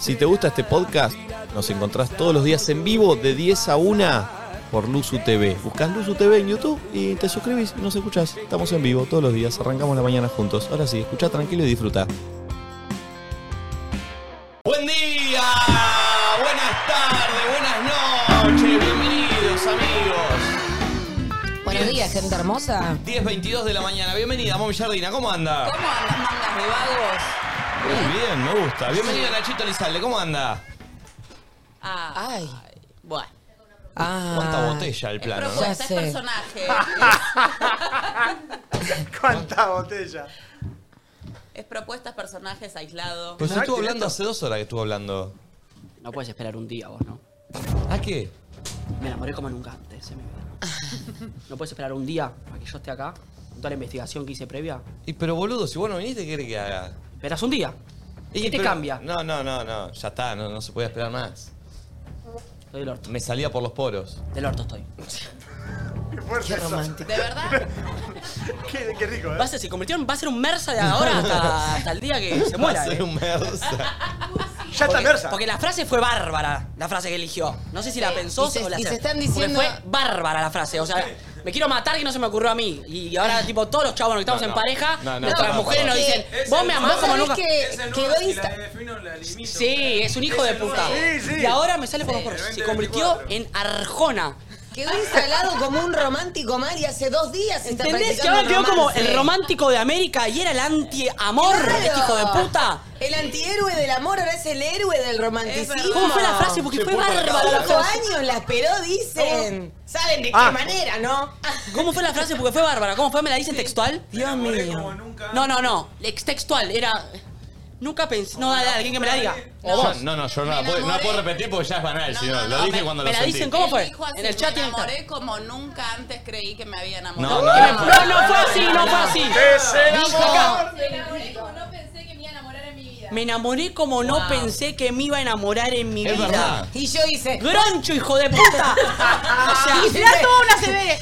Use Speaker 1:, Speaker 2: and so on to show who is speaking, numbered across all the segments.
Speaker 1: Si te gusta este podcast, nos encontrás todos los días en vivo de 10 a 1 por Luzu TV. Buscás Luzu TV en YouTube y te suscribís y nos escuchás. Estamos en vivo todos los días, arrancamos la mañana juntos. Ahora sí, escucha tranquilo y disfruta. Buen día, buenas tardes, buenas noches, bienvenidos amigos.
Speaker 2: Buenos días, gente hermosa.
Speaker 1: 10.22 de la mañana, bienvenida Mom Jardina, ¿cómo anda?
Speaker 2: ¿Cómo andan mangas de vagos?
Speaker 1: Muy bien, me gusta. Bienvenido Nachito Lizalde, ¿cómo anda?
Speaker 3: Ah,
Speaker 2: Ay.
Speaker 3: bueno.
Speaker 2: Ah,
Speaker 1: ¿Cuánta botella el plano?
Speaker 2: Ya
Speaker 1: no?
Speaker 3: Propuesta es
Speaker 2: sé.
Speaker 3: personaje.
Speaker 4: ¿Cuánta botella?
Speaker 3: es propuestas, personajes, aislado.
Speaker 1: Pues
Speaker 4: Exacto,
Speaker 1: estuvo hablando
Speaker 4: exacto.
Speaker 1: hace dos horas que estuvo hablando.
Speaker 5: No puedes esperar un día vos, ¿no?
Speaker 1: ¿A qué?
Speaker 5: Me enamoré como nunca antes en mi vida. No puedes esperar un día a que yo esté acá, con toda la investigación que hice previa.
Speaker 1: Y pero boludo, si vos no viniste, ¿qué querés que haga?
Speaker 5: Esperás un día.
Speaker 1: Y,
Speaker 5: ¿Qué te
Speaker 1: pero-
Speaker 5: cambia?
Speaker 1: No, no, no, no. Ya está, no, no se puede esperar más.
Speaker 5: Estoy del orto.
Speaker 1: Me salía por los poros.
Speaker 5: Del orto estoy.
Speaker 4: Qué fuerte
Speaker 2: Qué
Speaker 4: eso.
Speaker 2: romántico.
Speaker 3: De verdad,
Speaker 4: Qué, qué rico,
Speaker 5: Va a
Speaker 4: ¿eh?
Speaker 5: ser, se convirtieron, va a ser un mersa de ahora hasta, hasta el día que se
Speaker 1: Va
Speaker 5: muera.
Speaker 1: a ser
Speaker 5: ¿eh?
Speaker 1: un mersa.
Speaker 4: Ya está
Speaker 5: Porque,
Speaker 4: inmersa.
Speaker 5: porque la frase fue bárbara, la frase que eligió. No sé si la pensó
Speaker 2: Y se-
Speaker 5: o la
Speaker 2: y se están
Speaker 5: porque
Speaker 2: diciendo-
Speaker 5: fue bárbara la frase. O sea, me quiero matar y no se me ocurrió a mí. Y, y
Speaker 2: Ah.
Speaker 5: ahora, tipo, todos los chavos que estamos
Speaker 1: No,
Speaker 5: en
Speaker 1: no.
Speaker 5: pareja,
Speaker 1: No, no,
Speaker 5: nuestras
Speaker 1: no, no,
Speaker 5: mujeres
Speaker 1: no.
Speaker 5: nos dicen, vos me amás
Speaker 2: ¿Vos
Speaker 5: como
Speaker 2: sabés
Speaker 5: nunca.
Speaker 2: que quedó insta-
Speaker 5: Sí, es un hijo de puta.
Speaker 4: Sí, sí.
Speaker 5: Y ahora me sale por los poros. Se convirtió en Arjona.
Speaker 2: quedó instalado como un romántico mal y hace dos días está
Speaker 5: ¿Entendés? Que
Speaker 2: practicando
Speaker 5: ahora quedó como
Speaker 2: romance.
Speaker 5: el romántico de América y era el anti-amor,
Speaker 2: Claro.
Speaker 5: este hijo de puta.
Speaker 2: El antihéroe del amor ahora es el héroe del romanticismo.
Speaker 5: ¿Cómo fue la frase? Porque
Speaker 1: Se
Speaker 5: fue
Speaker 1: fue para
Speaker 5: bárbara
Speaker 1: acá.
Speaker 5: la
Speaker 2: Cinco
Speaker 5: frase.
Speaker 2: años la esperó, dicen. ¿Saben de qué
Speaker 4: Ah.
Speaker 2: manera, no?
Speaker 5: ¿Cómo fue la frase? Porque fue bárbara. ¿Cómo fue? ¿Me la dicen textual?
Speaker 2: Dios mío.
Speaker 5: No, no, no. Ex- Textual. Era... Nunca pensé... No, dale, dale, alguien que me la diga. O
Speaker 1: Yo-
Speaker 5: vos. Ah,
Speaker 1: no, no, yo no la,
Speaker 3: Me
Speaker 1: puedo, no la
Speaker 3: enamoré.
Speaker 1: puedo repetir porque ya es banal,
Speaker 3: No,
Speaker 1: sino
Speaker 3: no,
Speaker 1: lo
Speaker 3: no,
Speaker 1: dije
Speaker 5: me-
Speaker 1: cuando
Speaker 5: me
Speaker 1: lo
Speaker 5: la
Speaker 1: sentí.
Speaker 5: dicen ¿Cómo fue?
Speaker 3: él dijo así,
Speaker 5: En el chat
Speaker 3: me
Speaker 5: tiene que estar.
Speaker 3: enamoré como nunca antes creí que me había
Speaker 1: No,
Speaker 3: enamorado.
Speaker 1: no,
Speaker 5: Que me- No, no fue así, no fue así.
Speaker 4: Que se enamoró.
Speaker 6: Me enamoré como no pensé que me iba a enamorar en mi vida.
Speaker 5: Me enamoré como no
Speaker 3: Wow.
Speaker 5: pensé que me iba a enamorar en mi
Speaker 1: Es
Speaker 5: vida.
Speaker 1: verdad.
Speaker 2: Y yo hice.
Speaker 5: ¡Groncho, hijo de puta! o sea,
Speaker 2: Y yo-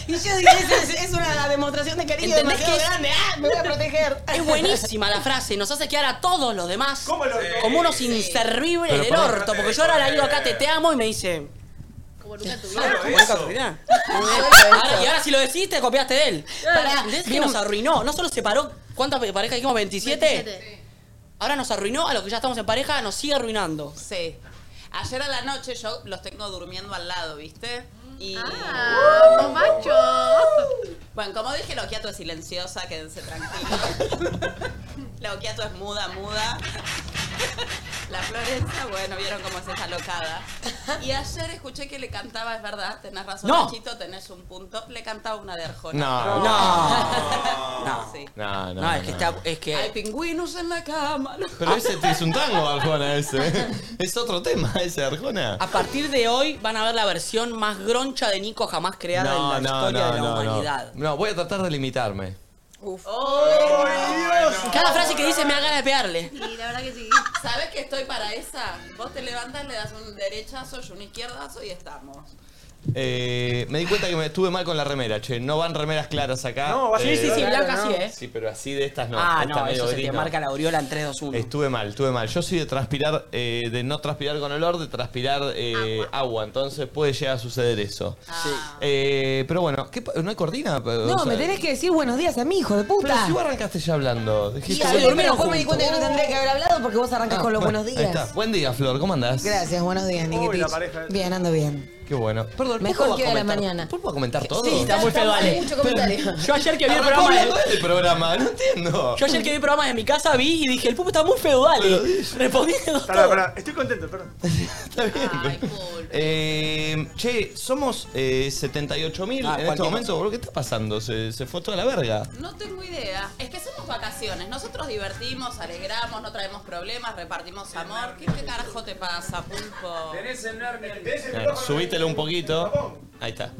Speaker 2: Y yo dije, es, es una demostración de cariño
Speaker 5: ¿Entendés
Speaker 2: demasiado
Speaker 5: que es-
Speaker 2: grande. ¡Ah! Me voy a proteger.
Speaker 5: Es buenísima la frase, nos hace quedar a todos los demás
Speaker 4: ¿Cómo lo
Speaker 5: como unos inservibles
Speaker 1: Pero
Speaker 5: del
Speaker 1: pará.
Speaker 5: orto, porque yo ahora la digo acá, te te amo, y me dice...
Speaker 6: Como nunca en tu vida.
Speaker 4: Solo
Speaker 5: "Nunca
Speaker 4: eso.
Speaker 5: te dirá". Ahora- Ah, Y ahora si lo decís, te copiaste de él.
Speaker 2: Pará,
Speaker 5: ¿Entendés que
Speaker 2: vimos-
Speaker 5: nos arruinó, no solo separó, ¿cuántas parejas dijimos? ¿27?
Speaker 6: 27.
Speaker 5: Ahora nos arruinó, a los que ya estamos en pareja, nos sigue arruinando.
Speaker 3: Sí. Ayer a la noche yo los tengo durmiendo al lado, ¿viste? Y. Uh.
Speaker 6: Ah, vos macho.
Speaker 3: Bueno, como dije, la Okiato es silenciosa, quédense tranquilos. la Okiato es muda, muda. La Florencia, bueno, vieron cómo es esa locada. Y ayer escuché que le cantaba, es verdad, tenés razón,
Speaker 5: No.
Speaker 3: Nachito, tenés un punto. Le cantaba una de Arjona.
Speaker 1: No, no,
Speaker 5: No. No.
Speaker 3: Sí.
Speaker 1: no.
Speaker 5: No, es que está. Ah. Es
Speaker 3: Hay
Speaker 5: que.
Speaker 3: pingüinos en la cama.
Speaker 1: Pero ese es un tango, Arjona, ese. ¿eh? Es otro tema ese, Arjona.
Speaker 5: A partir de hoy van a ver la versión más groncha de Nico jamás creada en la historia de la humanidad.
Speaker 1: No, voy a tratar de limitarme.
Speaker 5: Cada frase que dice me da ganas de pegarle.
Speaker 6: Sí, la verdad que sí.
Speaker 3: ¿Sabes que estoy para esa? Vos te levantas, le das un derechazo, yo un izquierdazo y estamos.
Speaker 1: Eh, me di cuenta que me estuve mal con la remera, che. No van remeras claras acá.
Speaker 4: No, va-
Speaker 1: Eh,
Speaker 5: Sí, sí, sí,
Speaker 4: Claro,
Speaker 5: blanca
Speaker 4: no.
Speaker 5: sí, ¿eh?
Speaker 1: Sí, pero así de estas no.
Speaker 5: ah,
Speaker 1: Esta
Speaker 5: no,
Speaker 1: medio
Speaker 5: eso se te
Speaker 1: gris, no.
Speaker 5: marca la aureola en 3, 2, 1.
Speaker 1: Estuve mal, estuve mal. Yo soy de transpirar, eh, de no transpirar con olor, de transpirar eh, agua. Entonces puede llegar a suceder eso.
Speaker 5: Ah.
Speaker 1: Eh, pero bueno, ¿qué pa- ¿no hay cortina?
Speaker 2: No, me tenés que decir buenos días a mi hijo de
Speaker 1: Pero
Speaker 2: puta.
Speaker 1: si vos arrancaste ya hablando.
Speaker 2: Y
Speaker 1: Dijiste,
Speaker 2: a
Speaker 5: se
Speaker 2: ver,
Speaker 5: durmieron
Speaker 2: después me di
Speaker 5: juntos.
Speaker 2: cuenta que no tendría que haber hablado porque vos arrancás con los buenos
Speaker 1: Ah, Ahí está.
Speaker 2: días.
Speaker 1: Buen día, Flor. ¿Cómo andás?
Speaker 2: Gracias, buenos días, Nikitis.
Speaker 4: la pareja esa.
Speaker 2: Bien, ando bien.
Speaker 1: Qué bueno. Perdón, ¿puedo
Speaker 2: Mejor que hoy a la
Speaker 1: comentar-
Speaker 2: mañana.
Speaker 1: ¿Puedo comentar todo?
Speaker 5: Sí, está muy feo, Ale.
Speaker 2: Mucho comentario.
Speaker 5: Yo ayer que vi el
Speaker 1: Arrancó
Speaker 5: programa eh. de.
Speaker 1: hablando él el programa, no entiendo.
Speaker 5: Yo ayer que vi el programa de mi casa vi y dije, el pupo está muy feudal. eh. Respondiendo
Speaker 4: Pará,
Speaker 5: todo.
Speaker 4: pará. Estoy contento, perdón.
Speaker 1: Está bien.
Speaker 3: Ay, cool.
Speaker 1: Eh, che, somos eh, 78.000
Speaker 5: Ah,
Speaker 1: en este
Speaker 5: cualquier
Speaker 1: momento, boludo. ¿Qué está pasando? Se, se fue toda la verga.
Speaker 3: No tengo idea. Es que somos vacaciones. Nosotros divertimos, alegramos, no traemos problemas, repartimos amor. ¿Qué, qué carajo te pasa, pulpo?
Speaker 1: Eh, subítelo un poquito. Ahí está.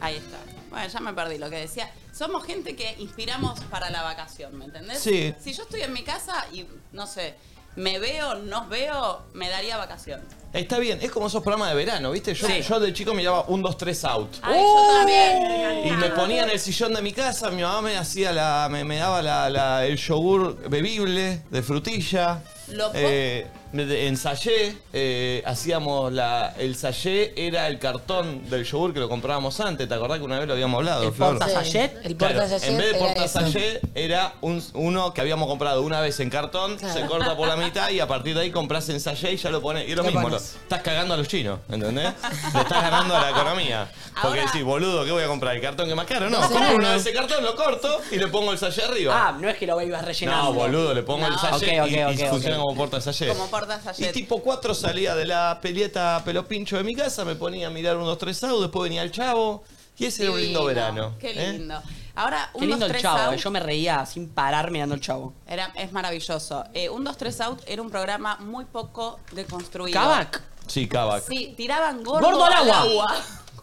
Speaker 3: Ahí está. Bueno, ya me perdí lo que decía. Somos gente que inspiramos para la vacación, ¿me entendés?
Speaker 1: Sí.
Speaker 3: Si yo estoy en mi casa y, no sé, me veo, nos veo, me daría vacación.
Speaker 1: Está bien, es como esos programas de verano, ¿viste? Yo,
Speaker 5: Sí. Ah,
Speaker 1: yo de chico miraba un, dos, tres out.
Speaker 3: Ay, yo también.
Speaker 5: "Uh".
Speaker 3: me
Speaker 1: Y me
Speaker 3: encantaba.
Speaker 1: ponía en el sillón de mi casa, mi mamá me hacía la. me, me daba la, la- el yogur bebible de frutilla.
Speaker 3: Lo po-
Speaker 1: Eh, me de- en sachet, eh, hacíamos la. El sachet era el cartón del yogur que lo comprábamos antes, ¿te acordás que una vez lo habíamos hablado,
Speaker 5: El
Speaker 1: Flor?
Speaker 5: porta sachet.
Speaker 2: El
Speaker 1: Claro,
Speaker 2: porta
Speaker 1: en vez
Speaker 2: era
Speaker 1: de porta
Speaker 2: eso.
Speaker 1: sachet era un- uno que habíamos comprado una vez en cartón, se corta por la mitad y a partir de ahí compras en sachet y ya lo pones. Y es lo
Speaker 2: Lo
Speaker 1: mismo,
Speaker 2: pones.
Speaker 1: lo- estás cagando a los chinos, ¿entendés? Le estás ganando a la economía. Porque
Speaker 3: Ahora-
Speaker 1: decís, boludo, ¿qué voy a comprar? ¿El cartón que es más caro? No,
Speaker 2: No,
Speaker 1: compro
Speaker 2: claro.
Speaker 1: uno de ese cartón, lo corto y le pongo el sachet arriba.
Speaker 5: Ah, no es que lo ibas rellenando.
Speaker 1: no, boludo, le pongo el
Speaker 3: No.
Speaker 1: sachet
Speaker 5: Ok, ok,
Speaker 1: y- y,
Speaker 5: ok, ok.
Speaker 1: funciona como porta sachet.
Speaker 3: Como porta
Speaker 1: Y
Speaker 3: sachet.
Speaker 1: tipo 4 salía de la pelieta pelo pincho de mi casa, me ponía a mirar unos tres out, después venía el chavo. Y ese era un lindo
Speaker 3: Divino,
Speaker 1: verano.
Speaker 3: Qué
Speaker 1: ¿eh?
Speaker 3: lindo. Ahora, un
Speaker 5: Qué lindo
Speaker 3: 2,
Speaker 5: el
Speaker 3: 3
Speaker 5: chavo. eh. Yo
Speaker 3: out.
Speaker 5: me reía sin parar mirando el chavo.
Speaker 3: Era, es maravilloso. Eh, un 2, 3 out era un programa muy poco deconstruido.
Speaker 5: Kavak.
Speaker 1: Sí, Kavak.
Speaker 3: Sí, tiraban gordo,
Speaker 5: Gordo al
Speaker 3: al agua.
Speaker 5: agua.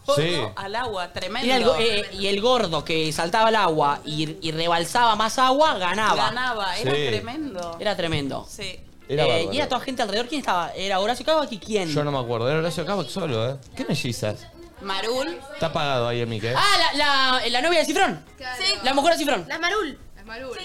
Speaker 3: Gordo
Speaker 1: Sí.
Speaker 3: al agua,
Speaker 5: Era el
Speaker 3: tremendo.
Speaker 5: go- eh, y el gordo que saltaba al agua y, y rebalsaba más agua, ganaba.
Speaker 3: Ganaba, era
Speaker 1: Sí.
Speaker 3: tremendo.
Speaker 5: Era tremendo.
Speaker 3: Sí.
Speaker 1: Era
Speaker 5: Eh,
Speaker 1: bárbaro.
Speaker 5: y era toda gente alrededor. ¿Quién estaba? ¿Era Horacio Kavak y quién?
Speaker 1: Yo no me acuerdo, era Horacio Kavak solo, ¿eh? ¿Qué mellizas?
Speaker 3: Marul,
Speaker 1: Está apagado ahí el mic, ¿eh?
Speaker 5: Ah, la, la, la novia de Cifrón.
Speaker 7: Claro.
Speaker 5: Sí. La mujer de Cifrón.
Speaker 7: Las Marul. Las Marul.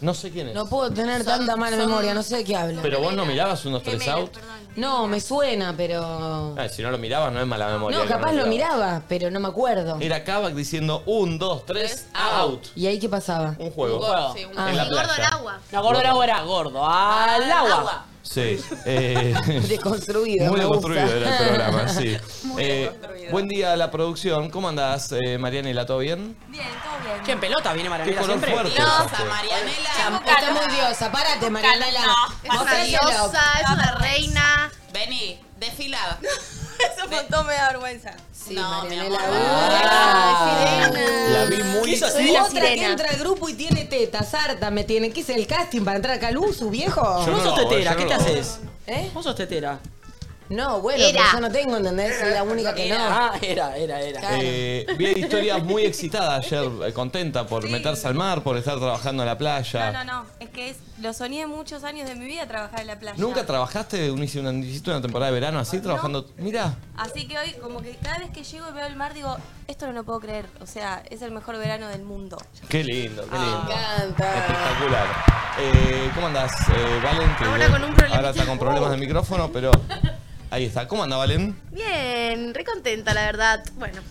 Speaker 1: No sé quién es.
Speaker 2: No puedo tener tanta mala memoria, no sé de qué hablo.
Speaker 1: Pero vos no mirabas unos tres out.
Speaker 2: No, me suena, pero.
Speaker 1: Ah, si no lo mirabas, no es mala memoria.
Speaker 2: No,
Speaker 1: que
Speaker 2: capaz lo miraba, pero no me acuerdo.
Speaker 1: Era Kavak diciendo un, dos, tres,
Speaker 3: Tres,
Speaker 1: out.
Speaker 2: ¿Y ahí qué pasaba?
Speaker 1: Un juego.
Speaker 3: un gordo, sí, un
Speaker 2: Ah.
Speaker 1: En la
Speaker 7: Y gordo al
Speaker 1: playa.
Speaker 7: agua.
Speaker 5: No, gordo era ahora, gordo. Al agua.
Speaker 1: Sí. eh,
Speaker 2: Deconstruido.
Speaker 1: Muy
Speaker 2: me
Speaker 1: deconstruido
Speaker 2: gusta.
Speaker 1: era el programa, sí. Eh,
Speaker 3: deconstruido.
Speaker 1: buen día a la producción. ¿Cómo andás, eh, Marianela? ¿Todo bien?
Speaker 8: Bien, todo bien.
Speaker 5: Che, en pelota viene
Speaker 1: Qué
Speaker 5: Maranela
Speaker 1: color
Speaker 5: siempre.
Speaker 1: fuerte.
Speaker 3: Diosa,
Speaker 1: usaste.
Speaker 3: Marianela.
Speaker 2: Está muy diosa, párate, Marianela.
Speaker 7: Es
Speaker 2: Vos
Speaker 7: una
Speaker 2: hacés lo-
Speaker 7: diosa, es una reina.
Speaker 3: Vení, desfilada.
Speaker 8: Eso montón me da vergüenza.
Speaker 2: Sí,
Speaker 3: No,
Speaker 2: Marianela.
Speaker 3: mi
Speaker 2: ah,
Speaker 1: La vi muy.
Speaker 2: sirena.
Speaker 8: soy la
Speaker 2: Otra que
Speaker 8: sirena.
Speaker 2: entra al grupo y tiene tetas, harta me tiene. ¿Qué es el casting para entrar acá, Luzu, viejo?
Speaker 1: Yo
Speaker 5: Vos
Speaker 1: no
Speaker 5: sos
Speaker 1: lo hago,
Speaker 5: tetera,
Speaker 1: yo
Speaker 5: ¿qué
Speaker 1: no
Speaker 5: te
Speaker 1: lo hago.
Speaker 5: haces?
Speaker 2: ¿Eh?
Speaker 5: Vos sos tetera.
Speaker 2: No, bueno,
Speaker 7: Era.
Speaker 2: pero yo no tengo, ¿entendés? Soy la única que no.
Speaker 5: Ah, era, era, era.
Speaker 2: Claro.
Speaker 1: Eh, vi a Victoria muy excitada ayer, eh, contenta por meterse al mar, por estar trabajando en la playa.
Speaker 8: No, no, no. Es que es, lo soñé muchos años de mi vida trabajar en la playa.
Speaker 1: ¿Nunca trabajaste, un- hiciste una, hiciste una temporada de verano así, trabajando? Mira,
Speaker 8: Así que hoy, como que cada vez que llego y veo el mar, digo, esto no lo puedo creer. O sea, es el mejor verano del mundo.
Speaker 1: qué lindo, qué lindo.
Speaker 2: encanta.
Speaker 1: Espectacular. Eh, ¿Cómo andás, eh, Valen? Que
Speaker 7: Ahora con un problemita.
Speaker 1: ahora está con problemas de micrófono, pero ahí está. ¿Cómo anda, Valen?
Speaker 7: Bien, re contenta, la verdad. Bueno,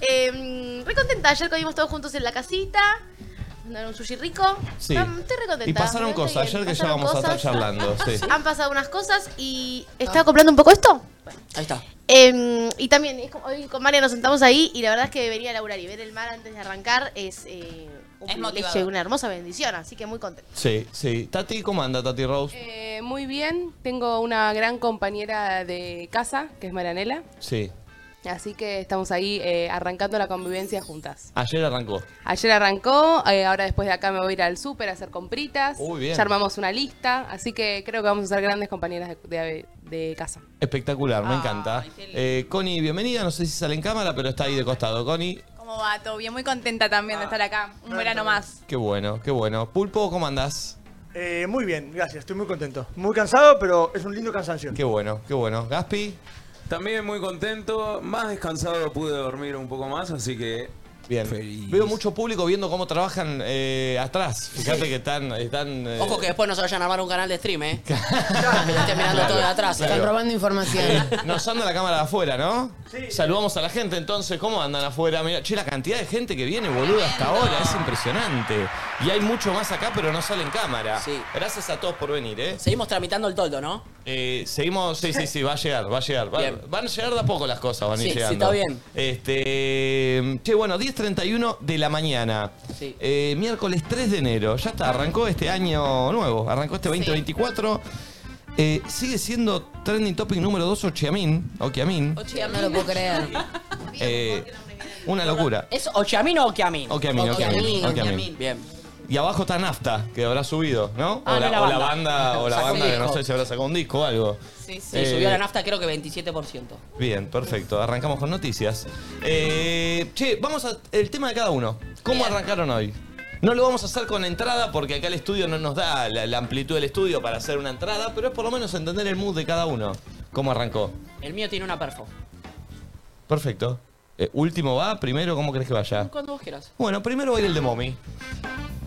Speaker 7: em, re contenta. Ayer comimos todos juntos en la casita. Mandaron un sushi rico.
Speaker 1: Sí.
Speaker 7: Am, Estoy re contenta.
Speaker 1: Y pasaron
Speaker 7: Realmente
Speaker 1: cosas,
Speaker 7: bien.
Speaker 1: ayer que ya
Speaker 7: Pasaron
Speaker 1: vamos a
Speaker 7: cosas.
Speaker 1: estar charlando. Sí.
Speaker 7: Han pasado unas cosas y. ¿Estaba comprando un poco esto?
Speaker 5: Ahí está.
Speaker 7: Em, y también, es como- hoy con María nos sentamos ahí y la verdad es que venía a laburar y ver el mar antes de arrancar es. eh, un
Speaker 3: Es
Speaker 7: privilegio
Speaker 3: motivador.
Speaker 7: y una hermosa bendición, así que muy contenta.
Speaker 1: sí, sí. Tati, ¿cómo anda, Tati Rose?
Speaker 7: Eh.
Speaker 9: Eh, muy bien, tengo una gran compañera de casa, que es Maranela,
Speaker 1: Sí.
Speaker 9: así que estamos ahí eh, arrancando la convivencia juntas.
Speaker 1: Ayer arrancó.
Speaker 9: Ayer arrancó, eh, ahora después de acá me voy a ir al súper a hacer compritas,
Speaker 1: Uy, bien.
Speaker 9: ya armamos una lista, así que creo que vamos a ser grandes compañeras de, de- de casa.
Speaker 1: Espectacular,
Speaker 7: Ah,
Speaker 1: me
Speaker 3: Ay,
Speaker 1: encanta.
Speaker 3: qué lindo.
Speaker 1: Eh, Connie, bienvenida. No sé si sale en cámara, pero está ahí de costado. Connie,
Speaker 8: ¿Cómo va? Todo bien, muy contenta también de estar acá. Un verano más.
Speaker 1: qué bueno, qué bueno. Pulpo, ¿cómo andás?
Speaker 4: Eh, muy bien, gracias, estoy muy contento. Muy cansado, pero es un lindo cansancio.
Speaker 1: Qué bueno, qué bueno. Gaspi,
Speaker 10: También muy contento, más descansado pude dormir un poco más, así que
Speaker 1: bien.
Speaker 10: Feliz.
Speaker 1: Veo mucho público viendo cómo trabajan eh, atrás. Fíjate que están. están eh,
Speaker 5: Ojo que después no se vayan a armar un canal de stream, eh. Que lo estén mirando todo de atrás.
Speaker 1: Claro.
Speaker 2: Están robando información.
Speaker 1: eh, Nos anda la cámara de afuera, ¿no?
Speaker 4: Sí.
Speaker 1: Saludamos a la gente, entonces, ¿cómo andan afuera? Mira, che, la cantidad de gente que viene, boludo, hasta ahora, es impresionante. Y hay mucho más acá, pero no sale en cámara.
Speaker 5: Sí.
Speaker 1: Gracias a todos por venir, ¿eh?
Speaker 5: Seguimos tramitando el toldo, ¿no?
Speaker 1: Eh, seguimos, sí, sí, sí, va a llegar, va a llegar. Va-
Speaker 5: Bien.
Speaker 1: van a llegar de a poco las cosas, van a ir
Speaker 5: Sí, sí, está
Speaker 1: llegando.
Speaker 5: bien.
Speaker 1: Este, che, bueno, 10.31 de la mañana.
Speaker 5: Sí.
Speaker 1: Eh, miércoles 3 de enero, ya está, arrancó este año nuevo, arrancó este 2024. Eh, sigue siendo trending topic número 2 Ochiamín, Ochiamín.
Speaker 2: No lo puedo creer.
Speaker 1: Eh, una locura.
Speaker 5: ¿Es Ochiamín o Okiamín?
Speaker 1: Ochiamín, Ochiamín,
Speaker 2: Ochiamín,
Speaker 1: Ochiamín.
Speaker 5: Bien.
Speaker 1: Y abajo está Nafta, que habrá subido, ¿no?
Speaker 5: Ah,
Speaker 1: o,
Speaker 5: no,
Speaker 1: la,
Speaker 5: la
Speaker 1: o la
Speaker 5: banda.
Speaker 1: banda, o la
Speaker 5: Sacó un
Speaker 1: banda que no
Speaker 5: disco.
Speaker 1: sé si habrá sacado un disco o algo.
Speaker 3: Sí, sí.
Speaker 5: Sí,
Speaker 1: Eh,
Speaker 5: subió la nafta creo que 27%.
Speaker 1: Bien, perfecto. Arrancamos con noticias. Eh, che, vamos al tema de cada uno. ¿Cómo arrancaron hoy? No lo vamos a hacer con entrada porque acá el estudio no nos da la, la amplitud del estudio para hacer una entrada, pero es por lo menos entender el mood de cada uno. ¿Cómo arrancó?
Speaker 5: El mío tiene una perfo.
Speaker 1: Perfecto. Eh, último va, primero, ¿cómo crees que vaya?
Speaker 5: Cuando vos quieras.
Speaker 1: Bueno, primero va a ir el de Mommy.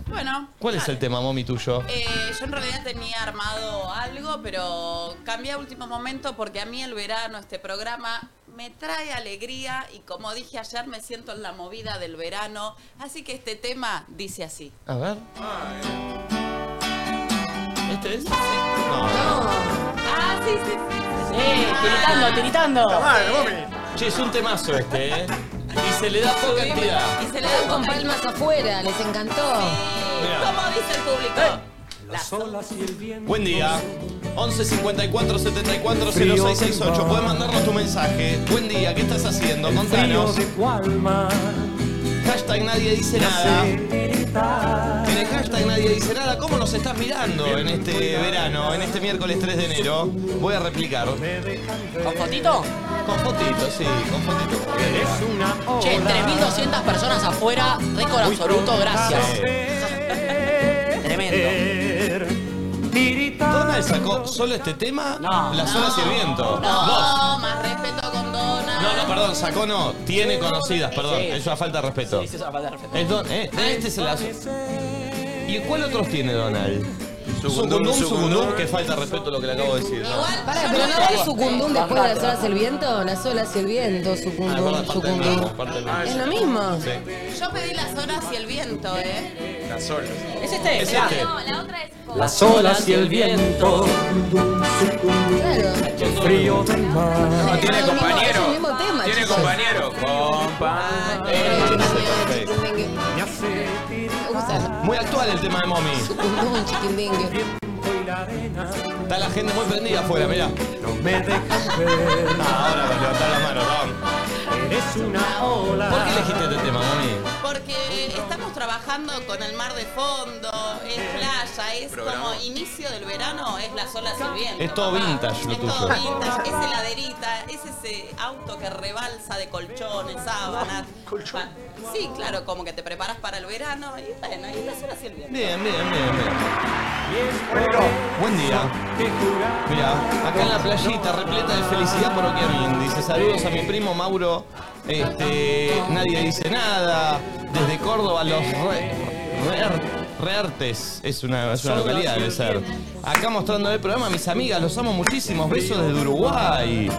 Speaker 3: Bueno,
Speaker 1: ¿Cuál es el tema, Mommy, tuyo?
Speaker 3: Eh, yo en realidad tenía armado algo, pero cambié a último momento porque a mí el verano, este programa, me trae alegría y como dije ayer, me siento en la movida del verano. Así que este tema dice así.
Speaker 1: A ver. ¿Este es?
Speaker 3: Ah, sí, sí, sí.
Speaker 5: Sí,
Speaker 6: Ah.
Speaker 5: tiritando, tiritando. Está mal,
Speaker 1: Che, es un temazo este, ¿eh? Y se le da poca entidad.
Speaker 2: Y se le dan con palmas afuera, les encantó.
Speaker 3: ¿Cómo dice el público?
Speaker 1: Las olas y el viento. Buen día. 11 54 74 0668. Puedes mandarnos tu mensaje. Buen día, ¿qué estás haciendo? Contanos. Hashtag nadie dice nada. En el hashtag nadie dice nada. ¿Cómo nos estás mirando en este verano, en este miércoles 3 de enero? Voy a replicar.
Speaker 5: ¿Con fotito?
Speaker 1: Con fotito, sí, con fotito.
Speaker 5: Che, 3.200 personas afuera, récord absoluto, gracias.
Speaker 1: Tremendo. ¿Donald sacó solo este tema? Las olas y el viento. Dos.
Speaker 3: No, más respeto con Dona.
Speaker 1: No, no, perdón, sacó no. Tiene conocidas, perdón.
Speaker 5: Sí.
Speaker 1: Es una falta de respeto.
Speaker 5: Sí, sí, es una falta de respeto.
Speaker 1: Es don- eh, de este se la ¿Y cuál otros tiene Donald?
Speaker 11: Sucundum,
Speaker 1: Sucundum,
Speaker 11: sucundum.
Speaker 1: sucundum, que falta de respeto lo que le acabo de decir. ¿no?
Speaker 2: Pará, pero no va el sucundum después de las olas y el viento. Las olas y el viento,
Speaker 1: Ah, es
Speaker 2: sucundum,
Speaker 1: verdad, parte del
Speaker 2: sucundum.
Speaker 1: mismo, parte del mismo.
Speaker 2: Es lo mismo.
Speaker 1: Sí.
Speaker 3: Yo pedí las horas y el viento, ¿eh?
Speaker 1: Las olas.
Speaker 5: ¿Es este?
Speaker 1: Es este.
Speaker 3: Ah, No, la otra es.
Speaker 6: Las olas y el viento. El frío del mar.
Speaker 11: No, tiene
Speaker 2: Es el
Speaker 11: compañero.
Speaker 2: mismo tema,
Speaker 11: Tiene
Speaker 2: chicos.
Speaker 11: compañero.
Speaker 5: eh,
Speaker 1: eh, Perfecto.
Speaker 2: Me gusta.
Speaker 1: Muy actual el tema de mommy.
Speaker 2: Sucundum, chiquimbengue.
Speaker 1: Está la gente muy prendida afuera, mirá. Ah, ahora me levantar la mano, vamos. Eres una ola. ¿Por qué elegiste este tema, mami?
Speaker 3: Porque estamos trabajando con el mar de fondo, es playa, es
Speaker 1: Programa.
Speaker 3: como inicio del verano, es las olas y el viento.
Speaker 1: Es todo
Speaker 3: papá.
Speaker 1: vintage lo
Speaker 3: Es todo
Speaker 1: tuyo.
Speaker 3: vintage, es heladerita, es ese auto que rebalsa de colchones, sábanas. Pa- Sí, claro, como que te preparas para el verano y bueno, y las horas y el viento.
Speaker 1: Bien, bien, bien, bien. Buen día. Mira, acá en la playita repleta de felicidad por Okiamin. Dice saludos a mi primo Mauro. Este, nadie dice nada. Desde Córdoba los re- re- reartes. Es una, es una localidad, debe ser. Acá mostrando el programa, mis amigas, los amo muchísimos. Besos desde Uruguay.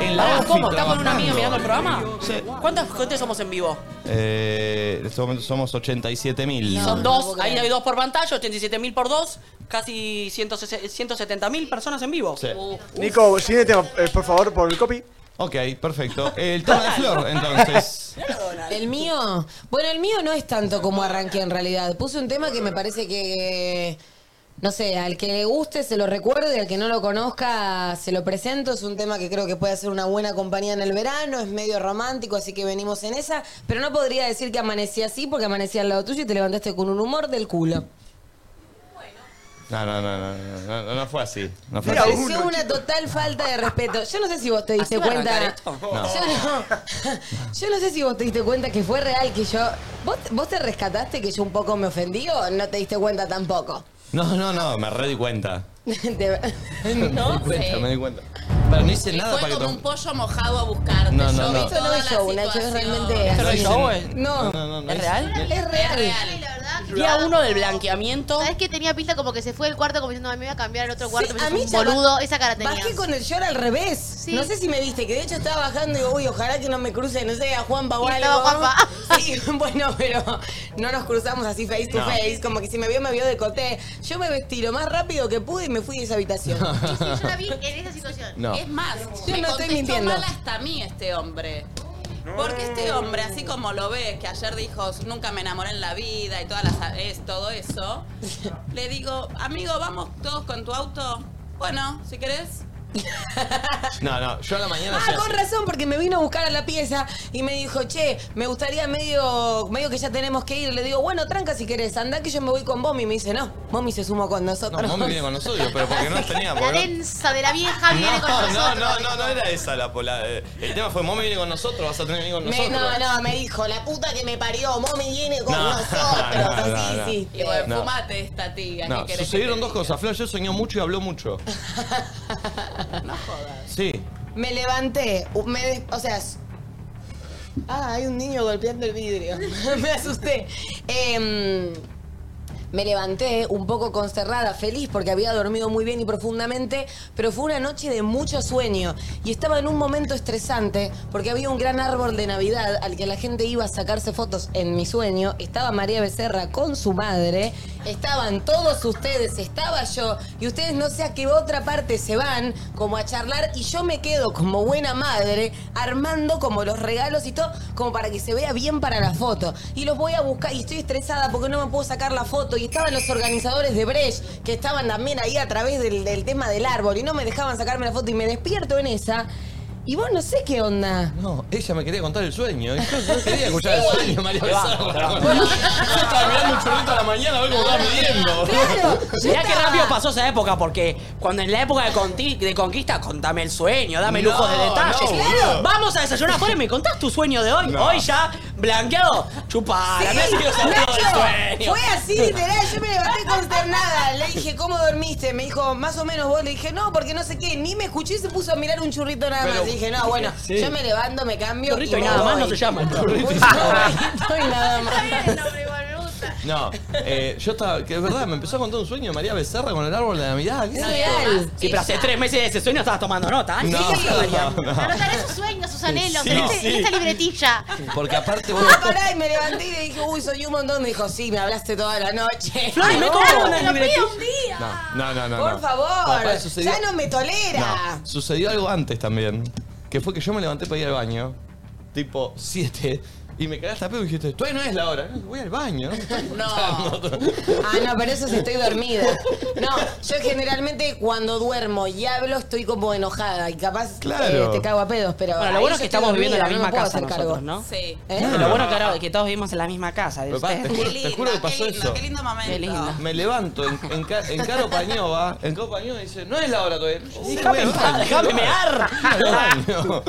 Speaker 1: En la
Speaker 5: Pará,
Speaker 1: OFI
Speaker 5: ¿Cómo? ¿Estás con un
Speaker 1: trabajando.
Speaker 5: amigo mirando el programa?
Speaker 1: Sí.
Speaker 5: ¿Cuántas gente somos en vivo?
Speaker 1: Eh, en este momento somos 87 mil.
Speaker 5: Son dos, ahí hay dos por pantalla, 87.000 por dos, casi 170.000 personas en vivo.
Speaker 4: Nico, siguiente tema, eh, por favor, por el copy.
Speaker 1: Ok, perfecto. El tema de Flor, entonces.
Speaker 2: El mío, bueno, el mío no es tanto como arranqué en realidad. Puse un tema que me parece que, no sé, al que le guste se lo recuerde, al que no lo conozca se lo presento. Es un tema que creo que puede hacer una buena compañía en el verano, es medio romántico, así que venimos en esa. Pero no podría decir que amanecí así porque amanecí al lado tuyo y te levantaste con un humor del culo.
Speaker 1: No, no, no, no, no, no, no fue así. No fue
Speaker 2: Me
Speaker 1: así.
Speaker 2: pareció una total falta de respeto. Yo no sé si vos te
Speaker 5: ¿Así
Speaker 2: diste
Speaker 5: va a
Speaker 2: cuenta.
Speaker 5: arrancar esto?
Speaker 1: No.
Speaker 2: Yo no, yo no sé si vos te diste cuenta que fue real que yo. ¿Vos, vos te rescataste que yo un poco me ofendí o no te diste cuenta tampoco?
Speaker 1: No, no, no, me re di cuenta.
Speaker 2: Te-
Speaker 1: me di cuenta, me di cuenta. Pero no hice nada
Speaker 3: Fue
Speaker 1: para que
Speaker 3: como un
Speaker 1: tom-
Speaker 3: pollo mojado a buscarte.
Speaker 1: No, no,
Speaker 3: Yo vi
Speaker 1: no.
Speaker 2: Esto no
Speaker 3: toda
Speaker 2: es
Speaker 3: la
Speaker 2: show, Nacho, es
Speaker 3: situación.
Speaker 2: realmente
Speaker 5: ¿Esto no es
Speaker 2: así.
Speaker 5: show, eh?
Speaker 2: No.
Speaker 1: no, no
Speaker 5: ¿Es
Speaker 1: hice-
Speaker 5: real?
Speaker 2: Es
Speaker 3: Es
Speaker 2: real.
Speaker 3: real.
Speaker 7: La verdad que
Speaker 5: Día
Speaker 7: estaba-
Speaker 5: uno del blanqueamiento.
Speaker 7: ¿Sabes que tenía pinta como que se fue del cuarto como diciendo, "Ay, me voy a cambiar al otro cuarto?
Speaker 2: Sí,
Speaker 7: me
Speaker 2: a
Speaker 7: hizo
Speaker 2: mí
Speaker 7: un
Speaker 2: ya ba-
Speaker 7: boludo, esa cara tenía.
Speaker 2: Bajé con el short al revés.
Speaker 7: Sí.
Speaker 2: No sé si me viste, que de hecho estaba bajando y digo, uy, ojalá que no me cruce, no sé, a Juan
Speaker 7: Y
Speaker 2: Bagual.
Speaker 7: estaba Juanpa.
Speaker 2: Sí, bueno, pero no nos cruzamos así face to
Speaker 1: No.
Speaker 2: face. Como que si me vio, me vio de coté. Yo me vestí lo más rápido que pude y me fui de esa habitación.
Speaker 7: Yo la vi en esa situación.
Speaker 1: No.
Speaker 3: Es más,
Speaker 2: Yo
Speaker 3: me
Speaker 2: no estoy
Speaker 3: contestó
Speaker 2: mintiendo.
Speaker 3: mal hasta a mí este hombre. Porque este hombre, así como lo ves, que ayer dijo, nunca me enamoré en la vida y todas las, es, todo eso, le digo, amigo, vamos todos con tu auto. Bueno, si querés.
Speaker 1: No, no, yo a la mañana
Speaker 2: Ah,
Speaker 1: soy
Speaker 2: con
Speaker 1: así.
Speaker 2: razón, porque me vino a buscar a la pieza y me dijo, che, me gustaría medio, medio que ya tenemos que ir. Le digo, bueno, tranca si querés, anda que yo me voy con Bomi. Y me dice, no, Bomi se sumó con nosotros.
Speaker 1: No, mami viene con nosotros, pero porque no tenía.
Speaker 7: La
Speaker 1: porque no-
Speaker 7: densa de la vieja viene con
Speaker 1: No, no,
Speaker 7: nosotros.
Speaker 1: no, no, no era esa la pola. eh, El tema fue, mami viene con nosotros, vas a tener que venir con
Speaker 2: Me-
Speaker 1: nosotros.
Speaker 2: no, no, me dijo, la puta que me parió, Momi viene con
Speaker 1: No,
Speaker 2: nosotros.
Speaker 1: no,
Speaker 2: Así
Speaker 1: no, no.
Speaker 2: hiciste.
Speaker 3: Y bueno,
Speaker 1: No.
Speaker 3: fumate esta tía.
Speaker 1: No,
Speaker 3: ¿qué querés que
Speaker 1: sucedieron
Speaker 3: te
Speaker 1: dos
Speaker 3: diga?
Speaker 1: cosas. Flor yo soñó mucho y habló mucho.
Speaker 3: No jodas.
Speaker 1: Sí.
Speaker 2: Me levanté, u- me des- o sea... s- Ah, hay un niño golpeando el vidrio. me asusté. Em, me levanté un poco consternada, feliz porque había dormido muy bien y profundamente, pero fue una noche de mucho sueño y estaba en un momento estresante porque había un gran árbol de Navidad al que la gente iba a sacarse fotos en mi sueño, estaba María Becerra con su madre, estaban todos ustedes, estaba yo y ustedes no sé a qué otra parte se van como a charlar y yo me quedo como buena madre armando como los regalos y todo como para que se vea bien para la foto y los voy a buscar y estoy estresada porque no me puedo sacar la foto y estaban los organizadores de Brecht que estaban también ahí a través del, del tema del árbol y no me dejaban sacarme la foto y me despierto en esa y vos no sé qué onda
Speaker 1: No, ella me quería contar el sueño. y Yo no quería escuchar el sueño, María
Speaker 6: Te va,
Speaker 1: Becerra.
Speaker 6: te va.
Speaker 1: Yo estaba mirando un chorrito a la mañana a ver cómo estaba midiendo.
Speaker 5: Mirá qué rápido pasó esa época, porque cuando en la época de, conti- de conquista, contame el sueño, dame
Speaker 6: No,
Speaker 5: lujos de detalles.
Speaker 6: no, boludo.
Speaker 5: Vamos a desayunar afuera y me contás tu sueño de hoy.
Speaker 6: No.
Speaker 5: Hoy ya, blanqueado, chupala,
Speaker 2: Sí,
Speaker 5: me ha sido sorteado el sueño.
Speaker 2: fue así, literal, yo me levanté consternada. Le dije, ¿cómo dormiste? Me dijo, más o menos vos. Le dije, no, porque no sé qué. Ni me escuché y se puso a mirar un churrito nada más.
Speaker 5: Pero-
Speaker 2: Y dije, no, bueno,
Speaker 5: Sí.
Speaker 2: yo me levanto, me cambio.
Speaker 5: Churrito y
Speaker 2: me
Speaker 5: nada más
Speaker 2: voy.
Speaker 5: no se llama.
Speaker 2: Churrito y nada más.
Speaker 1: No, eh, yo estaba. Que es verdad, me empezó a contar un sueño de María Becerra con el árbol de Navidad. ¿Qué
Speaker 5: Es
Speaker 1: sé
Speaker 5: real.
Speaker 1: yo?
Speaker 5: Sí, pero hace tres meses de ese sueño estabas tomando nota. ¿eh?
Speaker 1: No,
Speaker 5: Sí, María.
Speaker 1: no, no.
Speaker 7: Anotar esos sueños, sus anhelos,
Speaker 1: Sí,
Speaker 7: en, este-
Speaker 1: sí.
Speaker 7: en esta libretilla.
Speaker 1: Porque aparte vos.
Speaker 2: Ah, pará, y me levanté y le dije, uy, soy un montón. Me dijo, sí, me hablaste toda la noche. Ah,
Speaker 5: Flor, ¿me cobran
Speaker 2: Claro,
Speaker 5: una
Speaker 2: te lo pido
Speaker 5: libretilla?
Speaker 2: un día.
Speaker 1: No, no, no.
Speaker 2: Por
Speaker 1: no.
Speaker 2: favor,
Speaker 1: Papá, sucedió-
Speaker 2: ya no me tolera.
Speaker 1: No, sucedió algo antes también. Que fue que yo me levanté para ir al baño, tipo 7, y me cagaste a pedo y dijiste, todavía no es la hora. Voy al baño. No.
Speaker 2: Ah, no, pero eso es estoy dormida. No, yo generalmente cuando duermo y hablo estoy como enojada y capaz
Speaker 1: Claro.
Speaker 2: eh, te cago a pedos, pero.
Speaker 5: Bueno, lo
Speaker 2: ahí
Speaker 5: bueno
Speaker 2: yo
Speaker 5: es que
Speaker 2: estoy
Speaker 5: estamos viviendo en la
Speaker 2: dormida,
Speaker 5: misma
Speaker 2: no me puedo
Speaker 5: casa
Speaker 2: hacer cargo.
Speaker 5: nosotros, ¿no?
Speaker 3: Sí.
Speaker 5: ¿Eh? Lo bueno que ahora que todos vivimos en la misma casa. ¿viste?
Speaker 1: Papá, te juro, te juro que pasó eso.
Speaker 3: Qué lindo momento.
Speaker 5: Qué lindo.
Speaker 1: Me levanto en, en, Ca- en Caro Pañova, en Caro Pañova y dice, no es la hora todavía. Sí,
Speaker 5: déjame en
Speaker 1: voy al
Speaker 5: paz,
Speaker 1: baño,
Speaker 5: déjame
Speaker 1: voy al
Speaker 5: mear.
Speaker 1: baño. Voy al baño.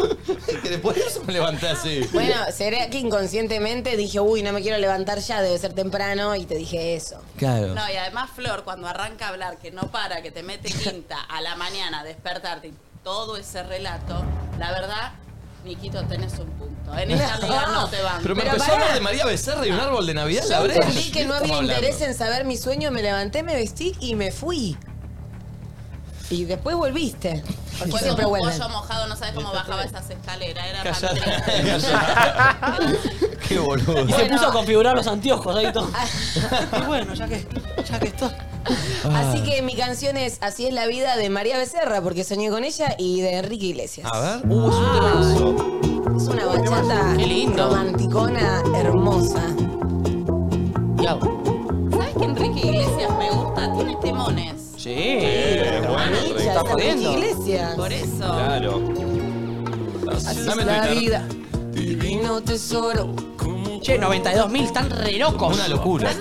Speaker 1: que después de eso me levanté así.
Speaker 2: Bueno, será que inconscientemente dije, uy, no me quiero levantar ya, debe ser temprano, y te dije eso.
Speaker 1: Claro.
Speaker 3: No, y además Flor, cuando arranca a hablar, que no para, que te mete quinta a la mañana, despertarte y todo ese relato, la verdad, Niquito, tenés un punto. En esta liga no te van.
Speaker 1: Pero me
Speaker 2: Pero
Speaker 1: empezó a
Speaker 2: pará.
Speaker 1: hablar de María Becerra y un árbol de Navidad. la
Speaker 2: Yo
Speaker 1: brecha.
Speaker 2: entendí que no había
Speaker 1: Estamos hablando.
Speaker 2: interés en saber mi sueño, me levanté, me vestí y me fui. Y después volviste. Porque
Speaker 3: Fue
Speaker 2: siempre
Speaker 3: como un
Speaker 2: vuelven.
Speaker 3: pollo mojado, no sabes cómo bajaba esas escaleras. Era tan
Speaker 1: Callá,
Speaker 3: triste.
Speaker 1: callá. Qué boludo.
Speaker 5: Y se puso a configurar los anteojos ahí todo. Y bueno, ya que, ya que estoy.
Speaker 1: Ah.
Speaker 2: Así que mi canción es Así es la vida de María Becerra, porque soñé con ella, y de Enrique Iglesias.
Speaker 1: A ver. Uh, es un temazo.
Speaker 2: Es una bachata romanticona, hermosa.
Speaker 3: ¿Sabes que Enrique Iglesias me gusta? Tiene temones.
Speaker 5: Sí,
Speaker 1: bueno,
Speaker 5: Enrique,
Speaker 1: Enrique.
Speaker 5: está jodiendo.
Speaker 2: Iglesias.
Speaker 3: Por eso.
Speaker 1: Claro.
Speaker 2: Así
Speaker 1: Dame
Speaker 2: es la
Speaker 1: Twitter.
Speaker 2: vida. Divino tesoro.
Speaker 5: Che, 92.000, están re locos.
Speaker 1: Una locura.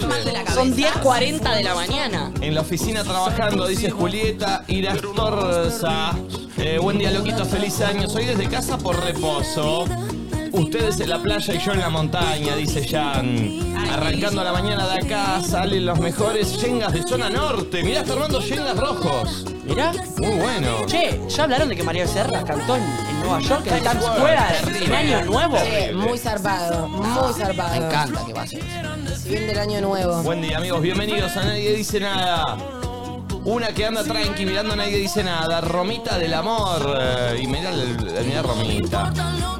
Speaker 5: Son 10.40 de la mañana.
Speaker 1: En la oficina trabajando, dice Julieta Irastorza. Eh, buen día, loquito, feliz año. Soy desde casa por reposo. Ustedes en la playa y yo en la montaña, dice Jan. Arrancando la mañana de acá, salen los mejores yengas de zona norte. Mirá, está armando yengas rojos.
Speaker 5: Mirá.
Speaker 1: Muy bueno.
Speaker 5: Che, ¿ya hablaron de que María Becerra cantó en, en Nueva York, en Times Square, en Año Nuevo?
Speaker 2: Sí, muy zarpado, muy zarpado.
Speaker 5: Me encanta que pase.
Speaker 2: Si bien del año nuevo.
Speaker 1: Buen día, amigos. Bienvenidos a Nadie Dice Nada. Una que anda tranqui mirando a Nadie Dice Nada. Romita del Amor. Eh, y mirá, el- mirá Romita.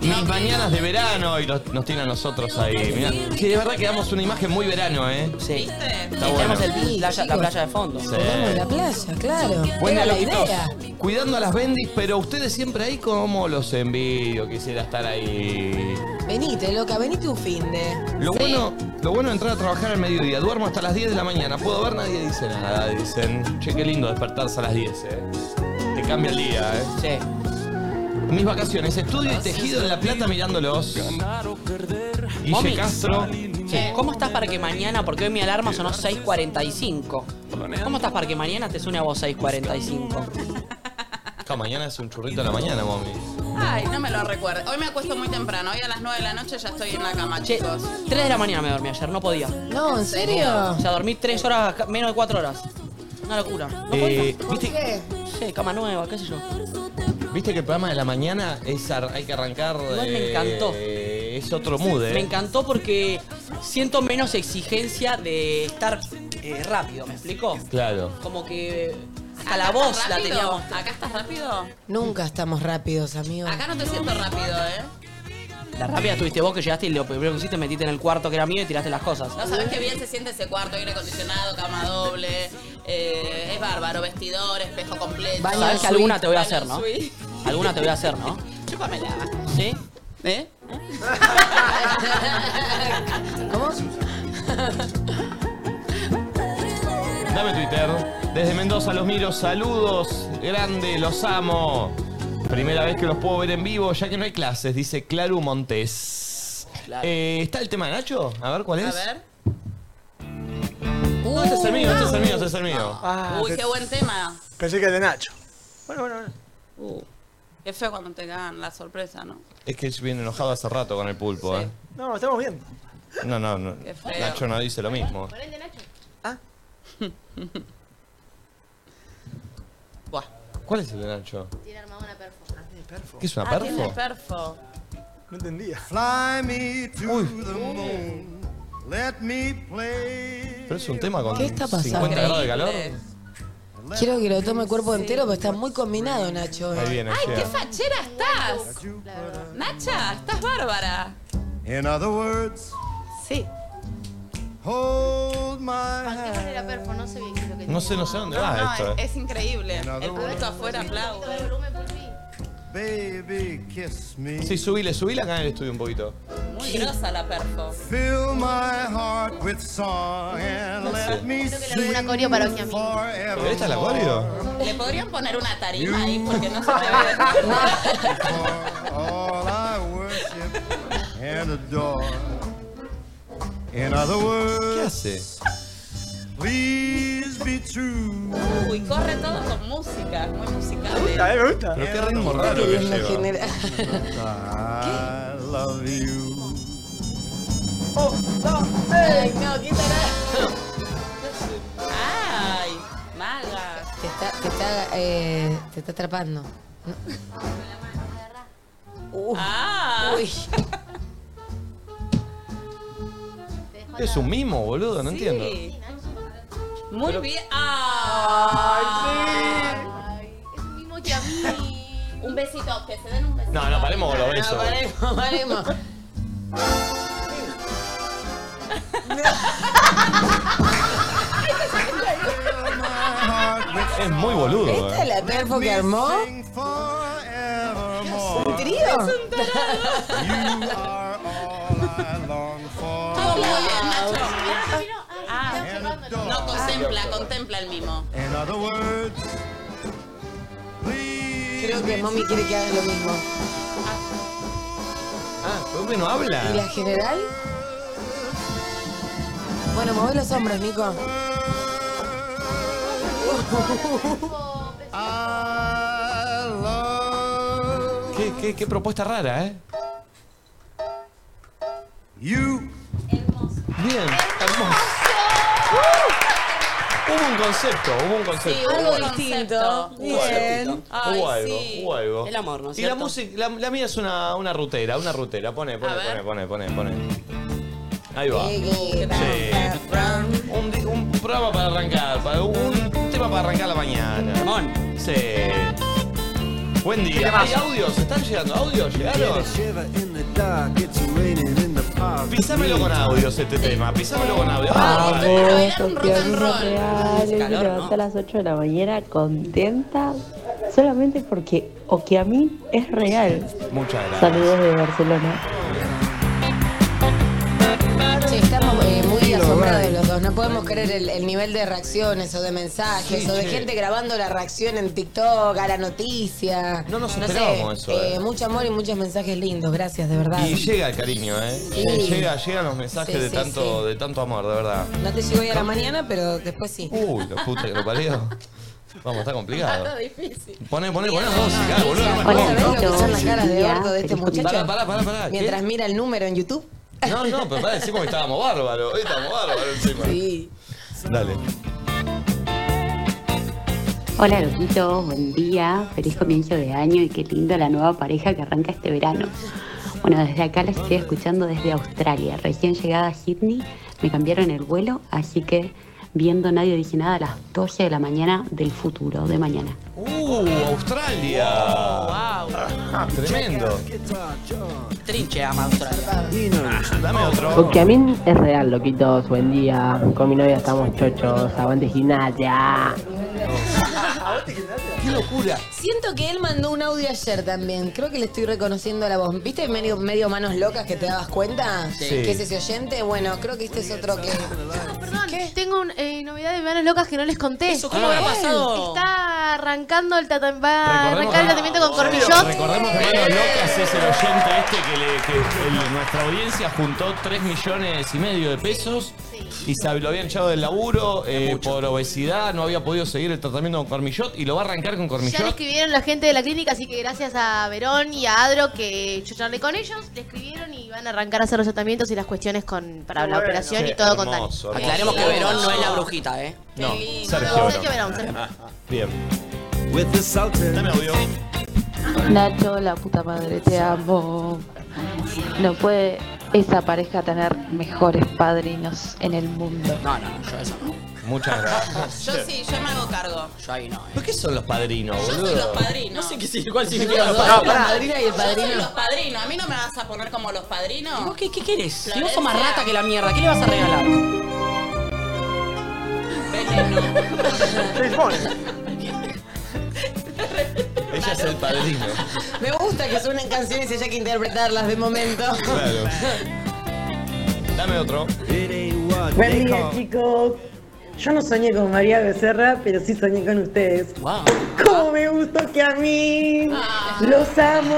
Speaker 1: Mis mañanas de verano. Y los- nos tiene a nosotros ahí. Mirá. Sí, de verdad que damos una imagen muy verano, ¿eh.
Speaker 5: Sí.
Speaker 1: Está
Speaker 5: Y
Speaker 1: bueno.
Speaker 5: tenemos el playa- la playa de fondo.
Speaker 1: Sí.
Speaker 2: En la playa, claro.
Speaker 1: Buen
Speaker 2: Era
Speaker 1: día,
Speaker 2: la
Speaker 1: loquitos.
Speaker 2: idea.
Speaker 1: Cuidando a las bendis, pero ustedes siempre ahí como los envidio. Quisiera estar ahí.
Speaker 2: Venite, loca, venite un fin de.
Speaker 1: Lo bueno, lo bueno de entrar a trabajar al mediodía, duermo hasta las 10 de la mañana, puedo ver, nadie dice nada, dicen. Che, qué lindo despertarse a las 10, eh. Te cambia el día, eh.
Speaker 5: Sí.
Speaker 1: Mis vacaciones, estudio y tejido en La Plata mirándolos. Guille
Speaker 5: Momix.
Speaker 1: Castro.
Speaker 5: Che, ¿Cómo estás para que mañana, porque hoy mi alarma sonó 6.45? ¿Cómo estás para que mañana te suene a vos 6.45?
Speaker 1: Ja, mañana es un churrito a la mañana, mami.
Speaker 3: Ay, no me lo recuerdo. Hoy me acuesto muy temprano. Hoy a las 9 de la noche ya estoy en la cama,
Speaker 5: Che,
Speaker 3: chicos.
Speaker 5: 3 de la mañana me dormí ayer, no podía.
Speaker 2: No, ¿en serio?
Speaker 5: O sea, dormí 3 horas, ca- menos de 4 horas. Una locura.
Speaker 1: Eh,
Speaker 2: ¿Por qué?
Speaker 5: sé, cama nueva, qué sé yo.
Speaker 1: Viste que el programa de la mañana es ar- hay que arrancar.
Speaker 5: Igual me
Speaker 1: eh,
Speaker 5: encantó.
Speaker 1: Es otro mood, eh.
Speaker 5: Me encantó porque siento menos exigencia de estar eh, rápido, ¿me explico?
Speaker 1: Claro.
Speaker 5: Como que
Speaker 3: ¿Acá
Speaker 5: a la
Speaker 3: estás
Speaker 5: voz la
Speaker 3: rápido?
Speaker 5: teníamos.
Speaker 3: ¿Acá estás rápido?
Speaker 2: Nunca estamos rápidos, amigos.
Speaker 3: Acá no te siento rápido, ¿eh?
Speaker 5: La rápida tuviste vos que llegaste y lo primero que hiciste metiste en el cuarto que era mío y tiraste las cosas.
Speaker 3: No sabes qué bien se siente ese cuarto, aire acondicionado, cama doble. eh, es bárbaro, vestidor, espejo completo.
Speaker 5: Baño Sabes que suite. alguna te voy a hacer, ¿no?
Speaker 3: Baño suite.
Speaker 5: Alguna te voy a hacer, ¿no?
Speaker 3: Chúpamela.
Speaker 5: ¿Sí?
Speaker 3: ¿Eh?
Speaker 2: ¿Cómo?
Speaker 1: Dame Twitter. Desde Mendoza los miro, saludos, grande, los amo. Primera vez que los puedo ver en vivo, ya que no hay clases, dice Claru Montes. Eh, ¿Está el tema de Nacho? A ver cuál es. No, este es el mío, este es el mío, este es el mío.
Speaker 3: Uy, qué buen tema.
Speaker 4: Pensé que el de Nacho. Bueno, bueno,
Speaker 3: Qué feo cuando te dan la sorpresa, ¿no?
Speaker 1: Es que yo viene enojado hace rato con el pulpo, ¿eh?
Speaker 4: No, estamos bien.
Speaker 1: No, no, no.
Speaker 3: Qué feo. Ah.
Speaker 1: Nacho no dice lo mismo. ¿Cuál es el de Nacho?
Speaker 7: Tiene armado una perfo.
Speaker 1: ¿Qué es una
Speaker 3: Ah, tiene
Speaker 1: perfo?
Speaker 3: perfo.
Speaker 4: No entendía.
Speaker 12: Fly me to the moon. Let me play.
Speaker 1: Pero es un tema con
Speaker 2: ¿Qué está pasando?
Speaker 1: 50 grados de calor.
Speaker 2: Quiero que lo tome el cuerpo entero, pero está muy combinado, Nacho. eh.
Speaker 1: Ahí viene,
Speaker 3: ¡Ay, qué
Speaker 1: llega.
Speaker 3: fachera estás! Nacha, estás bárbara.
Speaker 12: In other words.
Speaker 7: Sí.
Speaker 12: Hold my
Speaker 7: ¿Qué
Speaker 12: hand.
Speaker 7: manera perfo? No sé bien qué es lo Ah, que
Speaker 1: No sé, no sé dónde
Speaker 3: No,
Speaker 1: va
Speaker 3: no,
Speaker 1: esto. eh.
Speaker 3: es, es increíble. El público afuera aplaude.
Speaker 12: Baby, kiss me.
Speaker 1: Sí, subile, subile acá en el estudio un poquito.
Speaker 3: Muy grosa la perfo.
Speaker 12: Fill my heart with song and let me sing
Speaker 7: Una coreo para Oji Amigo.
Speaker 12: forever.
Speaker 1: ¿Esta es la coreo?
Speaker 3: Le podrían poner una tarima ahí porque no se te ve.
Speaker 12: All I worship and adore. In other words.
Speaker 1: ¿Qué hace?
Speaker 12: Please be true.
Speaker 3: Uy, corre todo con música, muy musical.
Speaker 4: me gusta. eh,
Speaker 1: Pero qué ritmo raro que
Speaker 2: Queriendo
Speaker 1: lleva.
Speaker 2: generar-
Speaker 12: I love you.
Speaker 2: Ay, no, qué tarada.
Speaker 3: Ay, maga.
Speaker 2: Te está, te está, eh, te está atrapando.
Speaker 3: Ah.
Speaker 2: Uy.
Speaker 1: Es un mimo, boludo, no entiendo.
Speaker 3: Muy bien. Ay,
Speaker 7: Es un mimo que a mí.
Speaker 3: Un besito, que se den un besito.
Speaker 1: No, no, paremos con los besos.
Speaker 2: Paremos, paremos.
Speaker 1: Es muy boludo.
Speaker 2: ¿Esta es
Speaker 1: eh.
Speaker 2: la perfo que armó? ¿Un trío?
Speaker 3: Todo muy bien, Nacho. Ah, no, contempla, contempla el mimo.
Speaker 12: In other words.
Speaker 2: Creo que mami quiere que haga lo mismo.
Speaker 1: Ah, ¿por qué no
Speaker 2: ¿Y la
Speaker 1: habla?
Speaker 2: general? Bueno, mueve los hombros, Nico.
Speaker 1: ¿Qué, qué, qué propuesta rara, eh?
Speaker 12: You.
Speaker 1: Bien, hermoso. Hubo un concepto, hubo un
Speaker 3: Sí,
Speaker 1: concepto. hubo
Speaker 3: algo
Speaker 1: algo.
Speaker 3: distinto.
Speaker 1: Bien.
Speaker 3: Ay,
Speaker 1: Hubo algo,
Speaker 3: sí.
Speaker 1: hubo algo.
Speaker 5: El amor, ¿no es
Speaker 1: Y la
Speaker 5: cierto?
Speaker 1: música, la, la mía es una, una rutera, una rutera. Pone, pone, pone,
Speaker 3: ver.
Speaker 1: pone, pone, pone. Ahí va.
Speaker 6: Eh,
Speaker 1: Sí. Un, di- un programa para arrancar, para un tema para arrancar la mañana.
Speaker 5: Ramón.
Speaker 1: Sí. Buen día.
Speaker 6: temazo.
Speaker 1: ¿Hay audios? ¿Están llegando audios? ¿Llegaron? Pisámelo con audios este tema, pisámelo con audio. Ah,
Speaker 13: real,
Speaker 1: Calor, ¿no?
Speaker 13: a las 8 de la mañana contenta solamente porque Okiamin es real.
Speaker 1: Muchas gracias.
Speaker 13: Saludos de Barcelona.
Speaker 2: Che, estamos eh, muy
Speaker 13: Tranquilo,
Speaker 2: asombrados
Speaker 13: Gaby.
Speaker 2: los dos. No podemos creer el, el nivel de reacciones o de mensajes
Speaker 1: Sí,
Speaker 2: o de
Speaker 1: che.
Speaker 2: gente grabando la reacción en TikTok, a la noticia.
Speaker 1: No nos
Speaker 2: sé,
Speaker 1: esperábamos eso, eh.
Speaker 2: Mucho amor y muchos mensajes lindos. Gracias, de verdad.
Speaker 1: Y llega el cariño, ¿eh?
Speaker 2: Sí.
Speaker 1: Llega, llegan los mensajes
Speaker 2: Sí,
Speaker 1: de,
Speaker 2: sí,
Speaker 1: tanto, de tanto amor, de verdad.
Speaker 2: No te llegó hoy a la mañana, pero después sí.
Speaker 1: Uy, la puta que lo parió. Vamos, está complicado.
Speaker 3: difícil.
Speaker 1: Poné, poné, poné música, boludo. no me
Speaker 2: ¿Vos
Speaker 1: jodas.
Speaker 2: sabés lo que son las caras de orto de este muchacho?
Speaker 1: Pará, pará, pará, pará. ¿qué?
Speaker 2: Mientras mira el número en YouTube.
Speaker 1: No, no, pero pará, decimos que estábamos bárbaros. Hoy estábamos bárbaros encima.
Speaker 2: Sí.
Speaker 1: Dale.
Speaker 14: Hola loquitos, buen día, feliz comienzo de año y qué linda la nueva pareja que arranca este verano. Bueno, desde acá las estoy escuchando desde Australia, recién llegada a Sydney, me cambiaron el vuelo, así que viendo Nadie Dice Nada a las 12 de la mañana del futuro, de mañana.
Speaker 1: ¡Uh! ¡Australia! ¡Wow! Ah, Tremendo.
Speaker 5: Trinche ama Australia.
Speaker 1: Dame otro.
Speaker 15: Porque a mí es real, loquitos. Buen día. Con mi novia estamos chochos. Aguante gimnasia.
Speaker 1: ¡Qué locura!
Speaker 2: Siento que él mandó un audio ayer también. Creo que le estoy reconociendo la voz. ¿Viste medio, medio manos locas que te dabas cuenta?
Speaker 7: Sí.
Speaker 2: Que es ese oyente. Bueno, creo que este es otro que.
Speaker 7: Perdón, tengo un, eh, novedad de Manos Locas que no les conté.
Speaker 2: ¿Eso cómo habrá pasado?
Speaker 7: Está arrancando el, tratamiento, va a
Speaker 1: Recordemos-
Speaker 7: arrancar Ah, el tratamiento con Cormillot.
Speaker 1: Recordemos que Manos Locas es el oyente este que, le- que el- nuestra audiencia juntó 3 millones y medio de pesos y se lo habían echado del laburo eh, por obesidad, no había podido seguir el tratamiento con Cormillot y lo va a arrancar con
Speaker 7: Ya le
Speaker 1: Cormillot.
Speaker 7: escribieron la gente de la clínica, así que gracias a Verón y a Adro que yo charlé con ellos, le escribieron y van a arrancar a hacer los tratamientos y las cuestiones con, para la
Speaker 5: Bueno,
Speaker 7: operación
Speaker 5: qué
Speaker 7: y todo con Dani.
Speaker 16: hermoso, hermoso.
Speaker 5: Aclaremos que Verón no es la brujita, ¿eh?
Speaker 16: No,
Speaker 7: No,
Speaker 16: Sergio.
Speaker 7: Sergio
Speaker 16: Verón.
Speaker 7: Verón, Sergio.
Speaker 16: Bien. Dame audio.
Speaker 17: Nacho, la puta madre, te amo. No puede esa pareja tener mejores padrinos en el mundo.
Speaker 5: No, no, yo eso no.
Speaker 1: Muchas gracias.
Speaker 3: Yo sí, yo me hago cargo.
Speaker 5: Yo ahí no.
Speaker 1: ¿Pero qué son los padrinos,
Speaker 3: Yo
Speaker 1: boludo?
Speaker 3: soy los padrinos. No sé
Speaker 5: qué ¿Cuál significa
Speaker 1: significa
Speaker 5: los
Speaker 1: los
Speaker 5: padrinos?
Speaker 1: padrinos?
Speaker 5: La madrina y el
Speaker 3: Yo soy los
Speaker 5: padrino.
Speaker 3: padrinos. A mí no me vas a poner como los padrinos.
Speaker 5: ¿Vos qué, qué querés? Si vos
Speaker 3: Florencia.
Speaker 5: sos más rata que la mierda, ¿qué le vas a regalar?
Speaker 1: Ella es el padrino.
Speaker 2: Me gusta que suenen canciones y haya que interpretarlas de momento.
Speaker 1: Claro. Dame otro.
Speaker 18: Buen día, chicos. Yo no soñé con María Becerra, pero sí soñé con ustedes. ¡Cómo me gustó que a mí!
Speaker 5: Ah,
Speaker 2: Ah.
Speaker 18: ¡Los amo!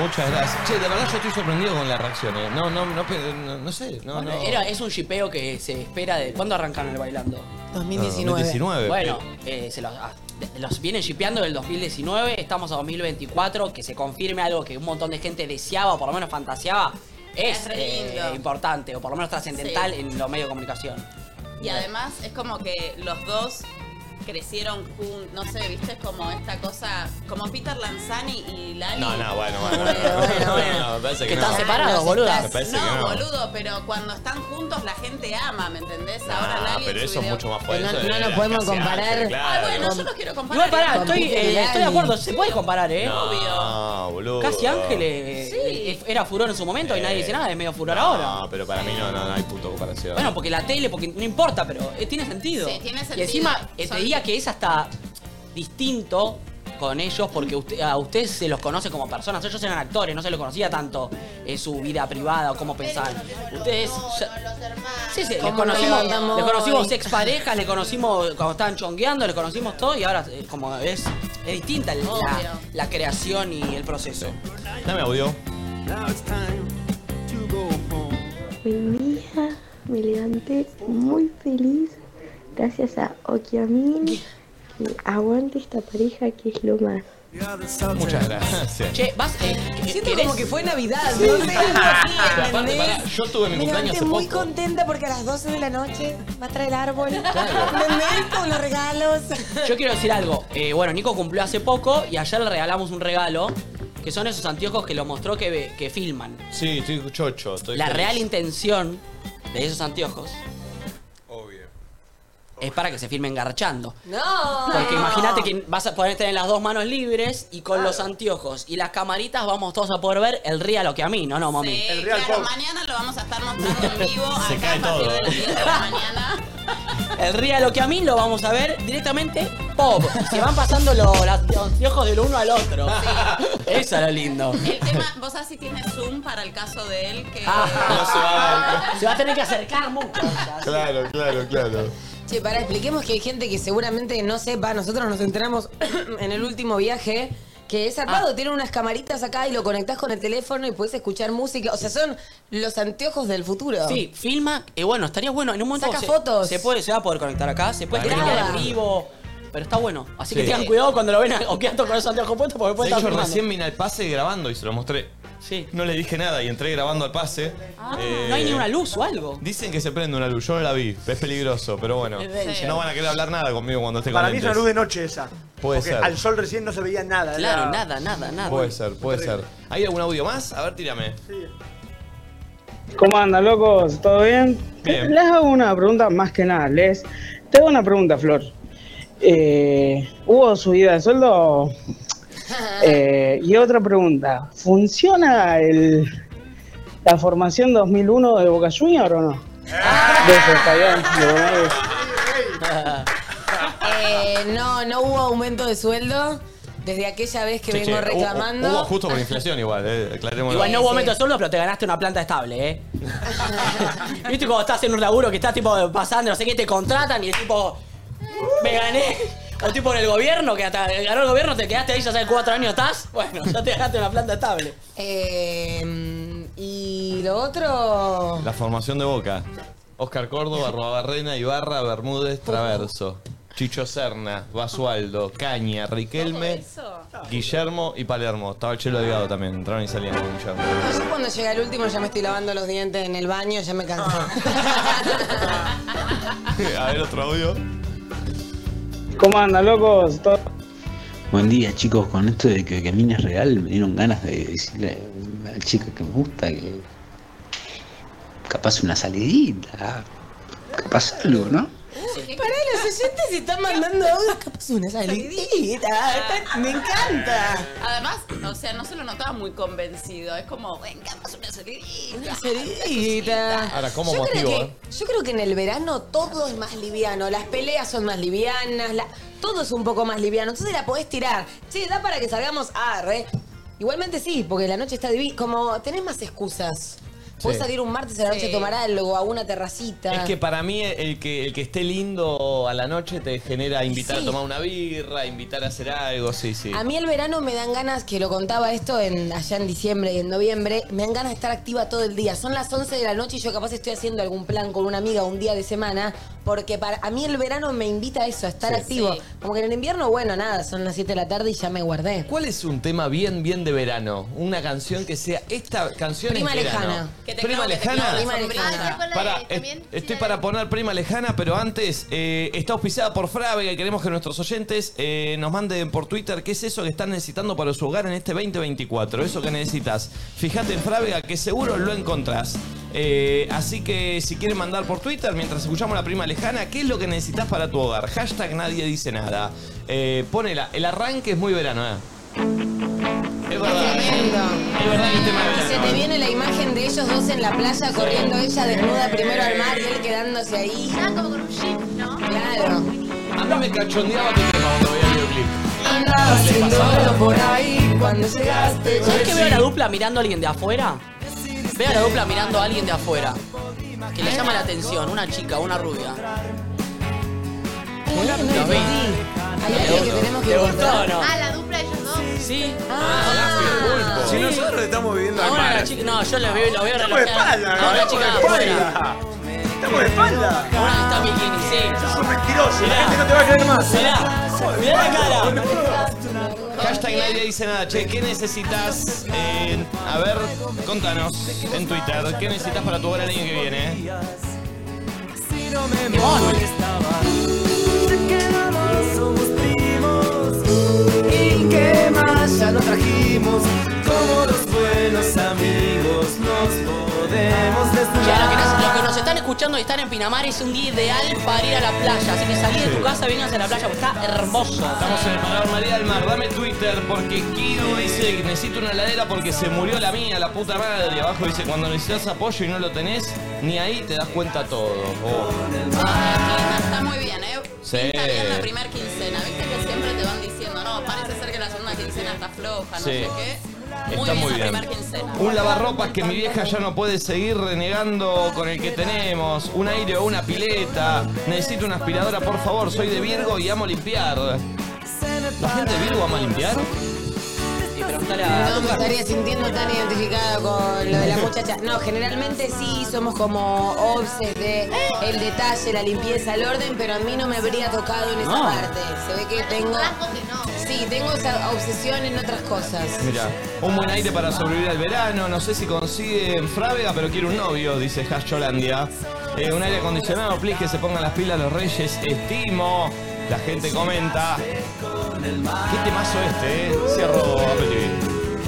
Speaker 1: Muchas gracias. Che, de verdad yo estoy sorprendido con la reacción, eh. No, no, no, pe- no, no sé. No, no.
Speaker 5: Era, es un shipeo que se espera de. ¿Cuándo arrancaron el bailando?
Speaker 1: 2019. 2019,
Speaker 5: Bueno, eh, se los, ah, de- los vienen shipeando del 2019, estamos a 2024, que se confirme algo que un montón de gente deseaba o por lo menos fantaseaba. Es,
Speaker 3: Es re
Speaker 5: eh,
Speaker 3: lindo.
Speaker 5: importante, o por lo menos trascendental
Speaker 3: Sí.
Speaker 5: en los medios de comunicación.
Speaker 3: Y además es como que los dos crecieron juntos, no sé, viste, es como esta cosa, como Peter Lanzani y Lali.
Speaker 1: No, no, bueno, bueno. bueno, No, me parece
Speaker 5: Que
Speaker 1: no.
Speaker 5: están separados,
Speaker 1: No,
Speaker 5: boluda.
Speaker 1: Me parece que
Speaker 3: no,
Speaker 1: no.
Speaker 3: boludo, pero cuando están juntos la gente ama, ¿me entendés? Ahora
Speaker 1: Ah,
Speaker 3: Lali
Speaker 1: pero
Speaker 3: en su
Speaker 1: eso es
Speaker 3: video-
Speaker 1: mucho más fuerte.
Speaker 2: No-
Speaker 1: eso
Speaker 2: no
Speaker 1: es
Speaker 2: nos
Speaker 1: la
Speaker 2: podemos
Speaker 1: clase
Speaker 2: comparar.
Speaker 1: arte, claro.
Speaker 3: Ah, bueno, yo no quiero comparar.
Speaker 5: Igual pará,
Speaker 3: Con
Speaker 5: estoy,
Speaker 3: Peter
Speaker 5: eh,
Speaker 3: Lali.
Speaker 5: estoy de acuerdo, se puede comparar, ¿eh?
Speaker 1: No, boludo.
Speaker 5: Casi Ángeles eh, era furor en su momento y nadie dice nada, es medio furor ahora.
Speaker 1: No, pero para mí no, no, no hay punto de comparación.
Speaker 5: Bueno, porque la tele, porque no importa, pero eh, tiene sentido.
Speaker 3: Sí, tiene
Speaker 5: Y
Speaker 3: sentido.
Speaker 5: encima eh, te
Speaker 3: Son-
Speaker 5: diría que es hasta distinto con ellos porque usted, a ustedes se los conoce como personas. Ellos eran actores, no se los conocía tanto eh, su vida privada o cómo pensaban. Ustedes. ya- Sí, sí, les
Speaker 2: ¿Cómo nos
Speaker 5: conocimos,
Speaker 2: levantamos
Speaker 5: les conocimos
Speaker 2: hoy?
Speaker 5: exparejas, les conocimos cuando estaban chongueando, les conocimos todo y ahora eh, como es, es distinta la- la, la creación y el proceso.
Speaker 1: Dame audio.
Speaker 8: Buen día, me levanté muy feliz gracias a Okiamin. Que aguante esta pareja que es lo más.
Speaker 1: Muchas gracias.
Speaker 5: Che, vas. eh,
Speaker 2: Siento
Speaker 5: ¿querés?
Speaker 2: como que fue Navidad.
Speaker 1: Sí.
Speaker 2: no sé, algo así,
Speaker 1: Pero aparte,
Speaker 2: ¿entendés?
Speaker 1: pará, yo tuve mi
Speaker 2: Me
Speaker 1: cumpleaños hace
Speaker 2: levanté muy
Speaker 1: poco.
Speaker 2: contenta porque a las 12 de la noche va a traer el árbol. ¿Entendés? Con los regalos.
Speaker 5: Yo quiero decir algo. Eh, bueno, Nico cumplió hace poco y ayer le regalamos un regalo que son esos anteojos que lo mostró que, ve- que filman.
Speaker 1: Sí, estoy chocho. Estoy
Speaker 5: La
Speaker 1: feliz.
Speaker 5: real intención de esos anteojos. Obvio. Es para que se filmen garchando.
Speaker 2: No.
Speaker 5: Porque imagínate que vas a poder tener las dos manos libres y con los anteojos y las camaritas vamos todos a poder ver el real lo que a mí, no, no, mami.
Speaker 3: Sí, claro, mañana lo vamos a estar mostrando en vivo
Speaker 5: Se
Speaker 3: acá
Speaker 5: cae
Speaker 3: a partir
Speaker 5: todo.
Speaker 3: de las 10 de la mañana.
Speaker 5: El real lo que a mí lo vamos a ver directamente pop. Y se van pasando lo- las- los anteojos del uno al otro. Eso era lindo.
Speaker 3: El tema, vos así tienes Zoom para el caso de él que...
Speaker 1: No se va a
Speaker 5: Se va a tener que acercar mucho.
Speaker 1: Claro, claro, claro.
Speaker 2: Che, para, expliquemos que hay gente que seguramente no sepa, nosotros nos enteramos en el último viaje. Que es armado,
Speaker 1: Ah.
Speaker 2: tienen unas camaritas acá y lo conectás con el teléfono y puedes escuchar música. O sea, son los anteojos del futuro.
Speaker 5: Sí, filma. eh, bueno, estaría bueno. En un momento
Speaker 2: Saca
Speaker 5: se,
Speaker 2: fotos.
Speaker 5: Se, puede, se va a poder conectar acá. Se puede
Speaker 1: Para mí
Speaker 5: streamear
Speaker 1: no.
Speaker 5: en vivo. Pero está bueno. Así que
Speaker 1: Sí.
Speaker 5: tengan cuidado cuando lo ven a- o quedando con esos anteojos puestos porque puede
Speaker 1: De
Speaker 5: estar
Speaker 1: hecho,
Speaker 5: filmando.
Speaker 1: recién vine al pase grabando y se lo mostré. No le dije nada y entré grabando al pase.
Speaker 5: Ah,
Speaker 1: Eh,
Speaker 5: no hay ni una luz o algo.
Speaker 1: Dicen que se prende una luz, yo no la vi, es peligroso, pero bueno.
Speaker 5: Es danger.
Speaker 1: No van a querer hablar nada conmigo cuando esté
Speaker 4: Para
Speaker 1: con
Speaker 4: mí es
Speaker 1: lentes.
Speaker 4: una luz de noche esa.
Speaker 1: Puede
Speaker 4: Porque
Speaker 1: ser.
Speaker 4: Al sol recién no se veía nada.
Speaker 5: Claro,
Speaker 4: era- Pues,
Speaker 5: nada, nada, nada.
Speaker 1: Puede ser, puede ser. ¿Hay algún audio más? A ver, tírame.
Speaker 19: ¿Cómo andan, locos? ¿Todo bien? Eh,
Speaker 1: Bien.
Speaker 19: Les hago una pregunta más que nada. Les tengo una pregunta, Flor. Eh, ¿Hubo subida de sueldo? Eh, y otra pregunta. ¿Funciona el, la formación 2001 de Boca Junior o no? De ese estadión, de Buenos Aires.
Speaker 2: Eh, no, no hubo aumento de sueldo desde aquella vez que
Speaker 1: Che,
Speaker 2: vengo
Speaker 1: che, hubo-
Speaker 2: reclamando.
Speaker 1: Hubo, justo por inflación igual, eh, aclaremos.
Speaker 5: Igual no hubo aumento de
Speaker 2: sí.
Speaker 5: sueldo, pero te ganaste una planta estable, ¿eh? ¿Viste cuando estás en un laburo que estás tipo pasando, no sé qué, te contratan y es tipo, me gané. O tipo en el gobierno, que hasta ganó el gobierno, te quedaste ahí, ya sabes cuatro años estás. Bueno, ya te ganaste una planta estable.
Speaker 2: Eh, y lo otro.
Speaker 1: La formación de Boca. Oscar Córdoba, Robarrena, Ibarra, Bermúdez, Traverso. Chicho Serna, Basualdo, Caña, Riquelme, Guillermo y Palermo. Estaba el Chelo Delgado también, entraron y salían con Guillermo.
Speaker 2: Yo cuando llega el último ya me estoy lavando los dientes en el baño, ya me cansé.
Speaker 1: Ah. A ver, otro audio.
Speaker 19: ¿Cómo andan, locos? ¿Todo
Speaker 20: Buen día chicos, con esto de que camina es real me dieron ganas de decirle a la chica que me gusta que capaz una salidita, capaz algo, ¿no?
Speaker 2: Pará, los oyentes están mandando audios, capaz una salidita. Está- Me encanta.
Speaker 3: Además, o sea, no se lo notaba muy convencido. Es como, venga, vamos a una salidita.
Speaker 2: Una salidita.
Speaker 1: Ahora, ¿cómo
Speaker 2: yo creo
Speaker 1: motivo,
Speaker 2: que-
Speaker 1: eh?
Speaker 2: Yo creo que en el verano todo es más liviano, las peleas son más livianas, la- todo es un poco más liviano, entonces la podés tirar. Sí, da para que salgamos arre. Igualmente sí, porque la noche está divina. Como tenés más excusas. Podés
Speaker 1: Sí.
Speaker 2: salir un martes a la noche a tomar algo, a una terracita.
Speaker 1: Es que para mí el que, el que esté lindo a la noche te genera invitar a
Speaker 2: Sí.
Speaker 1: tomar una birra, invitar a hacer algo, sí, sí.
Speaker 2: A mí el verano me dan ganas, que lo contaba esto en, allá en diciembre y en noviembre, me dan ganas de estar activa todo el día. Son las 11 de la noche y yo capaz estoy haciendo algún plan con una amiga un día de semana, porque para a mí el verano me invita a eso, a estar
Speaker 1: Sí.
Speaker 2: activo. Como que en el invierno, bueno, nada, son las 7 de la tarde y ya me guardé.
Speaker 1: ¿Cuál es un tema bien, bien de verano? Una canción que sea. Esta canción
Speaker 2: Prima
Speaker 1: es verano.
Speaker 2: lejana. Que te
Speaker 1: Prima
Speaker 2: clavo- que te
Speaker 1: lejana.
Speaker 2: clavo la Prima sombrilla. lejana. Ah, ¿puedo poner
Speaker 1: Pará,
Speaker 2: ahí también?
Speaker 1: est- estoy para poner prima lejana, pero antes eh, está auspiciada por Frávega y queremos que nuestros oyentes eh, nos manden por Twitter qué es eso que están necesitando para su hogar en este 2024. Eso que necesitas. Fíjate en Frávega que seguro lo encontrás. Eh, así que si quieren mandar por Twitter mientras escuchamos la prima lejana, ¿qué es lo que necesitas para tu hogar? Hashtag nadie dice nada. Eh, ponela. El arranque es muy verano, ¿eh? Es verdad. Es verdad que el tema de
Speaker 2: Se
Speaker 1: verano,
Speaker 2: te
Speaker 1: ¿eh?
Speaker 2: viene la imagen de ellos dos en la playa corriendo ella desnuda primero al mar y él quedándose ahí. como con un ¿no? Claro.
Speaker 1: A mí me cachondeaba tu tema cuando veía el videoclip.
Speaker 2: Andaba
Speaker 1: haciendo oro por ahí
Speaker 2: cuando llegaste.
Speaker 5: ¿Sabes que veo a la dupla mirando a alguien de afuera? Veo a la dupla mirando a alguien de afuera. Que le llama la atención, una chica, una rubia. Los vi.
Speaker 2: Hay alguien que tenemos que
Speaker 5: ¿Te gustó o
Speaker 2: encontrar.
Speaker 5: no?
Speaker 7: Ah, la dupla de ellos dos.
Speaker 5: Sí. Ah.
Speaker 2: Ah.
Speaker 11: Si nosotros estamos viviendo
Speaker 5: A
Speaker 11: al
Speaker 5: una
Speaker 11: mar.
Speaker 5: la chica- no, yo lo veo, lo veo
Speaker 11: Estamos de espalda,
Speaker 5: a una
Speaker 11: estamos
Speaker 5: chica
Speaker 11: de
Speaker 5: afuera.
Speaker 4: Estamos de espalda.
Speaker 5: Una que está en bikini, sí.
Speaker 4: Sos un mentiroso. La gente no te va a creer más. ¿eh?
Speaker 5: Mirá, mirá la cara.
Speaker 1: Hashtag nadie dice nada, che, ¿qué necesitas? Eh, a ver, contanos en Twitter, ¿qué necesitas para tu hogar el año que viene?
Speaker 6: Si no me molestaba, ya quedamos, somos primos. ¿Y qué más? Ya lo trajimos. Como los buenos amigos nos podemos
Speaker 5: Ya, lo que,
Speaker 6: desnudar.
Speaker 5: nos, lo que nos están escuchando y están en Pinamar es un día ideal para ir a la playa. Así que salí de tu casa, vengas a la playa, porque está hermoso.
Speaker 1: Estamos en el Parador María del Mar, dame Twitter porque Kido dice que necesito una heladera porque se murió la mía, la puta madre. Y abajo dice, cuando necesitas apoyo y no lo tenés, ni ahí te das cuenta todo. Oh.
Speaker 3: Está muy bien, ¿eh?
Speaker 1: Sí.
Speaker 3: Pinta bien la primera quincena. Viste que siempre te van diciendo, no, parece ser que la segunda quincena está floja, no
Speaker 1: Sí.
Speaker 3: sé qué. Muy
Speaker 1: Está
Speaker 3: bien
Speaker 1: muy
Speaker 3: esa
Speaker 1: bien.
Speaker 3: primera quincena.
Speaker 1: Un lavarropas que mi vieja ya no puede seguir renegando con el que tenemos. Un aire o una pileta. Necesito una aspiradora, por favor. Soy de Virgo y amo limpiar. ¿La gente de Virgo ama limpiar?
Speaker 2: No me estaría sintiendo tan identificada con lo de la muchacha. No, generalmente sí somos como obses de el detalle, la limpieza, el orden, pero a mí no me habría tocado en esa
Speaker 5: No.
Speaker 2: parte. Se ve que tengo. Sí, Sí, tengo esa obsesión en otras cosas.
Speaker 1: Mira, un buen aire para sobrevivir al verano. No sé si consigue en Frávega, pero quiero un novio, dice Hasholandia. Eh, un aire acondicionado, please, que se pongan las pilas los reyes. Estimo. La gente comenta. Qué temazo este, eh. Cierro Apple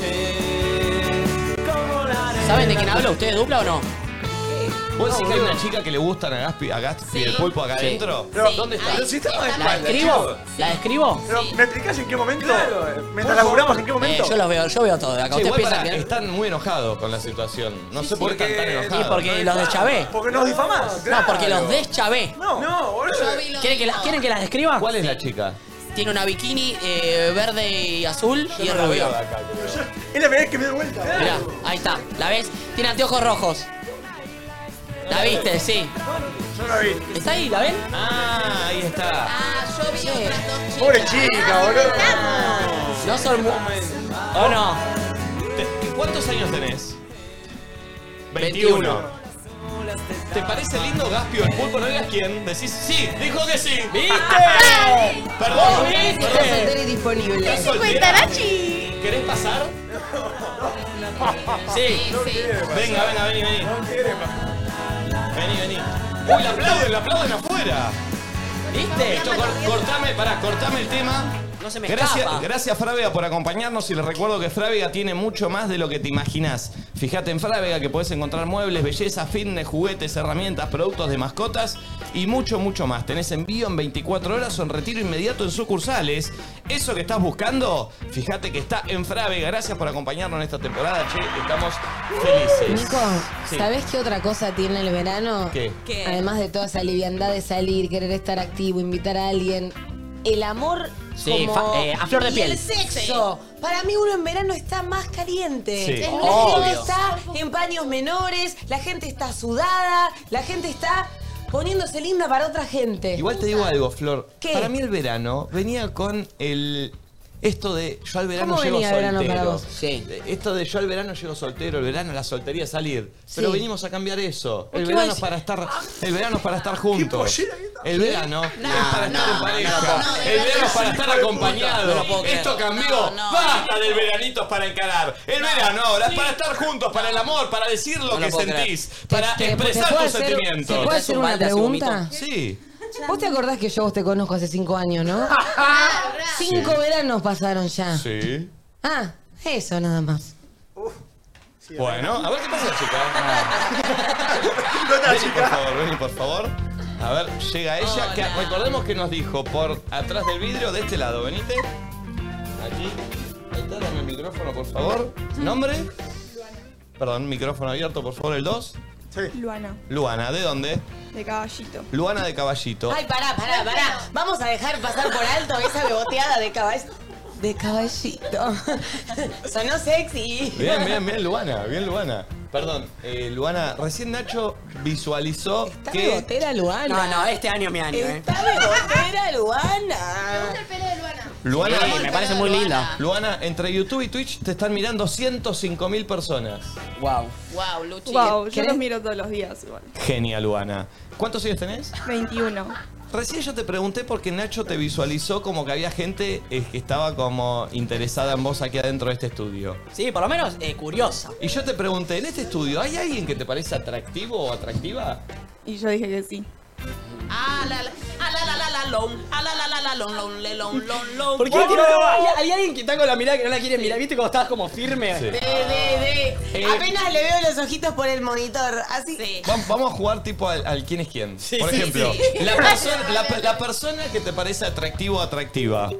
Speaker 1: TV.
Speaker 5: ¿Saben de quién hablo? ¿Ustedes dupla o no?
Speaker 1: ¿Vos decís que hay una chica que le gustan a Gaspi, a Gaspi el pulpo acá
Speaker 5: Sí.
Speaker 1: adentro?
Speaker 4: Pero, ¿dónde está? Pero si estamos de
Speaker 5: ¿La
Speaker 4: espalda,
Speaker 5: describo?
Speaker 4: chicos.
Speaker 5: ¿La describo?
Speaker 4: Pero, ¿me explicás en qué momento? Mientras
Speaker 1: Por
Speaker 4: laburamos,
Speaker 1: favor.
Speaker 4: ¿en qué momento?
Speaker 5: Eh, yo los veo, yo veo todo. de Acá
Speaker 1: Che,
Speaker 5: ustedes
Speaker 1: igual
Speaker 5: piensan
Speaker 1: pará,
Speaker 5: que-
Speaker 1: están muy enojados con la situación. No sé por qué están tan enojados.
Speaker 5: Sí, porque los deschavé.
Speaker 4: Porque nos difamás.
Speaker 5: No, porque
Speaker 1: claro.
Speaker 5: los deschavé.
Speaker 4: No, no, boludo.
Speaker 5: ¿Quieren que, la, ¿Quieren que las describa?
Speaker 1: ¿Cuál es la chica?
Speaker 5: Tiene una bikini eh, verde y azul y es
Speaker 1: la
Speaker 5: rubio.
Speaker 1: veo acá,
Speaker 4: Es la primera vez que me doy vuelta.
Speaker 5: Mirá, ahí está. ¿La ves? Tiene anteojos rojos. ¿La viste? Sí.
Speaker 4: Yo la vi.
Speaker 5: ¿Está ahí? ¿La ven?
Speaker 1: Ah, ahí está.
Speaker 3: Ah, yo vi otras dos chicas.
Speaker 4: Pobre chica, boludo.
Speaker 5: No son mu- ¿O no?
Speaker 1: Te- ¿Cuántos años tenés?
Speaker 5: 21.
Speaker 1: ¿Te parece lindo Gaspio el pulpo? No digas quién. Decís sí, dijo que sí. ¿Viste? Perdón,
Speaker 2: Está soltera y
Speaker 1: perdón.
Speaker 2: disponible.
Speaker 1: ¿Estás soltera? ¿Querés pasar? Sí. Venga, venga, vení, vení. Vení, vení. Uy, la aplauden, la aplauden afuera.
Speaker 5: ¿Viste?
Speaker 1: Esto, cor- cortame, pará, cortame el tema.
Speaker 5: No se me
Speaker 1: Gracias,
Speaker 5: escapa.
Speaker 1: gracias Frávega por acompañarnos y les recuerdo que Frávega tiene mucho más de lo que te imaginás. Fíjate en Frávega que puedes encontrar muebles, belleza, fitness, juguetes, herramientas, productos de mascotas y mucho, mucho más. Tenés envío en 24 horas o en retiro inmediato en sucursales. Eso que estás buscando, fíjate que está en Frávega. Gracias por acompañarnos en esta temporada, che, estamos felices.
Speaker 2: Nico,
Speaker 1: Sí.
Speaker 2: ¿sabés qué otra cosa tiene el verano?
Speaker 1: ¿Qué? ¿Qué?
Speaker 2: Además de toda esa liviandad de salir, querer estar activo, invitar a alguien. El amor
Speaker 5: Sí,
Speaker 2: como-
Speaker 5: fa- eh, a flor de
Speaker 2: y
Speaker 5: piel.
Speaker 2: el sexo. Para mí uno en verano está más caliente.
Speaker 5: Sí,
Speaker 2: La
Speaker 5: obvio.
Speaker 2: gente está en paños menores, la gente está sudada, la gente está poniéndose linda para otra gente.
Speaker 1: Igual te digo algo, Flor.
Speaker 2: ¿Qué?
Speaker 1: Para mí el verano venía con el. Esto de yo al verano
Speaker 2: ¿Cómo
Speaker 1: llego
Speaker 2: venía el verano
Speaker 1: soltero.
Speaker 2: para vos?
Speaker 1: Eh, Esto de yo al verano llego soltero, el verano la soltería salir. Pero
Speaker 2: Sí.
Speaker 1: venimos a cambiar eso. El
Speaker 2: qué
Speaker 1: verano
Speaker 2: vas-
Speaker 1: es para estar. El verano es para estar juntos. El verano es para estar en pareja. el verano es para estar acompañado.
Speaker 5: No lo puedo creer.
Speaker 1: Esto cambió. Basta del veranito es para encarar. El verano ahora es para estar juntos, para el amor, para decir lo
Speaker 5: No lo
Speaker 1: que
Speaker 5: puedo creer.
Speaker 1: sentís,
Speaker 5: Te-
Speaker 1: para
Speaker 5: te- te
Speaker 1: expresar
Speaker 2: puedo
Speaker 1: tus
Speaker 2: hacer-
Speaker 1: sentimientos.
Speaker 2: ¿te puedo hacer una pregunta?
Speaker 1: Sí.
Speaker 2: Vos te acordás que yo a vos te conozco hace cinco años, ¿no? cinco veranos pasaron ya.
Speaker 1: Sí.
Speaker 2: Ah, eso nada más.
Speaker 1: Bueno, a ver qué pasa, chica. vení, por favor, vení, por favor. A ver, llega ella. que recordemos que nos dijo por atrás del vidrio, de este lado, venite. Aquí. Ahí está, dame el micrófono, por favor. ¿Nombre? Perdón, micrófono abierto, por favor, el 2.
Speaker 21: Luana,
Speaker 1: Luana, ¿de dónde?
Speaker 21: de caballito.
Speaker 1: Luana de Caballito.
Speaker 2: Ay, pará, pará, pará. Vamos a dejar pasar por alto esa beboteada de caballito. De caballito. Sonó sexy.
Speaker 1: Bien, bien, bien, Luana, bien, Luana. Perdón, eh, Luana, recién Nacho visualizó que.
Speaker 2: bebotera, Luana.
Speaker 5: No, no, este año es mi año, eh.
Speaker 2: Está bebotera, Luana.
Speaker 1: Luana,
Speaker 5: Sí, me parece muy linda.
Speaker 1: Luana, entre YouTube y Twitch te están mirando 105 mil personas.
Speaker 5: Wow.
Speaker 3: Wow, Luchi.
Speaker 21: Wow, yo
Speaker 1: ¿Querés?
Speaker 21: los miro todos los días igual.
Speaker 1: Genial, Luana. ¿Cuántos años tenés?
Speaker 21: 21.
Speaker 1: Recién yo te pregunté porque Nacho te visualizó como que había gente eh, que estaba como interesada en vos aquí adentro de este estudio.
Speaker 5: Sí, por lo menos eh, curiosa.
Speaker 1: Y yo te pregunté, ¿en este estudio hay alguien que te parece atractivo o atractiva?
Speaker 21: Y yo dije que sí.
Speaker 3: Ah, la la, ah, la la la la lon, ah, la la la la lon, lon, le, lon, lon, lon.
Speaker 5: ¿Por qué tiene- hay, hay alguien que está con la mirada que no la quiere mirar? ¿Viste cómo estabas como firme? Eh,
Speaker 1: Sí.
Speaker 2: De, de, de.
Speaker 1: Eh.
Speaker 2: Apenas le veo los ojitos por el monitor. Así.
Speaker 1: Vam- Vamos a jugar tipo al, al quién es quién. Por
Speaker 2: sí,
Speaker 1: ejemplo,
Speaker 2: sí.
Speaker 1: La, persona, la pe- la persona que te parece atractivo o atractiva,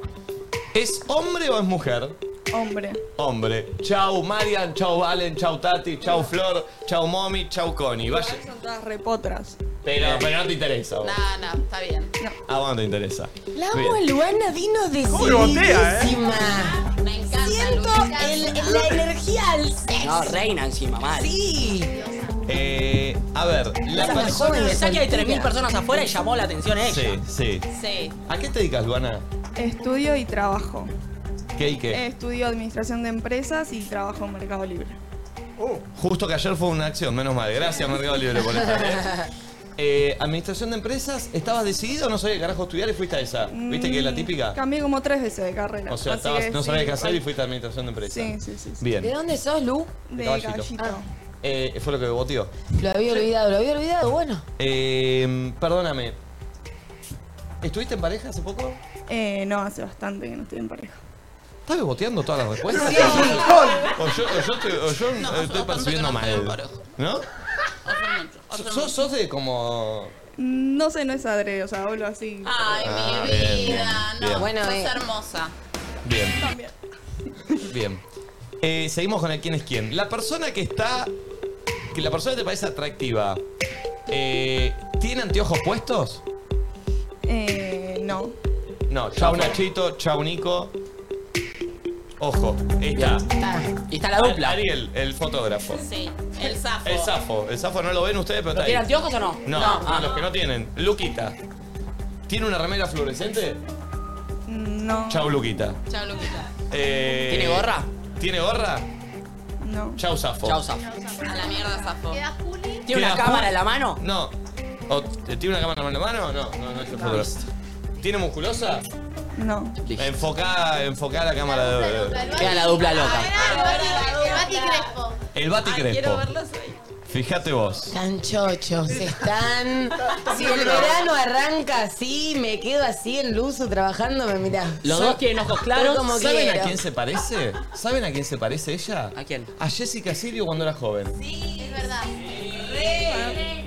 Speaker 1: ¿es hombre o es mujer?
Speaker 21: Hombre.
Speaker 1: Hombre. Chau Marian, chau Valen, chau Tati, chau Flor, chau Momi, chau Connie. Vaya.
Speaker 21: Son todas repotras.
Speaker 1: Pero, pero no te interesa. vos.
Speaker 3: Ah, no, está bien.
Speaker 1: A vos no te interesa.
Speaker 2: La
Speaker 1: Bien.
Speaker 2: amo a Luana, vino de
Speaker 1: ¿Cómo rebotea, eh?
Speaker 3: Me encanta.
Speaker 2: Siento el- el- la energía al sexo.
Speaker 5: No, reina encima, mal.
Speaker 2: Sí.
Speaker 1: Eh, a ver, la
Speaker 5: La
Speaker 1: persona.
Speaker 5: Pensá que hay 3.000 personas afuera y llamó la atención ella.
Speaker 1: Sí, sí.
Speaker 3: Sí.
Speaker 1: ¿A qué te dedicas, Luana?
Speaker 21: Estudio y trabajo.
Speaker 1: ¿Qué y qué?
Speaker 21: Estudio administración de empresas y trabajo en Mercado Libre.
Speaker 1: Justo que ayer fue una acción, menos mal. Gracias, Mercado Libre, por estar. ¿eh? eh, administración de empresas, ¿estabas decidido o no sabías qué carajo estudiar y fuiste a esa? ¿Viste que es la típica?
Speaker 21: Cambié como tres veces de carrera.
Speaker 1: O sea,
Speaker 21: así
Speaker 1: estabas-
Speaker 21: Mm, que
Speaker 1: no
Speaker 21: sí.
Speaker 1: sabías qué hacer y fuiste a administración de empresas.
Speaker 21: Sí, sí, sí. sí.
Speaker 1: Bien. ¿De
Speaker 2: dónde sos, Lu? Ah,
Speaker 21: De
Speaker 1: Caballito.
Speaker 21: Caballito.
Speaker 1: Eh, fue lo que votió.
Speaker 2: Lo había olvidado, lo había olvidado, bueno.
Speaker 1: Eh, perdóname. ¿Estuviste en pareja hace poco?
Speaker 21: Eh, no, hace bastante que no estoy en pareja.
Speaker 1: ¿Estás boteando todas las respuestas?
Speaker 21: Sí.
Speaker 1: O yo, o yo estoy, o yo eh, estoy percibiendo mal. ¿No? So- ¿Sos, sos de como.
Speaker 21: Mm, No sé, no es adrede, o sea, hablo así.
Speaker 3: Ay,
Speaker 1: Ah,
Speaker 3: mi vida,
Speaker 1: bien, bien,
Speaker 3: no,
Speaker 1: bien. Bueno,
Speaker 3: sos
Speaker 1: eh.
Speaker 3: hermosa.
Speaker 1: Bien, bien. Eh, seguimos con el quién es quién. La persona que está. Que la persona que te parece atractiva. eh, ¿Tiene anteojos puestos?
Speaker 21: Eh, no.
Speaker 1: No, chau Nachito, chau Nico. Ojo, está.
Speaker 5: Y está la dupla.
Speaker 1: Ariel, el fotógrafo.
Speaker 3: Sí, el zafo.
Speaker 1: El zafo, el zafo no lo ven ustedes, pero está
Speaker 5: ¿Lo
Speaker 1: ahí.
Speaker 5: tiene anteojos o no?
Speaker 1: No,
Speaker 5: No.
Speaker 1: no, los que no tienen. Luquita. ¿Tiene una remera fluorescente?
Speaker 21: No.
Speaker 1: Chau, Luquita.
Speaker 3: Chao, Luquita.
Speaker 1: Eh,
Speaker 5: ¿Tiene gorra?
Speaker 1: ¿Tiene gorra?
Speaker 21: No.
Speaker 1: Chau, Zafo.
Speaker 5: Chau, Zafo.
Speaker 3: A la mierda, zafo.
Speaker 5: ¿Tiene una
Speaker 1: ¿Queda
Speaker 5: cámara
Speaker 1: Ju?
Speaker 5: en la mano?
Speaker 1: No. ¿O t- ¿Tiene una cámara en la mano? No, no, no es el fotógrafo. ¿Tiene musculosa?
Speaker 21: No.
Speaker 1: Enfocá, enfocá la cámara de- de.
Speaker 5: Queda la dupla loca.
Speaker 7: El Bati Crespo.
Speaker 1: El Bati Crespo. Fíjate vos.
Speaker 2: Están chochos, están. Si el verano arranca así, me quedo así en Luzu trabajando, me mirá.
Speaker 1: Los
Speaker 2: Soy-
Speaker 1: dos tienen
Speaker 5: ojos
Speaker 2: soy Como
Speaker 1: ¿Saben
Speaker 2: quiero.
Speaker 1: a quién se parece? ¿Saben a quién se parece ella? ¿A quién? A Jessica Sirio cuando era joven.
Speaker 7: Es verdad.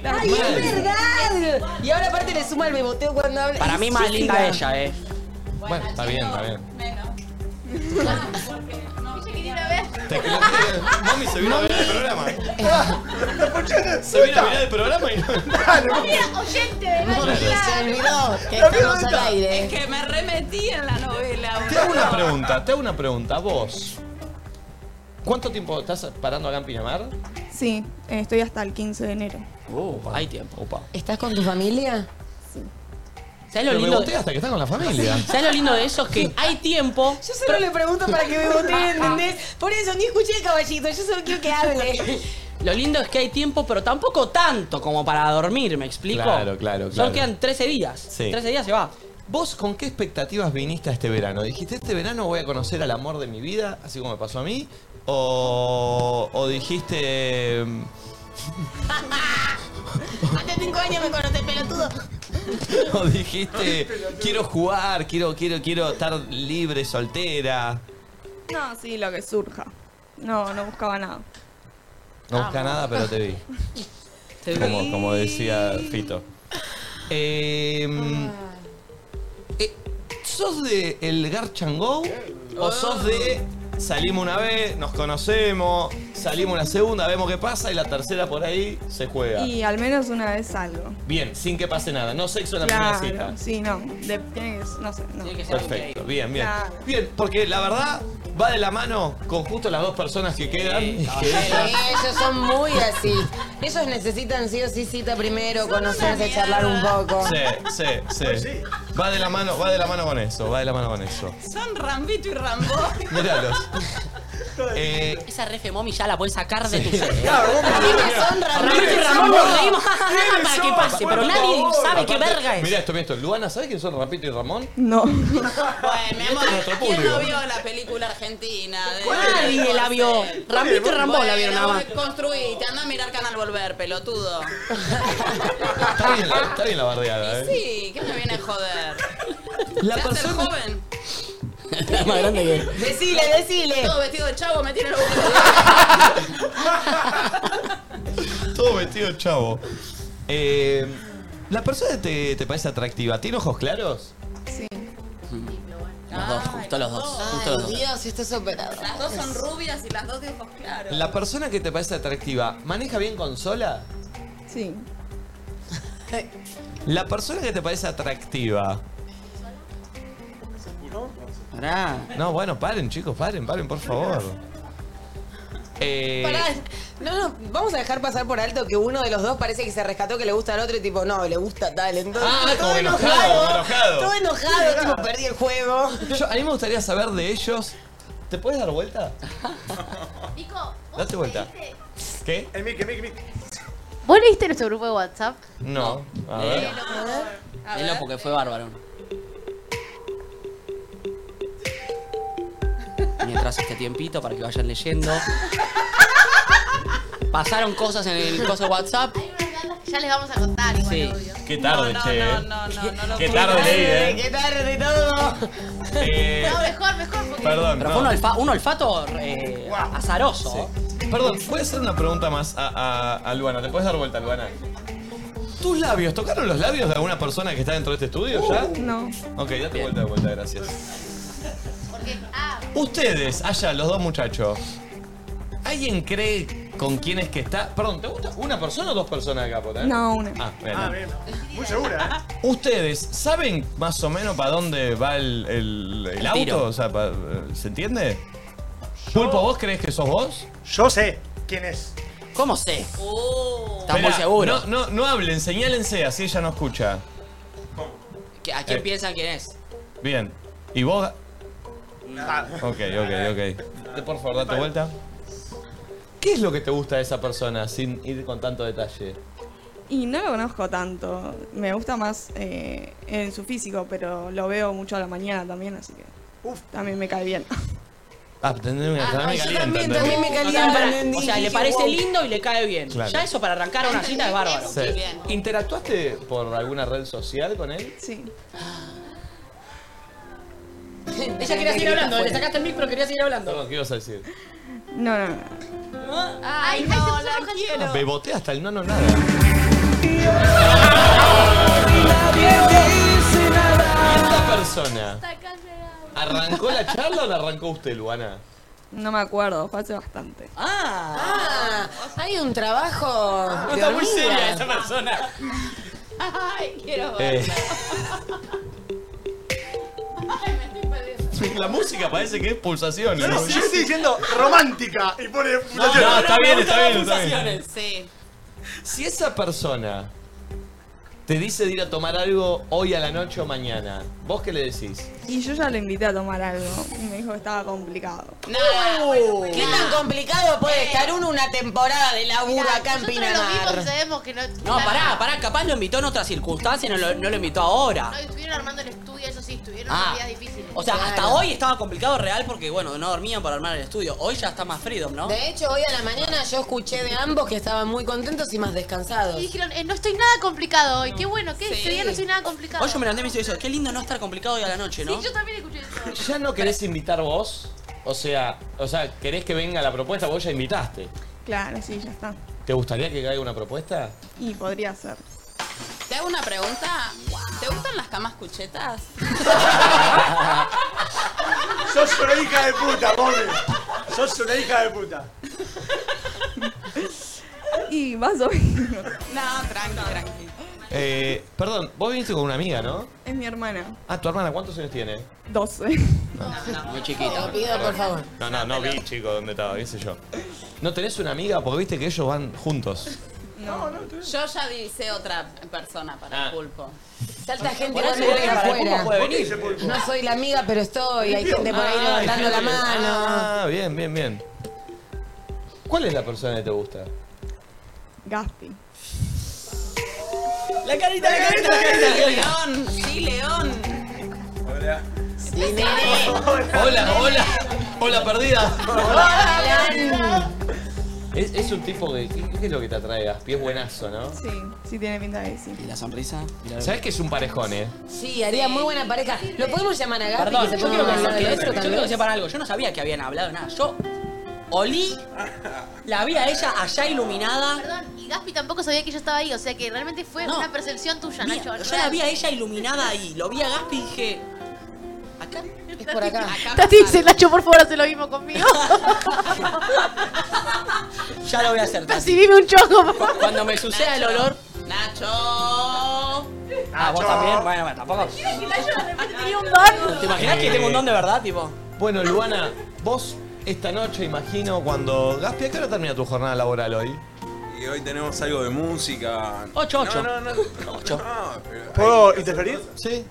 Speaker 2: ¡Ay, es verdad! Y ahora aparte le suma el beboteo cuando habla.
Speaker 5: Para mí más
Speaker 2: Sí,
Speaker 5: linda
Speaker 2: claro.
Speaker 5: ella, eh.
Speaker 1: Bueno, está bien, está bien. Te- Mami se vino a mirar el programa. Se vino a mirar el programa y no.
Speaker 7: Era oyente de
Speaker 2: No,
Speaker 7: Bati
Speaker 2: se olvidó que
Speaker 1: La
Speaker 2: estamos al
Speaker 1: violeta.
Speaker 2: aire.
Speaker 3: Es que me remetí en la novela.
Speaker 1: Te hago una
Speaker 3: boludo.
Speaker 1: pregunta, te hago una pregunta. Vos, ¿cuánto tiempo estás parando acá en Pinamar?
Speaker 21: Sí, eh, estoy hasta el 15 de enero.
Speaker 5: Uh, hay tiempo.
Speaker 2: ¿Estás con tu familia?
Speaker 5: ¿Sabes lo
Speaker 1: Pero me
Speaker 5: lindo?
Speaker 1: boté hasta que estás con la familia.
Speaker 5: ¿Sabes lo lindo de eso? Es que hay tiempo.
Speaker 2: Yo solo le pregunto para que me vote, ¿entendés? Por eso ni escuché el caballito, yo solo quiero que hable.
Speaker 5: Lo lindo es que hay tiempo, pero tampoco tanto como para dormir, ¿me explico?
Speaker 1: Claro, claro, claro.
Speaker 5: Solo quedan 13 días.
Speaker 1: Sí.
Speaker 5: 13 días se va.
Speaker 1: ¿Vos con qué expectativas viniste a este verano? ¿Dijiste este verano voy a conocer al amor de mi vida, así como me pasó a mí? ¿O, o dijiste... mm,
Speaker 7: Hace cinco años me conocí, pelotudo.
Speaker 1: ¿O dijiste quiero jugar, quiero, quiero, quiero estar libre, soltera?
Speaker 21: No, sí, lo que surja. No, no buscaba nada.
Speaker 1: No busca nada, pero te vi.
Speaker 21: Te
Speaker 1: Como,
Speaker 21: vi.
Speaker 1: como decía Fito. Eh, eh, ¿Sos de el Garchan Go? ¿O sos de salimos una vez, nos conocemos, salimos una segunda, vemos qué pasa y la tercera por ahí se juega?
Speaker 21: Y al menos una vez algo.
Speaker 1: Bien, sin que pase nada, no sexo en la primera
Speaker 21: Claro,
Speaker 1: cita.
Speaker 21: sí, no. De- tiene que, no sé, no.
Speaker 1: Perfecto, bien, bien.
Speaker 21: Claro.
Speaker 1: Bien, porque la verdad va de la mano con justo las dos personas que quedan. y que
Speaker 2: Sí, ellos son muy así. Ellos necesitan sí o sí cita primero, conocerse, charlar un poco.
Speaker 1: Sí, sí, sí. Va de la mano, va de la mano con eso, va de la mano con eso.
Speaker 3: Son Rambito y Rambo.
Speaker 1: Míralos. Eh,
Speaker 5: Esa refe mommy ya la puedes sacar de tu
Speaker 1: Claro, vos me
Speaker 5: son Ramiro y Ramón nos reímos jajaja, para que pase, pero nadie sabe qué verga es.
Speaker 1: Mira esto, mira esto. Luana, ¿sabes quiénes son Rapito y Ramón?
Speaker 21: No.
Speaker 3: Bueno, mi amor,
Speaker 1: Este es nuestro
Speaker 3: ¿quién
Speaker 1: público.
Speaker 3: no vio la película argentina? De
Speaker 5: ¿Cuál? Nadie la vio. Rambito y Rambó la vieron nada más.
Speaker 3: Construí, te anda a mirar Canal Volver, pelotudo.
Speaker 1: Está bien la, está bien la bardeada, ¿eh?
Speaker 3: Sí, ¿qué me viene a joder?
Speaker 1: La
Speaker 3: ¿Te hace
Speaker 1: persona-
Speaker 3: joven?
Speaker 5: Es más grande que él.
Speaker 2: Decile, decile.
Speaker 3: Todo vestido de chavo, me tiene los
Speaker 1: Todo metido chavo. Eh, la persona que te, te parece atractiva, ¿tiene ojos claros?
Speaker 21: Sí.
Speaker 5: Los dos, justo los dos. Justo los
Speaker 2: Ay,
Speaker 5: dos.
Speaker 2: Dios, estás operado.
Speaker 3: Las dos son rubias y las dos de ojos claros.
Speaker 1: La persona que te parece atractiva, ¿maneja bien consola?
Speaker 21: Sí.
Speaker 1: La persona que te parece atractiva. No, bueno, paren, chicos, paren, paren, por favor. Eh,
Speaker 2: Pará, no, no, vamos a dejar pasar por alto que uno de los dos parece que se rescató que le gusta al otro y tipo, no, le gusta tal. Entonces,
Speaker 1: Ah,
Speaker 2: todo
Speaker 1: como enojado, como enojado.
Speaker 2: Todo enojado, Ah, tipo, perdí el juego.
Speaker 1: yo- a mí me gustaría saber de ellos. ¿Te puedes dar vuelta?
Speaker 7: Nico,
Speaker 1: Date vuelta. ¿Qué?
Speaker 4: El mic, el mic, el mic.
Speaker 7: ¿Vos leíste nuestro grupo de WhatsApp?
Speaker 1: No. A ver.
Speaker 5: Léelo, Léelo porque fue bárbaro. Mientras este tiempito para que vayan leyendo. Pasaron cosas en el coso de WhatsApp.
Speaker 7: Ya les vamos a contar igual,
Speaker 5: Sí.
Speaker 7: obvio.
Speaker 1: Qué tarde, che. eh.
Speaker 7: No, no, no, no lo
Speaker 1: Qué
Speaker 7: puedo
Speaker 1: tarde leí,
Speaker 7: creer,
Speaker 1: eh.
Speaker 7: Qué tarde todo.
Speaker 1: Eh,
Speaker 7: No, mejor, mejor. Porque...
Speaker 1: Perdón,
Speaker 5: Pero
Speaker 1: no.
Speaker 5: fue un, olfa- un olfato eh, azaroso.
Speaker 1: Perdón, ¿puedes hacer una pregunta más a, a, a Luana? ¿Te puedes dar vuelta, Luana? ¿Tus labios? ¿Tocaron los labios de alguna persona que está dentro de este estudio ya?
Speaker 21: Uh, No.
Speaker 1: Ok, date vuelta de vuelta, gracias.
Speaker 7: Porque, ah,
Speaker 1: Ustedes, allá, los dos muchachos, ¿alguien cree con quién es que está? Perdón, ¿te gusta una persona o dos personas acá, Potar?
Speaker 21: No, una.
Speaker 1: Ah, bueno.
Speaker 4: Ah, bien. Muy segura, ¿eh?
Speaker 1: ¿Ustedes saben más o menos para dónde va el, el- el auto?
Speaker 4: tiro.
Speaker 1: O sea, pa- eh, ¿se entiende? Pulpo, ¿vos crees que sos vos?
Speaker 4: ¿eh? Yo sé quién es.
Speaker 5: ¿Cómo sé? Está
Speaker 1: Esperá,
Speaker 5: muy seguro.
Speaker 1: No, no, no hablen, señálense, así ella no escucha.
Speaker 5: ¿Qué- ¿A quién
Speaker 1: Eh.
Speaker 5: piensan quién es?
Speaker 1: Bien. ¿Y vos?
Speaker 5: Nada.
Speaker 1: Ok, ok, ok. Por favor, date vuelta. ¿Qué es lo que te gusta de esa persona sin ir con tanto detalle?
Speaker 21: Y no lo conozco tanto. Me gusta más eh, en su físico, pero lo veo mucho a la mañana también, así que. también me cae bien.
Speaker 1: Ah, tener una
Speaker 21: Ah,
Speaker 1: me
Speaker 21: yo
Speaker 1: calienta,
Speaker 21: también,
Speaker 1: ¿entendés?
Speaker 21: también me
Speaker 5: O
Speaker 21: calienta.
Speaker 5: sea,
Speaker 21: Siempre
Speaker 5: para-
Speaker 21: entendí,
Speaker 5: o sea, le
Speaker 21: dije,
Speaker 5: parece
Speaker 21: wow.
Speaker 5: lindo y le cae bien.
Speaker 1: Claro.
Speaker 5: Ya eso para arrancar una cita es bárbaro.
Speaker 1: Sí. ¿Interactuaste por alguna red social con él?
Speaker 21: Sí.
Speaker 5: Ella quería seguir hablando, le sacaste el mic, pero quería seguir hablando.
Speaker 1: Perdón, ¿qué ibas a decir?
Speaker 21: No, no, no.
Speaker 7: Ah, Ay, no, la quiero.
Speaker 1: Bebotea hasta el no, no, nada. ¿Y esta persona? ¿Arrancó la charla o la arrancó usted, Luana?
Speaker 21: No me acuerdo, fue hace bastante.
Speaker 2: Ah, hay un trabajo.
Speaker 21: No,
Speaker 7: Ah.
Speaker 2: de
Speaker 21: está muy
Speaker 2: hormiga.
Speaker 21: seria
Speaker 1: esa persona.
Speaker 3: Ay, quiero
Speaker 1: Eh.
Speaker 3: verla. Ay, me estoy perdiendo.
Speaker 1: La música parece que es pulsación.
Speaker 4: No, no, yo estoy diciendo romántica y pone
Speaker 1: No, no, está bien, está bien, está bien.
Speaker 3: Sí.
Speaker 1: Si esa persona te dice de ir a tomar algo hoy a la noche o mañana, ¿vos qué le decís?
Speaker 21: Y yo ya lo invité a tomar algo. Y me dijo que estaba complicado.
Speaker 2: ¿Qué tan complicado puede estar uno una temporada de laburo acá en
Speaker 7: Eh. Nosotros lo vimos y
Speaker 2: Pinamar?
Speaker 7: sabemos que no.
Speaker 5: No, pará, pará, capaz lo invitó en otra circunstancia y no lo, no lo invitó ahora.
Speaker 7: No, estuvieron armando el estudio, eso sí, estuvieron
Speaker 5: Ah.
Speaker 7: en días difíciles.
Speaker 5: O sea, hasta hoy estaba complicado real porque, bueno, no dormían para armar el estudio. Hoy ya está más freedom, ¿no?
Speaker 2: De hecho, hoy a la mañana yo escuché de ambos que estaban muy contentos y más descansados.
Speaker 7: Y dijeron, eh, no estoy nada complicado hoy. Qué bueno, que este día no estoy nada complicado.
Speaker 5: Hoy yo me levanté y me hice eso. Qué lindo no estar complicado hoy a la noche, ¿no?
Speaker 7: Sí, yo también escuché eso.
Speaker 1: ¿Ya no querés invitar vos? O sea, o sea, ¿querés que venga la propuesta? Vos ya invitaste.
Speaker 21: Claro, sí, ya está.
Speaker 1: ¿Te gustaría que caiga una propuesta?
Speaker 21: Y podría ser.
Speaker 3: Te hago una pregunta. ¿Te gustan las camas cuchetas?
Speaker 4: Sos una hija de puta, Bobby. Sos una hija de puta.
Speaker 21: Y más o menos.
Speaker 3: No, tranqui, tranqui.
Speaker 1: Eh, perdón, vos viniste con una amiga, ¿no?
Speaker 21: Es mi hermana.
Speaker 1: Ah, tu hermana, ¿cuántos años tiene?
Speaker 21: 12.
Speaker 1: Muy chiquita.
Speaker 2: Te pido, por favor.
Speaker 1: No, no, no vi, chico, dónde estaba, qué sé yo. ¿No tenés una amiga? Porque viste que ellos van juntos.
Speaker 3: No, Yo ya dice otra persona para
Speaker 1: Ah.
Speaker 3: el pulpo.
Speaker 2: Salta gente
Speaker 3: Ah, Por
Speaker 2: igual
Speaker 3: eso
Speaker 2: de
Speaker 3: digo que para el
Speaker 2: afuera.
Speaker 3: pulpo puede
Speaker 2: No soy la amiga, pero estoy. Hay gente por ahí
Speaker 1: Ah,
Speaker 2: levantando la
Speaker 1: bien.
Speaker 2: mano.
Speaker 1: Ah, bien, bien, bien. ¿Cuál es la persona que te gusta?
Speaker 21: Gaspi.
Speaker 5: La carita, la carita, la
Speaker 3: León, sí, León.
Speaker 11: Hola.
Speaker 3: Sí,
Speaker 1: Hola, hola. Hola, perdida.
Speaker 21: Hola.
Speaker 1: Es, es un tipo que. ¿qué, qué es lo que te atrae, Gaspi? Es buenazo, ¿no?
Speaker 21: Sí, sí tiene pinta de que sí.
Speaker 5: ¿Y la sonrisa?
Speaker 1: ¿Sabes que es un parejón, eh?
Speaker 2: Sí, haría muy buena pareja. ¿Lo podemos llamar a Gaby?
Speaker 5: Perdón,
Speaker 2: que se
Speaker 5: yo quiero,
Speaker 2: ponga a
Speaker 5: que- yo
Speaker 2: hablar del
Speaker 5: quiero-
Speaker 2: otro
Speaker 5: yo quiero
Speaker 2: también?
Speaker 5: que sepan algo. Yo no sabía que habían hablado nada. Yo olí, la vi a ella allá iluminada.
Speaker 7: Perdón, y Gaspi tampoco sabía que yo estaba ahí, o sea que realmente fue una percepción tuya, Nacho.
Speaker 5: Yo la vi a ella iluminada ahí. Lo vi a Gaspi y dije. Acá. Es
Speaker 7: por acá.
Speaker 5: pasa.
Speaker 7: Tati dice, Nacho, por favor, hace lo mismo conmigo.
Speaker 5: Ya lo voy a hacer.
Speaker 7: Percibime un choco, por favor.
Speaker 5: Cuando me suceda el olor.
Speaker 3: Nacho.
Speaker 5: Ah, vos también. Bueno, bueno, tampoco.
Speaker 7: Tenía un
Speaker 5: ¿Te imaginas que
Speaker 1: Eh.
Speaker 5: tengo un don de verdad, tipo?
Speaker 1: Bueno, Luana, vos esta noche, imagino, cuando. Gaspi, ¿a qué hora termina tu jornada laboral hoy?
Speaker 11: Y hoy tenemos algo de música.
Speaker 5: Ocho, ocho.
Speaker 11: No, no, no.
Speaker 5: Ocho.
Speaker 11: No, pero-
Speaker 4: ¿Puedo interferir?
Speaker 1: Sí.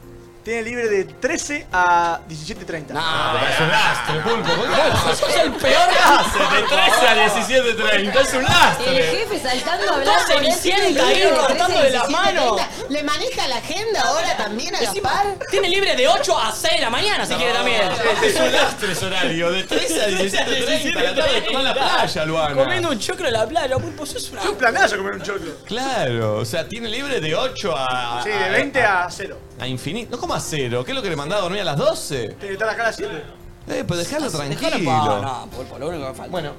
Speaker 4: Tiene libre de 13 a 17.30.
Speaker 1: Ah,
Speaker 12: Ah,
Speaker 5: No,
Speaker 4: es un lastre, pulpo.
Speaker 5: sos el peor
Speaker 1: lastre, de 13 a 17.30, es un
Speaker 2: El
Speaker 1: lastre.
Speaker 2: jefe saltando
Speaker 1: Dos
Speaker 2: hablando. con ese
Speaker 5: Cenicienta ahí
Speaker 2: libro de
Speaker 5: cortando de la
Speaker 2: 13,
Speaker 5: mano.
Speaker 2: 17, ¿Le maneja la agenda ahora también a
Speaker 5: Encima,
Speaker 2: Gaspar?
Speaker 5: Tiene libre de 8 a 6 de la mañana, si quiere también.
Speaker 1: Ah, Es un lastre ese horario, de 13 a 17.30, la tarde de tomar la playa, Luana.
Speaker 5: Comiendo un choclo en la playa, pulpo, sos una... Es un
Speaker 4: planazo comer un choclo.
Speaker 1: Claro, o sea, tiene libre de 8 a...
Speaker 4: Sí, de 20 a 0.
Speaker 1: A infinito. No, como a cero. ¿Qué es lo que le mandaba a dormir a las 12?
Speaker 4: Tiene que estar acá a las 7.
Speaker 1: Eh, pues dejalo
Speaker 4: Dejalo en
Speaker 1: tranquilo.
Speaker 4: paz,
Speaker 5: no, pulpo, lo único que me falta.
Speaker 1: Bueno,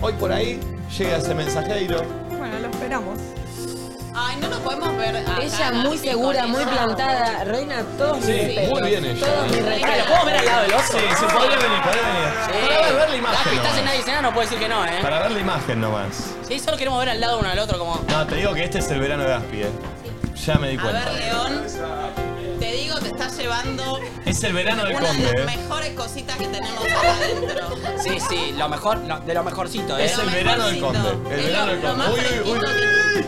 Speaker 1: hoy por ahí llega ese mensajero.
Speaker 21: Bueno, lo esperamos.
Speaker 3: Ay, no nos podemos ver. acá,
Speaker 2: Ella muy
Speaker 3: Pico,
Speaker 2: segura,
Speaker 3: ni
Speaker 2: muy
Speaker 3: nada.
Speaker 2: plantada, reina todos
Speaker 1: Sí,
Speaker 2: mis respetos.
Speaker 1: muy bien ella.
Speaker 2: Todos mis
Speaker 5: Ah, ¿la
Speaker 2: respetos.
Speaker 5: puedo ver al lado del oso?
Speaker 1: Sí, sí, podría venir, podría venir. Para ver la imagen.
Speaker 5: Gaspi, estás en
Speaker 1: nomás.
Speaker 5: nadie cena, no puede decir que no, ¿eh?
Speaker 1: Para ver la imagen nomás.
Speaker 5: Sí, solo queremos ver al lado uno al otro como...
Speaker 1: No, te digo que este es el verano de Gaspi, eh. Ya me di
Speaker 3: A
Speaker 1: cuenta.
Speaker 3: ver, León, te digo, te estás llevando
Speaker 1: Es el verano del
Speaker 3: una de
Speaker 1: conde,
Speaker 3: las
Speaker 1: eh.
Speaker 3: mejores cositas que tenemos acá adentro.
Speaker 5: Sí, sí, lo mejor, lo- de lo mejorcito, ¿eh?
Speaker 1: Es el verano del conde. El verano del conde. Uy, uy, uy.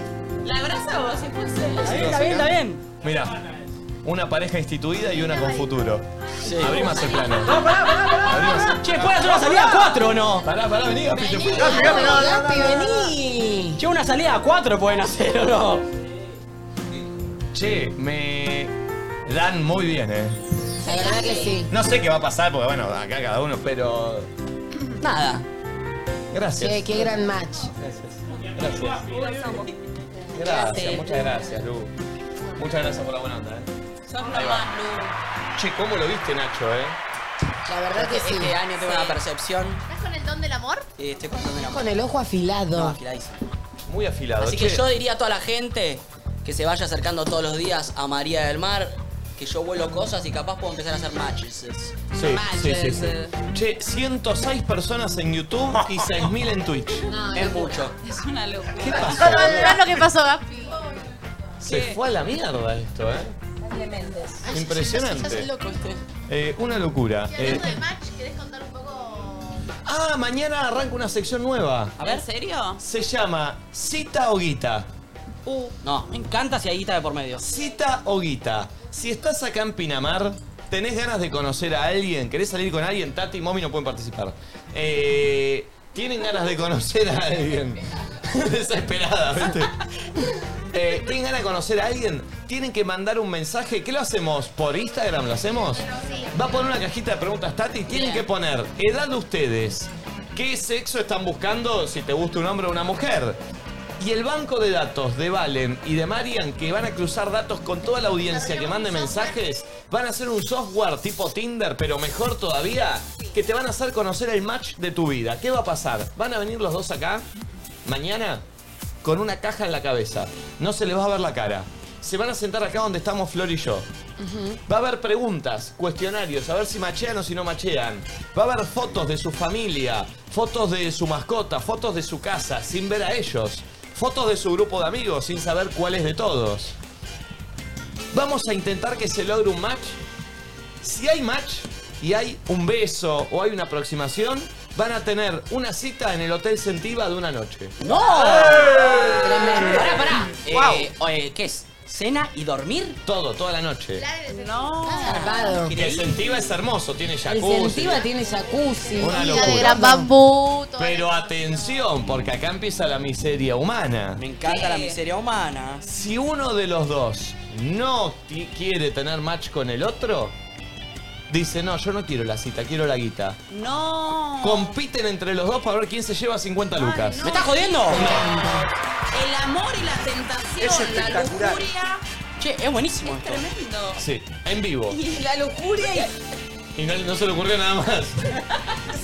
Speaker 3: La abraza vos, impulse. Está
Speaker 5: bien, está bien, está bien.
Speaker 1: Mira, una pareja instituida y una con futuro. Abrimos el plano.
Speaker 4: No, pará, pará, pará.
Speaker 5: Che, ¿puedo hacer una salida a 4 o no?
Speaker 1: Pará, pará, vení, Gaspi, te fui.
Speaker 4: Gaspi, Gaspi, no, no,
Speaker 2: Gaspi,
Speaker 4: no, no, no.
Speaker 2: vení.
Speaker 5: Che, una salida a 4 pueden hacer o no.
Speaker 1: Che, me dan muy bien, eh.
Speaker 2: La verdad que sí.
Speaker 1: No sé qué va a pasar, porque bueno, acá cada uno, pero.
Speaker 2: Nada.
Speaker 1: Gracias.
Speaker 2: Che, eh, qué gran match.
Speaker 1: Gracias. Gracias, muchas gracias, Lu. Muchas gracias por la buena onda, eh.
Speaker 3: Sos lo
Speaker 1: Ahí va.
Speaker 3: más, Lu.
Speaker 1: Che, ¿cómo lo viste, Nacho, eh?
Speaker 2: La verdad que sí.
Speaker 5: Este año tengo una percepción.
Speaker 7: ¿Estás con el don del amor?
Speaker 5: eh, Estoy contando una
Speaker 2: Con el ojo afilado.
Speaker 1: Muy afilado.
Speaker 5: Así que yo diría a toda la gente que se vaya acercando todos los días a María del Mar, que yo vuelo cosas y capaz puedo empezar a hacer matches.
Speaker 1: Sí, sí, sí, sí. Che, 106 personas en YouTube y 6.000 en Twitch.
Speaker 3: No,
Speaker 5: Es
Speaker 3: es
Speaker 5: mucho.
Speaker 3: Es una locura.
Speaker 1: ¿Qué pasó?
Speaker 7: No, no, no es lo que pasó, Gapi.
Speaker 1: Se fue a la mierda esto, ¿eh?
Speaker 3: Dementes.
Speaker 1: Impresionante.
Speaker 7: Estás loco usted.
Speaker 1: Eh, una locura.
Speaker 7: Y
Speaker 1: Eh,
Speaker 7: hablando del match, ¿querés contar un poco?
Speaker 1: ah, mañana arranca una sección nueva.
Speaker 5: A ver.
Speaker 3: ¿En serio?
Speaker 1: Se llama Cita o Guita.
Speaker 7: Uh,
Speaker 5: No, me encanta si hay guita de por medio.
Speaker 1: Cita o Guita. Si estás acá en Pinamar, tenés ganas de conocer a alguien, querés salir con alguien, Tati y Momi no pueden participar. Eh, tienen ganas de conocer a alguien. Desesperada, ¿viste? Eh, ¿Tienen ganas de conocer a alguien? Tienen que mandar un mensaje. ¿Qué lo hacemos? ¿Por Instagram lo hacemos? Va a poner una cajita de preguntas, Tati. Tienen que poner edad de ustedes. ¿Qué sexo están buscando? Si te gusta un hombre o una mujer. Y el banco de datos de Valen y de Marian, que van a cruzar datos con toda la audiencia que mande mensajes, van a hacer un software tipo Tinder, pero mejor todavía, que te van a hacer conocer el match de tu vida. ¿Qué va a pasar? Van a venir los dos acá, mañana, con una caja en la cabeza. No se les va a ver la cara. Se van a sentar acá donde estamos Flor y yo. Va a haber preguntas, cuestionarios, a ver si machean o si no machean. Va a haber fotos de su familia, fotos de su mascota, fotos de su casa, sin ver a ellos. Fotos de su grupo de amigos, sin saber cuál es de todos. Vamos a intentar que se logre un match. Si hay match y hay un beso o hay una aproximación, van a tener una cita en el Hotel Sentiva de una noche.
Speaker 5: ¡No! Pará, pará. Eh, oye, ¿Qué es? ¿Cena y dormir?
Speaker 1: Todo, toda la noche.
Speaker 3: No.
Speaker 2: Zarpado.
Speaker 1: El Sentiva es hermoso, tiene
Speaker 2: El
Speaker 1: jacuzzi.
Speaker 2: Sentiva tiene jacuzzi.
Speaker 1: Una
Speaker 7: Vida
Speaker 1: locura.
Speaker 7: de gran bambú. todo.
Speaker 1: Pero atención, porque acá empieza la miseria humana.
Speaker 5: Me encanta la miseria humana.
Speaker 1: Si uno de los dos no ti- quiere tener match con el otro, dice, no, yo no quiero la cita, quiero la guita.
Speaker 3: No.
Speaker 1: Compiten entre los dos para ver quién se lleva 50 lucas.
Speaker 5: ¿Me estás jodiendo?
Speaker 3: El amor y la tentación, la lujuria.
Speaker 5: Che, es buenísimo
Speaker 3: Es
Speaker 5: esto.
Speaker 3: tremendo.
Speaker 1: Sí, en vivo.
Speaker 3: Y la lujuria y...
Speaker 1: Y no, no se le ocurrió nada más.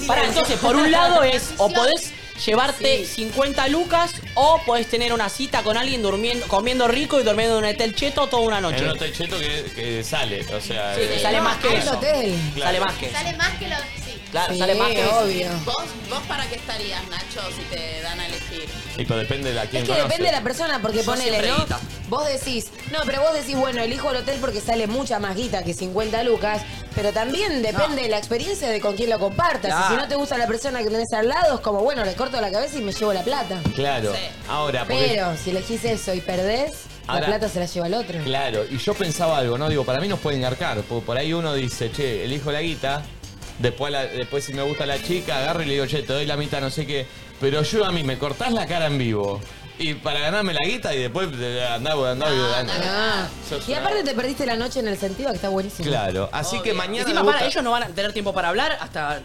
Speaker 5: Pará, entonces, por un lado es o podés llevarte 50 lucas o podés tener una cita con alguien durmiendo, comiendo rico y durmiendo en un hotel cheto toda una
Speaker 1: En
Speaker 5: noche.
Speaker 1: un hotel cheto que, que sale, o sea...
Speaker 5: Sí,
Speaker 1: eh,
Speaker 5: sale más que
Speaker 2: Al
Speaker 5: eso.
Speaker 2: hotel.
Speaker 1: claro.
Speaker 5: Sale más que eso.
Speaker 7: Sale más que lo. Sí.
Speaker 5: Claro,
Speaker 2: Sí,
Speaker 5: sale más que eso.
Speaker 2: obvio.
Speaker 3: ¿Vos, ¿Vos para qué estarías, Nacho, si te dan a elegir?
Speaker 1: Y pues depende de la
Speaker 2: Es
Speaker 1: quien
Speaker 2: que
Speaker 1: conoce.
Speaker 2: depende de la persona, porque
Speaker 5: Yo
Speaker 2: ponele,
Speaker 5: siempre
Speaker 2: ¿no?
Speaker 5: guita.
Speaker 2: Vos decís, no, pero vos decís, bueno, elijo el hotel porque sale mucha más guita que 50 lucas, pero también depende de la experiencia de con quién lo compartas. Y si
Speaker 5: Claro.
Speaker 2: no te gusta la persona que tenés al lado, es como, bueno, le corto la cabeza y me llevo la plata.
Speaker 1: Claro. Ahora, porque...
Speaker 2: Pero si elegís eso y perdés, la
Speaker 1: Ahora-
Speaker 2: plata se la lleva el otro.
Speaker 1: Claro, y yo pensaba algo, ¿no? Digo, para mí nos pueden garcar. Porque por ahí uno dice, che, elijo la guita. Después, la- después si me gusta la chica, agarro y le digo, che, te doy la mitad, no sé qué. Pero yo a mí me cortás la cara en vivo. Y para ganarme la guita y después eh, andá, andá, andá.
Speaker 2: Ah,
Speaker 1: Sos
Speaker 2: y
Speaker 1: una-
Speaker 2: aparte te perdiste la noche en el sentido que está buenísimo.
Speaker 1: Claro, así que mañana...
Speaker 5: Encima,
Speaker 1: me
Speaker 5: para
Speaker 1: gusta-
Speaker 5: ellos no van a tener tiempo para hablar hasta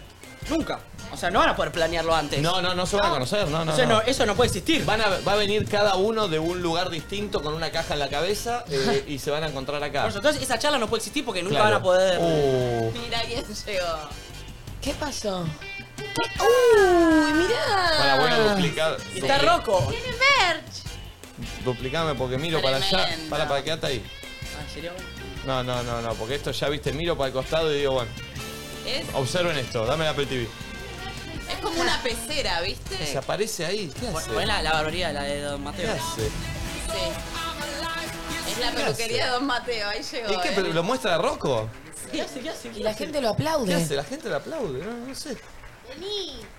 Speaker 5: nunca. O sea, no van a poder planearlo antes.
Speaker 1: No, no, no se van
Speaker 2: Ah,
Speaker 1: a conocer, no, no.
Speaker 5: O sea, no, eso no puede existir.
Speaker 1: Van a- va a venir cada uno de un lugar distinto con una caja en la cabeza eh, y se van a encontrar acá.
Speaker 5: Por eso, entonces esa charla no puede existir porque nunca
Speaker 1: Claro.
Speaker 5: van a poder.
Speaker 1: Uh.
Speaker 3: Mira quién llegó.
Speaker 2: ¿Qué pasó? ¡Uy, mirá!
Speaker 1: Para, bueno, duplicar.
Speaker 5: Está
Speaker 1: dupli-
Speaker 5: roco.
Speaker 7: ¡Tiene merch!
Speaker 1: Duplicame porque miro para allá. Para, para, quedate ahí.
Speaker 2: Ah,
Speaker 5: ¿En serio?
Speaker 1: No, no, no, no, porque esto ya viste, miro para el costado y digo, bueno,
Speaker 3: Es,
Speaker 1: observen esto, dame la Apple TV.
Speaker 3: es como una pecera, ¿viste?
Speaker 1: Desaparece ahí, ¿qué hace?
Speaker 5: Fue la, la barbaridad, la de Don Mateo.
Speaker 1: ¿Qué hace?
Speaker 3: Sí. Es la
Speaker 1: ¿Qué
Speaker 3: peluquería de
Speaker 1: hace?
Speaker 3: Don Mateo, ahí llegó.
Speaker 1: ¿Y qué?
Speaker 3: ¿eh?
Speaker 1: pero ¿Lo muestra Rocco?
Speaker 5: ¿Qué hace? ¿Qué hace?
Speaker 2: Y la gente lo aplaude.
Speaker 1: ¿Qué hace? La gente lo aplaude, no, no sé.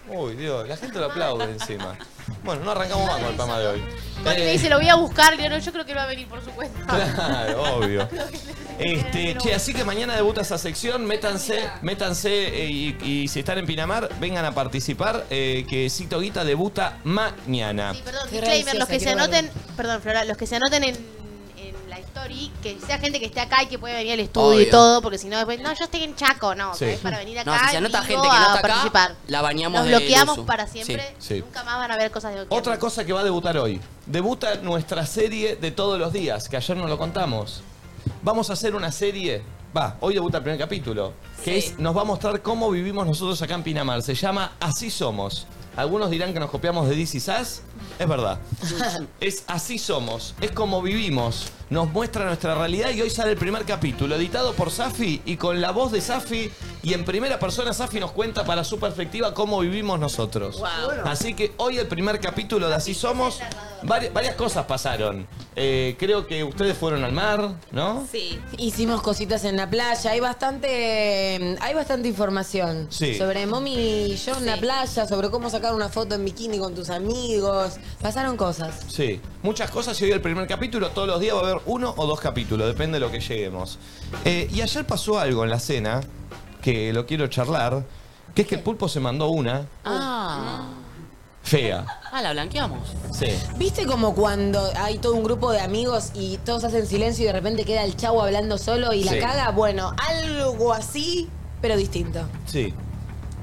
Speaker 1: Uy, Dios, la gente lo aplaude encima. Bueno, no arrancamos más con el programa de hoy.
Speaker 7: Y
Speaker 1: Eh,
Speaker 7: me dice, lo voy a buscar. Le digo, no, yo creo que él va a venir por su cuenta.
Speaker 1: Claro, obvio. Este, che, así que mañana debuta esa sección, métanse, métanse eh, y, y si están en Pinamar, vengan a participar, eh, que Cito Guita debuta mañana.
Speaker 7: Perdón,
Speaker 2: Qué
Speaker 7: disclaimer, los que se
Speaker 2: graciosa, quiero
Speaker 7: anoten, perdón, Flora, los que se anoten en, en la story, que sea gente que esté acá y que pueda venir al estudio
Speaker 5: Obvio.
Speaker 7: y todo, porque si no después, no, yo estoy en Chaco, no,
Speaker 5: Sí.
Speaker 7: es para venir acá
Speaker 5: No, si se
Speaker 7: en
Speaker 5: anota
Speaker 7: vivo
Speaker 5: gente que no
Speaker 7: a
Speaker 5: está acá,
Speaker 7: participar.
Speaker 5: la bañamos
Speaker 7: Nos
Speaker 5: del
Speaker 7: bloqueamos
Speaker 5: uso.
Speaker 7: para siempre,
Speaker 1: Sí, sí.
Speaker 7: nunca más van a ver cosas de Okiami.
Speaker 1: Otra cosa que va a debutar hoy. Debuta nuestra serie de todos los días, que ayer no lo contamos. Vamos a hacer una serie. Va, hoy debuta el primer capítulo. Que es, nos va a mostrar cómo vivimos nosotros acá en Pinamar. Se llama Así Somos. Algunos dirán que nos copiamos de DC Sass. Es verdad. Es así somos, es como vivimos. Nos muestra nuestra realidad y hoy sale el primer capítulo, editado por Safi y con la voz de Safi. Y en primera persona, Safi nos cuenta para su perspectiva cómo vivimos nosotros.
Speaker 6: Bueno.
Speaker 1: Así que hoy el primer capítulo de Así Somos, vari- varias cosas pasaron. Eh, creo que ustedes fueron al mar, ¿no?
Speaker 3: Sí.
Speaker 2: Hicimos cositas en la playa, hay bastante eh, hay bastante información
Speaker 1: Sí.
Speaker 2: sobre mommy y yo en la playa, sobre cómo sacar una foto en bikini con tus amigos, pasaron cosas.
Speaker 1: Sí, muchas cosas y hoy el primer capítulo, todos los días va a haber uno o dos capítulos, depende de lo que lleguemos. Eh, y ayer pasó algo en la cena, que lo quiero charlar, que es que el pulpo se mandó una
Speaker 5: Ah.
Speaker 1: fea.
Speaker 5: Ah, la blanqueamos.
Speaker 1: Sí.
Speaker 2: ¿Viste como cuando hay todo un grupo de amigos y todos hacen silencio y de repente queda el chavo hablando solo y la
Speaker 1: Sí.
Speaker 2: caga? Bueno, algo así, pero distinto.
Speaker 1: Sí.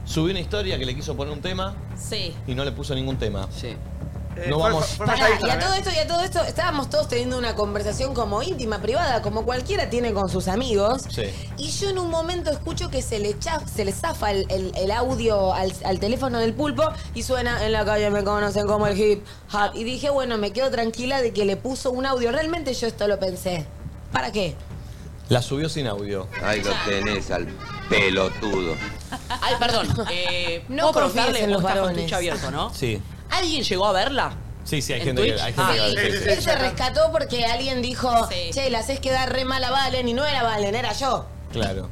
Speaker 1: Subí una historia que le quiso poner un tema
Speaker 3: Sí.
Speaker 1: y no le puso ningún tema.
Speaker 5: Sí.
Speaker 1: No vamos.
Speaker 2: Pará, y
Speaker 1: ¿eh?
Speaker 2: a todo esto, y a todo esto, estábamos todos teniendo una conversación como íntima, privada, como cualquiera tiene con sus amigos.
Speaker 1: Sí.
Speaker 2: Y yo en un momento escucho que se le, cha- se le zafa el, el- el audio al, al teléfono del pulpo y suena en la calle me conocen como el hip hop. Y dije, bueno, me quedo tranquila de que le puso un audio. Realmente yo esto lo pensé. ¿Para qué?
Speaker 1: La subió sin audio.
Speaker 22: Ahí lo tenés al pelotudo.
Speaker 5: Ay, perdón. Eh,
Speaker 2: No
Speaker 5: ¿puedo
Speaker 2: confíes
Speaker 5: preguntarle?
Speaker 2: en los
Speaker 5: Vos estás con
Speaker 2: varones.
Speaker 5: Twitch abierto, ¿no?
Speaker 1: Sí.
Speaker 5: ¿Alguien llegó a verla?
Speaker 1: Sí, sí, hay
Speaker 5: ¿En
Speaker 1: gente que,
Speaker 5: Twitch?
Speaker 1: hay gente
Speaker 5: Ah,
Speaker 1: que va a decir, sí.
Speaker 2: Él se rescató porque alguien dijo, che, la haces quedar re mal a Valen y no era Valen, era yo.
Speaker 1: Claro.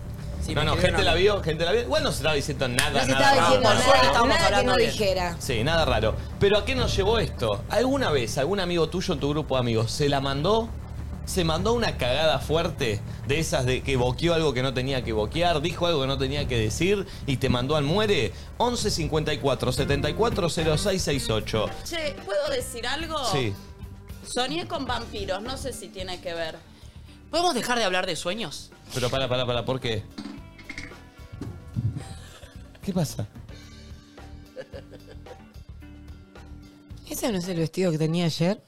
Speaker 5: me
Speaker 1: no, no,
Speaker 5: escribió
Speaker 1: gente
Speaker 5: una-
Speaker 1: la vio, gente la vio. Igual no se estaba diciendo
Speaker 2: No
Speaker 1: nada,
Speaker 2: se
Speaker 1: nada
Speaker 2: estaba
Speaker 1: raro.
Speaker 2: diciendo
Speaker 1: Ah, Por suerte
Speaker 2: nada,
Speaker 1: estábamos
Speaker 2: nada que
Speaker 1: hablando
Speaker 2: no
Speaker 1: bien.
Speaker 2: dijera.
Speaker 1: Sí, nada raro. Pero ¿a qué nos llevó esto? ¿Alguna vez algún amigo tuyo en tu grupo de amigos se la mandó? ¿Se mandó una cagada fuerte de esas de que boqueó algo que no tenía que boquear, dijo algo que no tenía que decir y te mandó al muere? 11 54 74 06 68.
Speaker 3: Che, ¿puedo decir algo?
Speaker 1: Sí.
Speaker 3: Soñé con vampiros, no sé si tiene que ver.
Speaker 5: ¿Podemos dejar de hablar de sueños?
Speaker 1: Pero para, para, para, ¿por qué? ¿Qué pasa?
Speaker 2: ¿Ese no es el vestido que tenía ayer?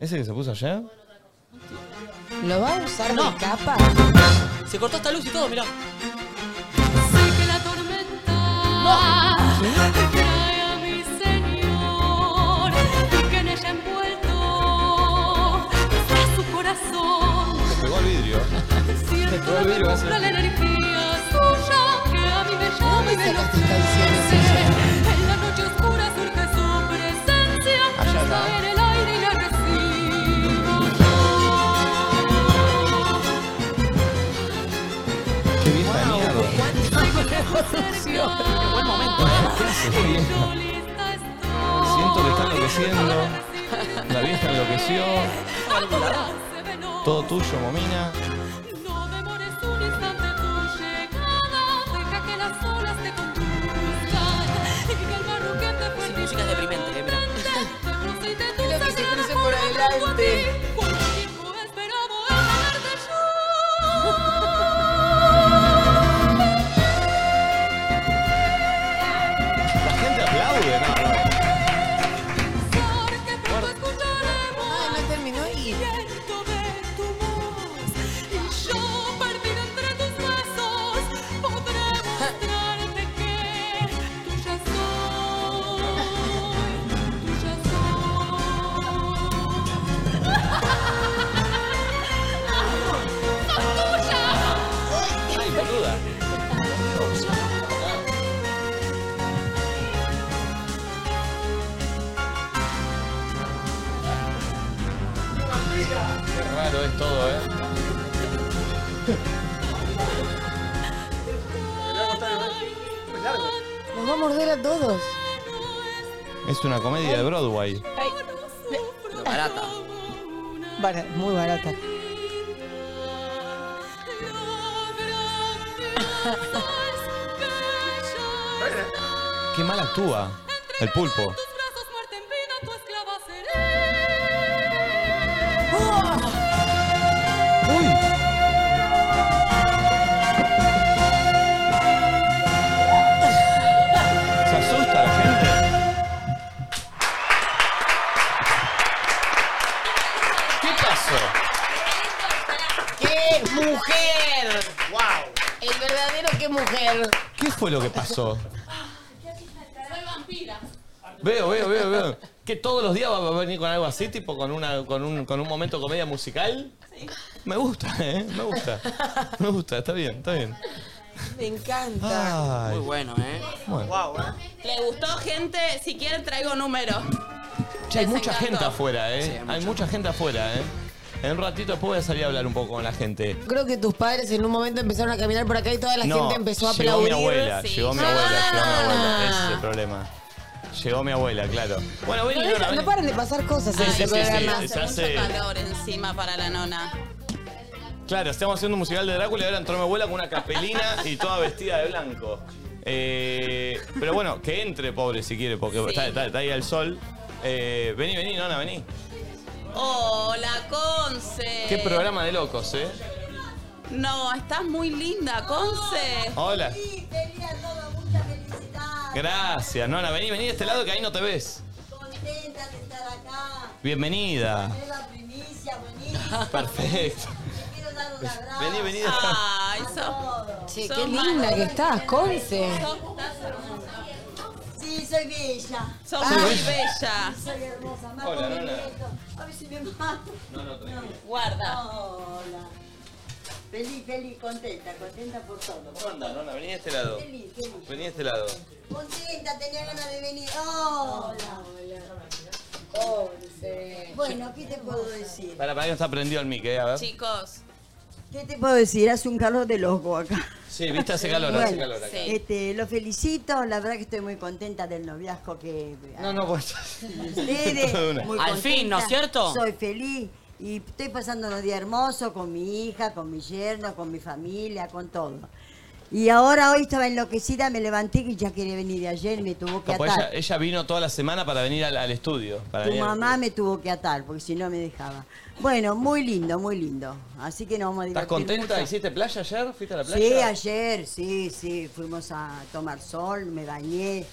Speaker 1: ¿Ese que se puso allá?
Speaker 2: ¿Lo va a usar
Speaker 5: No.
Speaker 2: de capa?
Speaker 5: Se cortó esta luz y todo, mirá.
Speaker 6: Trae a mi Señor y que en ella envuelto está su corazón.
Speaker 1: Se pegó al vidrio. Se pegó al vidrio.
Speaker 6: Sopla la energía suya que a mí me llama y me lo En la noche oscura surge su presencia, está en el aire y la recibo
Speaker 1: ¡Qué vieja de mierda!
Speaker 6: yo.
Speaker 1: Siento que está enloqueciendo. La vieja enloqueció. Todo tuyo, momina.
Speaker 5: Sin música es deprimente, eh, mirá.
Speaker 6: Pero que se cruce por adelante.
Speaker 1: La gente aplaude, no, no.
Speaker 2: Ah, no terminó y.
Speaker 1: Ay, boluda. Qué raro es todo, ¿eh?
Speaker 2: Nos va a morder a todos.
Speaker 1: Es una comedia de Broadway.
Speaker 5: Barata.
Speaker 2: muy barata.
Speaker 1: Qué mal actúa el pulpo. Se asusta la gente. ¿Qué pasó?
Speaker 2: ¡Qué mujer! ¡Wow! El verdadero qué mujer.
Speaker 1: ¿Qué fue lo que pasó?
Speaker 6: Soy vampira.
Speaker 1: Veo, veo, veo, veo. Que todos los días va a venir con algo así, tipo con una, con un, con un momento de comedia musical. Me gusta, eh, me gusta. Me gusta, está bien, está bien.
Speaker 2: Me encanta.
Speaker 1: Ay.
Speaker 5: Muy bueno, eh.
Speaker 1: Bueno.
Speaker 3: ¿Le gustó, gente? Si quieren, traigo número.
Speaker 1: Che, hay
Speaker 3: Les
Speaker 1: mucha
Speaker 3: encantó.
Speaker 1: gente afuera, eh. hay, mucha gente afuera, eh. En un ratito después voy a salir a hablar un poco con la gente.
Speaker 2: Creo que tus padres en un momento empezaron a caminar por acá y toda la
Speaker 1: No,
Speaker 2: gente empezó a
Speaker 1: llegó
Speaker 2: aplaudir.
Speaker 1: Mi abuela, Llegó mi abuela,
Speaker 2: Ah,
Speaker 1: llegó mi abuela, ese es el problema. Llegó mi abuela, claro. Bueno, vení,
Speaker 2: No, no
Speaker 1: Nora, vení. Ah,
Speaker 2: paran de pasar cosas en
Speaker 1: Sí,
Speaker 2: este
Speaker 1: sí, sí, sí,
Speaker 2: programa.
Speaker 1: se hace-
Speaker 3: Calor encima para la nona.
Speaker 1: Claro, estamos haciendo un musical de Drácula y ahora entró mi abuela con una capelina y toda vestida de blanco. Eh, pero bueno, que entre, pobre, si quiere, porque está, está- está ahí al sol. Eh, vení, vení, Nona, vení.
Speaker 3: Hola, Conce.
Speaker 1: Qué programa de locos, ¿eh?
Speaker 3: No, estás muy linda, Conce.
Speaker 1: Hola.
Speaker 23: Ah.
Speaker 1: Gracias, Nona. Vení, vení de este lado que ahí no te ves.
Speaker 23: Contenta de estar acá.
Speaker 1: Bienvenida.
Speaker 23: Es la primicia, buenísima.
Speaker 1: Perfecto.
Speaker 23: Quiero dar un abrazo.
Speaker 1: Vení, vení de este acá.
Speaker 3: Ay, sos.
Speaker 2: Che,
Speaker 3: sos
Speaker 2: qué
Speaker 3: ma-
Speaker 2: linda que estás, Conce.
Speaker 3: sos-
Speaker 23: Sí, soy bella.
Speaker 3: Sos muy bella.
Speaker 23: Sí, soy hermosa. Más
Speaker 3: Hola,
Speaker 23: con mi
Speaker 3: Lola.
Speaker 23: nieto. A ver si me mato.
Speaker 1: No, no, tranquila.
Speaker 3: Guarda.
Speaker 23: Hola. Feliz, feliz, contenta, contenta por todo.
Speaker 1: ¿Cómo andás, Nona? Vení de este lado.
Speaker 23: Feliz, feliz.
Speaker 1: Vení de este lado.
Speaker 23: Contenta, tenía ganas de venir. Hola. Hola. Bueno, ¿qué te puedo decir?
Speaker 1: Para, para que no está prendido el mic, eh, a ver. Sí,
Speaker 3: Chicos.
Speaker 23: ¿Qué te puedo decir? Hace un calor de loco acá.
Speaker 1: viste, hace calor, hace
Speaker 23: Bueno,
Speaker 1: calor acá.
Speaker 23: Este, lo felicito, la verdad que estoy muy contenta del noviazgo que ah,
Speaker 1: No, no, pues.
Speaker 23: ustedes.
Speaker 1: Todo de una.
Speaker 23: muy
Speaker 5: Al fin, ¿no es cierto?
Speaker 23: Soy feliz y estoy pasando unos días hermosos con mi hija, con mi yerno, con mi familia, con todo. Y ahora hoy estaba enloquecida, me levanté y ya quería venir de ayer, me tuvo que
Speaker 1: Capaz ella,
Speaker 23: atar.
Speaker 1: ella vino toda la semana para venir al, al estudio. Para
Speaker 23: Tu
Speaker 1: venir al-
Speaker 23: mamá me tuvo que atar porque si no me dejaba. Bueno, muy lindo, muy lindo. Así que nos vamos a divertir.
Speaker 1: ¿Estás contenta?
Speaker 23: mucho.
Speaker 1: ¿Hiciste playa ayer? ¿Fuiste a la playa?
Speaker 23: Sí, ayer, sí, sí, fuimos a tomar sol, me bañé,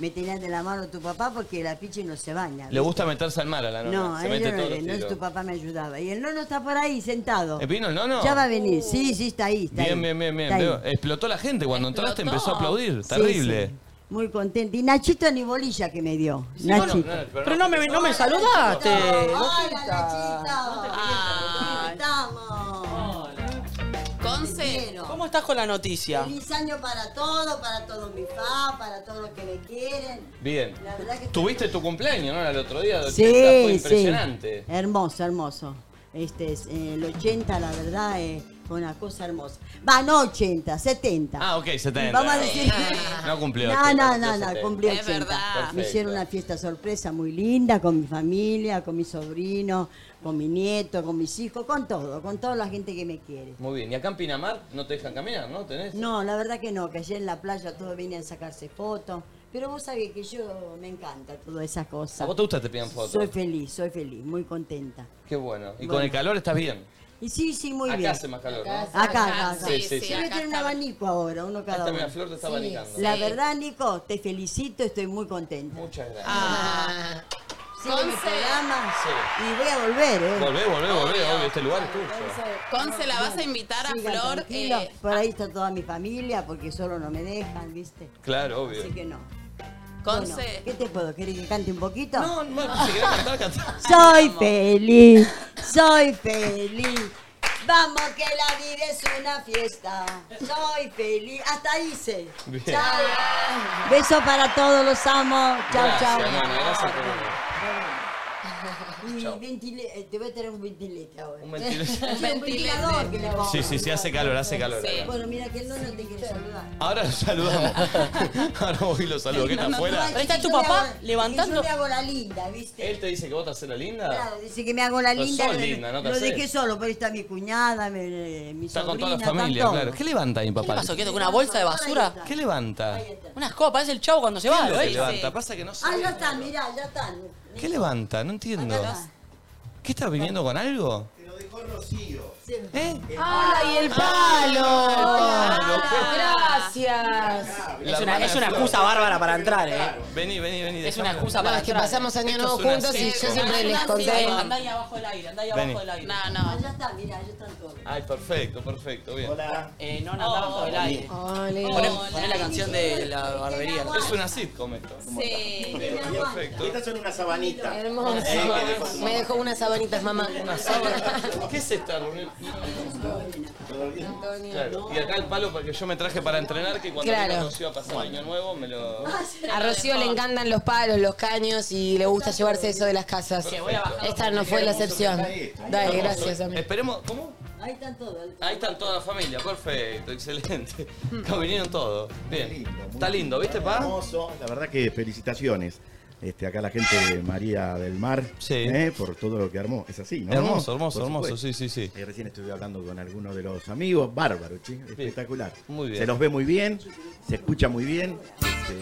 Speaker 23: me tenías de la mano tu papá porque la pichi no se baña.
Speaker 1: Le gusta meterse al mar a la nona.
Speaker 23: No,
Speaker 1: se
Speaker 23: a él
Speaker 1: mete
Speaker 23: no,
Speaker 1: todos
Speaker 23: le-
Speaker 1: los
Speaker 23: no,
Speaker 1: tiros.
Speaker 23: tu papá me ayudaba. Y el nono está por ahí, sentado.
Speaker 1: ¿Eh, ¿Vino el nono?
Speaker 23: Ya va a venir, sí, sí, está ahí. Está
Speaker 1: Bien,
Speaker 23: ahí,
Speaker 1: bien, bien, bien.
Speaker 23: está ahí.
Speaker 1: Veo, Explotó la gente. Cuando entraste empezó a aplaudir.
Speaker 23: Sí,
Speaker 1: Terrible.
Speaker 23: sí. Muy contento. Y Nachito ni bolilla que me dio. Nachito.
Speaker 15: Pero no me, no me saludaste.
Speaker 5: Conce, ¿cómo estás con la noticia?
Speaker 23: Feliz año para todos, para todos mis fans, para todos los que me quieren.
Speaker 1: Bien.
Speaker 23: La verdad que
Speaker 1: Tuviste tu cumpleaños, ¿no? El otro día.
Speaker 23: Sí,
Speaker 1: Fue
Speaker 23: sí.
Speaker 1: impresionante.
Speaker 23: Hermoso, hermoso. Este es, eh, el 80, la verdad, eh, Fue una cosa hermosa. Va, no 80, 70.
Speaker 1: Ah, ok, 70.
Speaker 23: Vamos a decir.
Speaker 1: No cumplió.
Speaker 23: No,
Speaker 1: 80,
Speaker 23: no,
Speaker 1: cumplió
Speaker 23: no, no,
Speaker 1: 70.
Speaker 23: cumplí 80. Me
Speaker 1: Perfecto.
Speaker 23: hicieron una fiesta sorpresa muy linda con mi familia, con mis sobrinos, con mi nieto, con mis hijos, con todo, con toda la gente que me quiere.
Speaker 1: Muy bien. Y acá en Pinamar no te dejan caminar, ¿no? ¿Tenés?
Speaker 23: No, la verdad que no, que ayer en la playa todos venían a sacarse fotos. Pero vos sabés que yo me encanta todas esas cosas.
Speaker 1: ¿A vos te gusta que te pidan fotos?
Speaker 23: Soy feliz, soy feliz, muy contenta.
Speaker 1: Qué bueno. Y con
Speaker 23: Bueno.
Speaker 1: el calor estás bien.
Speaker 23: Y sí, sí, muy
Speaker 1: Acá
Speaker 23: bien.
Speaker 1: hace más calor, ¿no?
Speaker 23: Acá, acá,
Speaker 1: Acá,
Speaker 23: acá.
Speaker 1: sí, sí, sí.
Speaker 23: Yo voy a
Speaker 1: Acá
Speaker 23: tener un abanico ahora, uno cada
Speaker 1: Ahí está,
Speaker 23: uno.
Speaker 1: mira, Flor te está Sí, abanicando.
Speaker 23: La
Speaker 1: sí.
Speaker 23: verdad, Nico, te felicito, estoy muy contenta.
Speaker 1: Muchas gracias.
Speaker 3: Ah.
Speaker 23: Sigue mi
Speaker 3: Conce.
Speaker 23: programa y voy a volver, ¿eh?
Speaker 1: Volvé, volvé, volvé. obvio, este lugar es tuyo.
Speaker 3: Conce, ¿la vas a invitar a
Speaker 23: Sigan
Speaker 3: Flor?
Speaker 23: tranquilos,
Speaker 3: Eh,
Speaker 23: Por ahí está toda mi familia, porque solo no me dejan, ¿viste?
Speaker 1: Claro, obvio.
Speaker 23: Así que no.
Speaker 3: Conce.
Speaker 23: Bueno, ¿Qué te puedo? ¿Querés que cante un poquito?
Speaker 1: No, no, si querés cantar, cantá.
Speaker 23: Soy feliz, soy feliz. Vamos que la vida es una fiesta. Soy feliz. Hasta ahí sé.
Speaker 1: Bien.
Speaker 23: Chao. Beso para todos, los amo. Chao,
Speaker 1: Gracias,
Speaker 23: chao.
Speaker 1: hermano, gracias por-
Speaker 23: Y ventile- eh, te voy a tener un ventilete ahora. Un
Speaker 1: ventilete.
Speaker 23: un ventilador que le pongo.
Speaker 1: Sí, sí, sí, hace calor, hace calor.
Speaker 23: Bueno, mira que el nono te quiere saludar.
Speaker 1: Ahora lo saludamos. Ahora voy y lo saludo. ¿Qué está afuera?
Speaker 23: Pero
Speaker 5: está tu papá levantando-
Speaker 23: Yo me hago la linda, ¿viste?
Speaker 5: este-
Speaker 1: Él te dice que vos te haces la linda.
Speaker 23: Claro, dice que me hago la
Speaker 1: Pero
Speaker 23: linda.
Speaker 1: sos
Speaker 23: lo-
Speaker 1: linda, no te
Speaker 23: lo
Speaker 1: hacés.
Speaker 23: dejé solo, pero ahí está mi cuñada, mi, mi
Speaker 1: Está con
Speaker 23: sobrina,
Speaker 1: toda la familia,
Speaker 23: están
Speaker 1: claro.
Speaker 23: todos.
Speaker 1: ¿Qué levanta ahí, papá?
Speaker 5: ¿Qué pasó? ¿Qué tocó una bolsa de basura?
Speaker 1: ¿Qué levanta?
Speaker 5: Unas copas, es el chavo cuando se
Speaker 1: ¿Qué
Speaker 5: va, ¿eh?
Speaker 1: es lo
Speaker 5: ¿lo
Speaker 1: que
Speaker 5: ves?
Speaker 1: levanta? Pasa que no sé.
Speaker 23: Ah, ya están, mirá, ya están.
Speaker 1: ¿Qué levanta? No entiendo. ¿Qué estás viniendo con algo?
Speaker 23: ¿Eh?
Speaker 2: ¡Ay, el palo! Gracias.
Speaker 5: Es una, es una excusa bárbara para entrar, ¿eh?
Speaker 1: Vení, vení, vení.
Speaker 5: Es una excusa
Speaker 2: No,
Speaker 5: para
Speaker 2: es que
Speaker 5: entrar.
Speaker 2: pasamos año
Speaker 5: Esto
Speaker 2: nuevo
Speaker 5: es una
Speaker 2: juntos y
Speaker 5: serie.
Speaker 2: yo siempre
Speaker 5: Andá
Speaker 2: les
Speaker 5: así,
Speaker 2: conté.
Speaker 5: Andá ahí abajo del aire, andá ahí abajo
Speaker 1: Vení.
Speaker 5: del aire.
Speaker 3: No,
Speaker 23: Ah, ya están, mirá, ya están todos.
Speaker 1: Ay, perfecto, perfecto, bien.
Speaker 5: Eh, no, no, andá abajo del aire.
Speaker 2: Ole.
Speaker 5: Poné, poné la canción de la barbería.
Speaker 1: Es una sitcom esto.
Speaker 3: Sí.
Speaker 1: Perfecto.
Speaker 12: Estas son una Eh, sabanita.
Speaker 2: Hermoso. Me dejó unas sabanitas, mamá.
Speaker 1: ¿Qué es esta reunión? Claro. Y acá el palo porque yo me traje para entrenar que cuando
Speaker 2: Claro.
Speaker 1: me conoció a pasar año nuevo me lo.
Speaker 2: A Rocío le encantan los palos, los caños y le gusta llevarse eso de las casas. Esta no fue la excepción. Dale, gracias, amigo.
Speaker 1: Esperemos. ¿Cómo?
Speaker 23: Ahí están todos.
Speaker 1: Ahí están toda la familia, perfecto, excelente. Acá vinieron todos. Bien. Está lindo, ¿viste, pa?
Speaker 12: La verdad que felicitaciones. Este, acá la gente de María del Mar, ¿eh? por todo lo que armó. Es así, ¿no?
Speaker 1: Hermoso, hermoso,
Speaker 12: Por
Speaker 1: hermoso,
Speaker 12: supuesto.
Speaker 1: sí, sí, sí.
Speaker 12: Eh, recién estuve hablando con algunos de los amigos. Bárbaro, che, espectacular.
Speaker 1: Muy bien.
Speaker 12: Se los ve muy bien, se escucha muy bien. Este,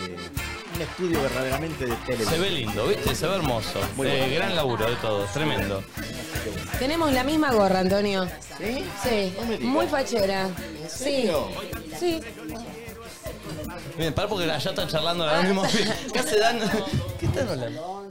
Speaker 12: un estudio verdaderamente de tele.
Speaker 1: Se ve lindo, ¿viste? Se ve hermoso.
Speaker 12: Muy
Speaker 1: Eh,
Speaker 12: bueno.
Speaker 1: gran laburo de todos, tremendo.
Speaker 2: Tenemos la misma gorra, Antonio.
Speaker 12: ¿Sí?
Speaker 2: Sí. Muy fachera. Sí.
Speaker 1: serio?
Speaker 2: Sí.
Speaker 1: Bien, par porque allá están charlando ahora mismo. ¿Qué se dan? ¿Qué están hablando?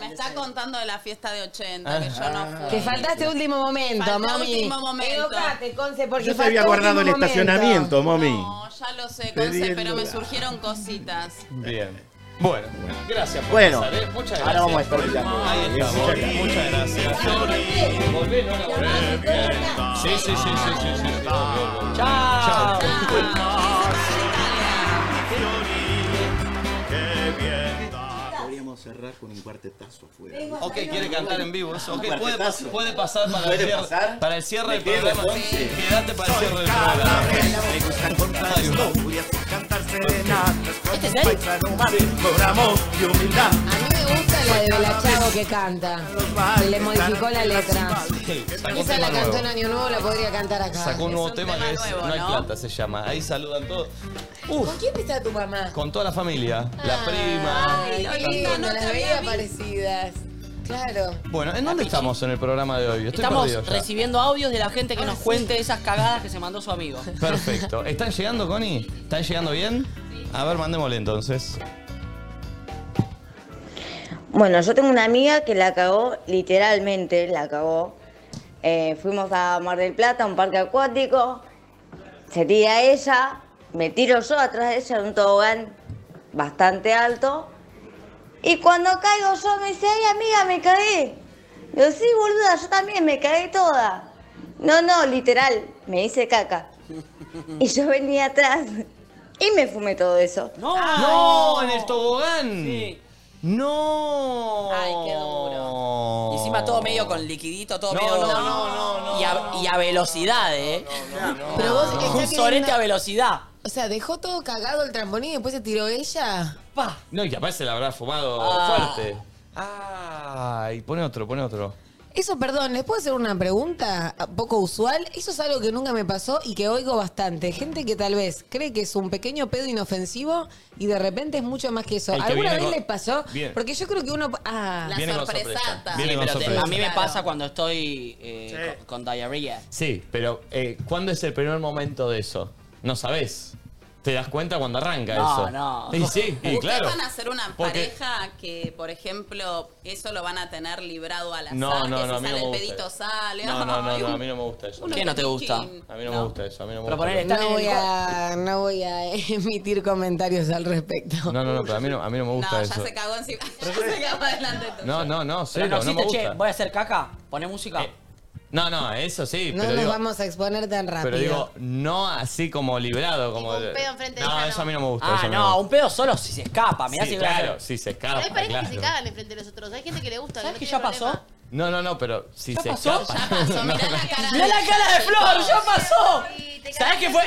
Speaker 3: Me está contando de la fiesta de 80, que yo no
Speaker 1: Ah.
Speaker 3: fui.
Speaker 2: Que faltaste último momento,
Speaker 3: Falté
Speaker 2: mami.
Speaker 3: último momento.
Speaker 2: Educate, Conce, porque
Speaker 12: Yo te
Speaker 2: faltó
Speaker 12: había guardado el
Speaker 2: último momento.
Speaker 12: estacionamiento, mami.
Speaker 3: No, ya lo sé,
Speaker 12: Te di
Speaker 3: Conce,
Speaker 12: el
Speaker 3: pero me
Speaker 12: lugar.
Speaker 3: surgieron cositas.
Speaker 1: Bien. Bueno, gracias por
Speaker 12: Bueno,
Speaker 1: pasar, ¿eh? Muchas gracias.
Speaker 12: ahora vamos a estar ya.
Speaker 1: Ahí estamos, muchas gracias. Volvé, no la volvés. Sí, sí, sí, sí, sí, sí, sí.
Speaker 5: Chao.
Speaker 12: Podríamos cerrar con un cuartetazo afuera.
Speaker 1: Ok, quiere cantar en vivo eso. Ok,
Speaker 12: Un
Speaker 1: puede,
Speaker 12: cuartetazo.
Speaker 1: puede pasar para el
Speaker 12: ¿Puede
Speaker 1: cierre,
Speaker 12: pasar?
Speaker 1: Para el cierre
Speaker 12: Me
Speaker 1: del
Speaker 12: quedo
Speaker 1: programa.
Speaker 12: entonces.
Speaker 1: Quédate para el cierre del programa.
Speaker 12: Calavera, me gustan contar historias, cantar serenatas,
Speaker 2: ¿Este es él?
Speaker 12: paisano humano, programa de humildad.
Speaker 2: A mí me gusta la de la chavo que canta. Se le modificó la letra.
Speaker 1: Sacó un
Speaker 2: Esa la
Speaker 1: tema
Speaker 2: cantó en
Speaker 1: nuevo.
Speaker 2: Año Nuevo, la podría cantar acá.
Speaker 1: Sacó un nuevo tema que es
Speaker 2: nuevo,
Speaker 1: No hay
Speaker 2: ¿no?
Speaker 1: plata, se llama. Ahí saludan todos.
Speaker 2: ¿Con quién está tu mamá?
Speaker 1: Con toda la familia. La prima.
Speaker 2: Ay,
Speaker 1: la
Speaker 2: qué
Speaker 1: tanta.
Speaker 2: lindo, las veía parecidas. Claro.
Speaker 1: Bueno, ¿en dónde estamos en el programa de hoy? Estoy perdido
Speaker 5: Estamos
Speaker 1: ya.
Speaker 5: recibiendo audios de la gente
Speaker 2: Ah,
Speaker 5: que nos cuente esas cagadas que se mandó su amigo.
Speaker 1: Perfecto. ¿Están llegando, Connie? ¿Están llegando bien? A ver, mandémosle entonces.
Speaker 24: Bueno, yo tengo una amiga que la cagó, literalmente la cagó. Eh, fuimos a Mar del Plata, a un parque acuático, se tira ella, me tiro yo atrás de ella en un tobogán bastante alto. Y cuando caigo yo me dice, ay amiga, me caí. Yo sí, boluda, yo también me caí toda. No, no, literal, me hice caca. Y yo venía atrás y me fumé todo eso.
Speaker 5: ¡No!
Speaker 1: ¡No! ¡En el tobogán! ¡No!
Speaker 5: Ay, qué duro. Encima Está todo medio con liquidito, todo
Speaker 6: No,
Speaker 5: medio.
Speaker 6: no,
Speaker 5: y, a, y a velocidad, ¿eh?
Speaker 2: Pero vos está
Speaker 5: Un
Speaker 2: queriendo-
Speaker 5: sorete a velocidad.
Speaker 2: O sea, dejó todo cagado el trampolín y después se tiró ella.
Speaker 5: Pa.
Speaker 1: No, y capaz se la habrá fumado
Speaker 2: Ah.
Speaker 1: fuerte. Ah, y pone otro, pone otro.
Speaker 2: Eso, perdón, ¿les puedo hacer una pregunta poco usual? Eso es algo que nunca me pasó y que oigo bastante. Gente que tal vez cree que es un pequeño pedo inofensivo y de repente es mucho más que eso.
Speaker 5: El que
Speaker 2: ¿Alguna
Speaker 5: viene
Speaker 2: vez
Speaker 5: con-
Speaker 2: les pasó?
Speaker 5: Bien.
Speaker 2: Porque yo creo que uno... Ah.
Speaker 5: La Viene con sorpresata. sorpresa. Viene con sorpresa. a mí me pasa cuando estoy eh, con, con diarrea.
Speaker 1: Sí, pero eh, ¿cuándo es el primer momento de eso? No sabés. Te das cuenta cuando arranca
Speaker 5: No,
Speaker 1: eso.
Speaker 5: no.
Speaker 1: Y sí, y
Speaker 3: ¿Ustedes
Speaker 1: claro.
Speaker 3: van a ser una
Speaker 1: Porque-
Speaker 3: pareja que, por ejemplo, eso lo van a tener librado al azar?
Speaker 1: No, no,
Speaker 3: que
Speaker 1: no, a
Speaker 3: si sale
Speaker 1: mí no me
Speaker 3: el
Speaker 1: gusta.
Speaker 3: pedito
Speaker 1: eso.
Speaker 3: sale.
Speaker 1: No, no, no,
Speaker 3: ay,
Speaker 1: no, a
Speaker 3: un-
Speaker 1: mí no me gusta eso.
Speaker 3: ¿Qué no te gusta?
Speaker 1: A mí no me gusta eso, a mí no me
Speaker 5: Pero
Speaker 1: gusta.
Speaker 5: ponele,
Speaker 2: No voy, a, no voy a emitir comentarios al respecto.
Speaker 1: No, no, no, pero a mí no, a mí no me gusta eso.
Speaker 3: cagó encima. se cagó adelante.
Speaker 1: No, no, no,
Speaker 5: Pero
Speaker 1: cero,
Speaker 5: no
Speaker 1: no, me
Speaker 5: existe, che,
Speaker 1: gusta. Eh.
Speaker 5: voy a hacer caca, poné música.
Speaker 1: No, no, eso sí,
Speaker 2: No
Speaker 1: pero
Speaker 2: nos
Speaker 1: digo,
Speaker 2: vamos a exponer tan rápido.
Speaker 1: pero digo, no así como librado, como de- No, eso a mí no me gusta.
Speaker 5: Ah,
Speaker 1: eso a mí
Speaker 5: no,
Speaker 1: me gusta.
Speaker 5: un pedo solo si se escapa. Mirá
Speaker 1: Sí,
Speaker 5: si
Speaker 1: claro, sí se escapa.
Speaker 7: Hay parejas que se
Speaker 1: claro.
Speaker 7: cagan enfrente de los otros. Hay gente que le gusta. ¿Sabes que,
Speaker 5: ya
Speaker 7: pasó?
Speaker 1: No, no, no, pero si
Speaker 5: ¿Ya
Speaker 1: se
Speaker 5: pasó?
Speaker 1: escapa.
Speaker 5: Ya
Speaker 1: No, no.
Speaker 5: Mirá la cara de Flor, ya pasó. ¿Sabés qué fue?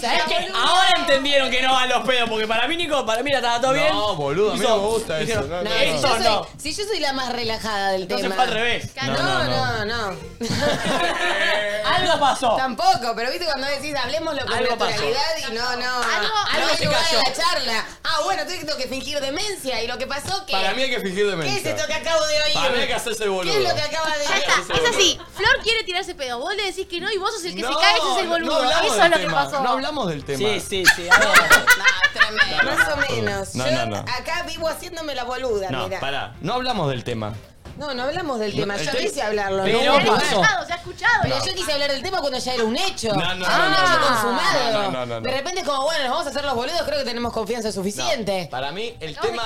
Speaker 5: ¿Sabés qué? Ahora entendieron que no van los pedos, porque para mí, Nico, para mí la estaba todo
Speaker 1: No,
Speaker 5: bien.
Speaker 1: boludo, a mí no
Speaker 5: Hizo-
Speaker 1: me gusta eso,
Speaker 5: dijeron,
Speaker 2: No,
Speaker 1: no, no,
Speaker 2: si, yo
Speaker 5: Esto
Speaker 2: soy,
Speaker 5: no.
Speaker 2: si yo soy la más relajada del
Speaker 5: Entonces
Speaker 2: tema.
Speaker 5: fue al revés.
Speaker 2: No, no, no.
Speaker 5: Algo pasó.
Speaker 2: Tampoco, pero viste cuando decís hablemos con
Speaker 5: Algo pasó.
Speaker 2: naturalidad y no, no.
Speaker 5: Algo-
Speaker 2: no
Speaker 5: algo
Speaker 2: hay
Speaker 5: se
Speaker 2: lugar
Speaker 5: cayó.
Speaker 2: a la charla. Ah, bueno, entonces tengo que fingir demencia. Y lo que pasó que.
Speaker 1: Para mí hay que fingir demencia.
Speaker 2: ¿Qué es esto que acabo de oír?
Speaker 1: Para mí hay que hacerse el boludo.
Speaker 2: ¿Qué es lo que acaba de
Speaker 7: Ya
Speaker 2: oír?
Speaker 7: está, es así. Flor quiere tirarse pedo. Vos le decís que no y vos sos el que se
Speaker 1: No,
Speaker 7: cae y sos el
Speaker 1: no
Speaker 7: boludo.
Speaker 1: hablamos
Speaker 7: Eso es
Speaker 1: del
Speaker 7: lo que
Speaker 1: tema,
Speaker 7: pasó.
Speaker 1: No hablamos del tema.
Speaker 5: Sí, sí, sí.
Speaker 2: Ah, Más o menos.
Speaker 1: No,
Speaker 2: Yo
Speaker 1: no, no.
Speaker 2: acá vivo haciéndome la boluda,
Speaker 1: No,
Speaker 2: mira.
Speaker 1: pará, no hablamos del tema.
Speaker 2: No, no hablamos del
Speaker 1: No,
Speaker 2: tema.
Speaker 1: el
Speaker 2: Yo
Speaker 1: tema-
Speaker 2: quise hablarlo.
Speaker 1: Pero
Speaker 2: no,
Speaker 1: no
Speaker 2: no,
Speaker 1: pasó.
Speaker 7: Se ha escuchado.
Speaker 2: Pero
Speaker 1: No.
Speaker 2: yo quise hablar del tema cuando ya era un hecho.
Speaker 1: No, no,
Speaker 2: Era un
Speaker 1: no, no,
Speaker 2: hecho
Speaker 1: no.
Speaker 2: consumado.
Speaker 1: No, no, no, no.
Speaker 2: De repente es como, bueno, nos vamos a hacer los boludos, creo que tenemos confianza suficiente.
Speaker 1: Para mí el tema.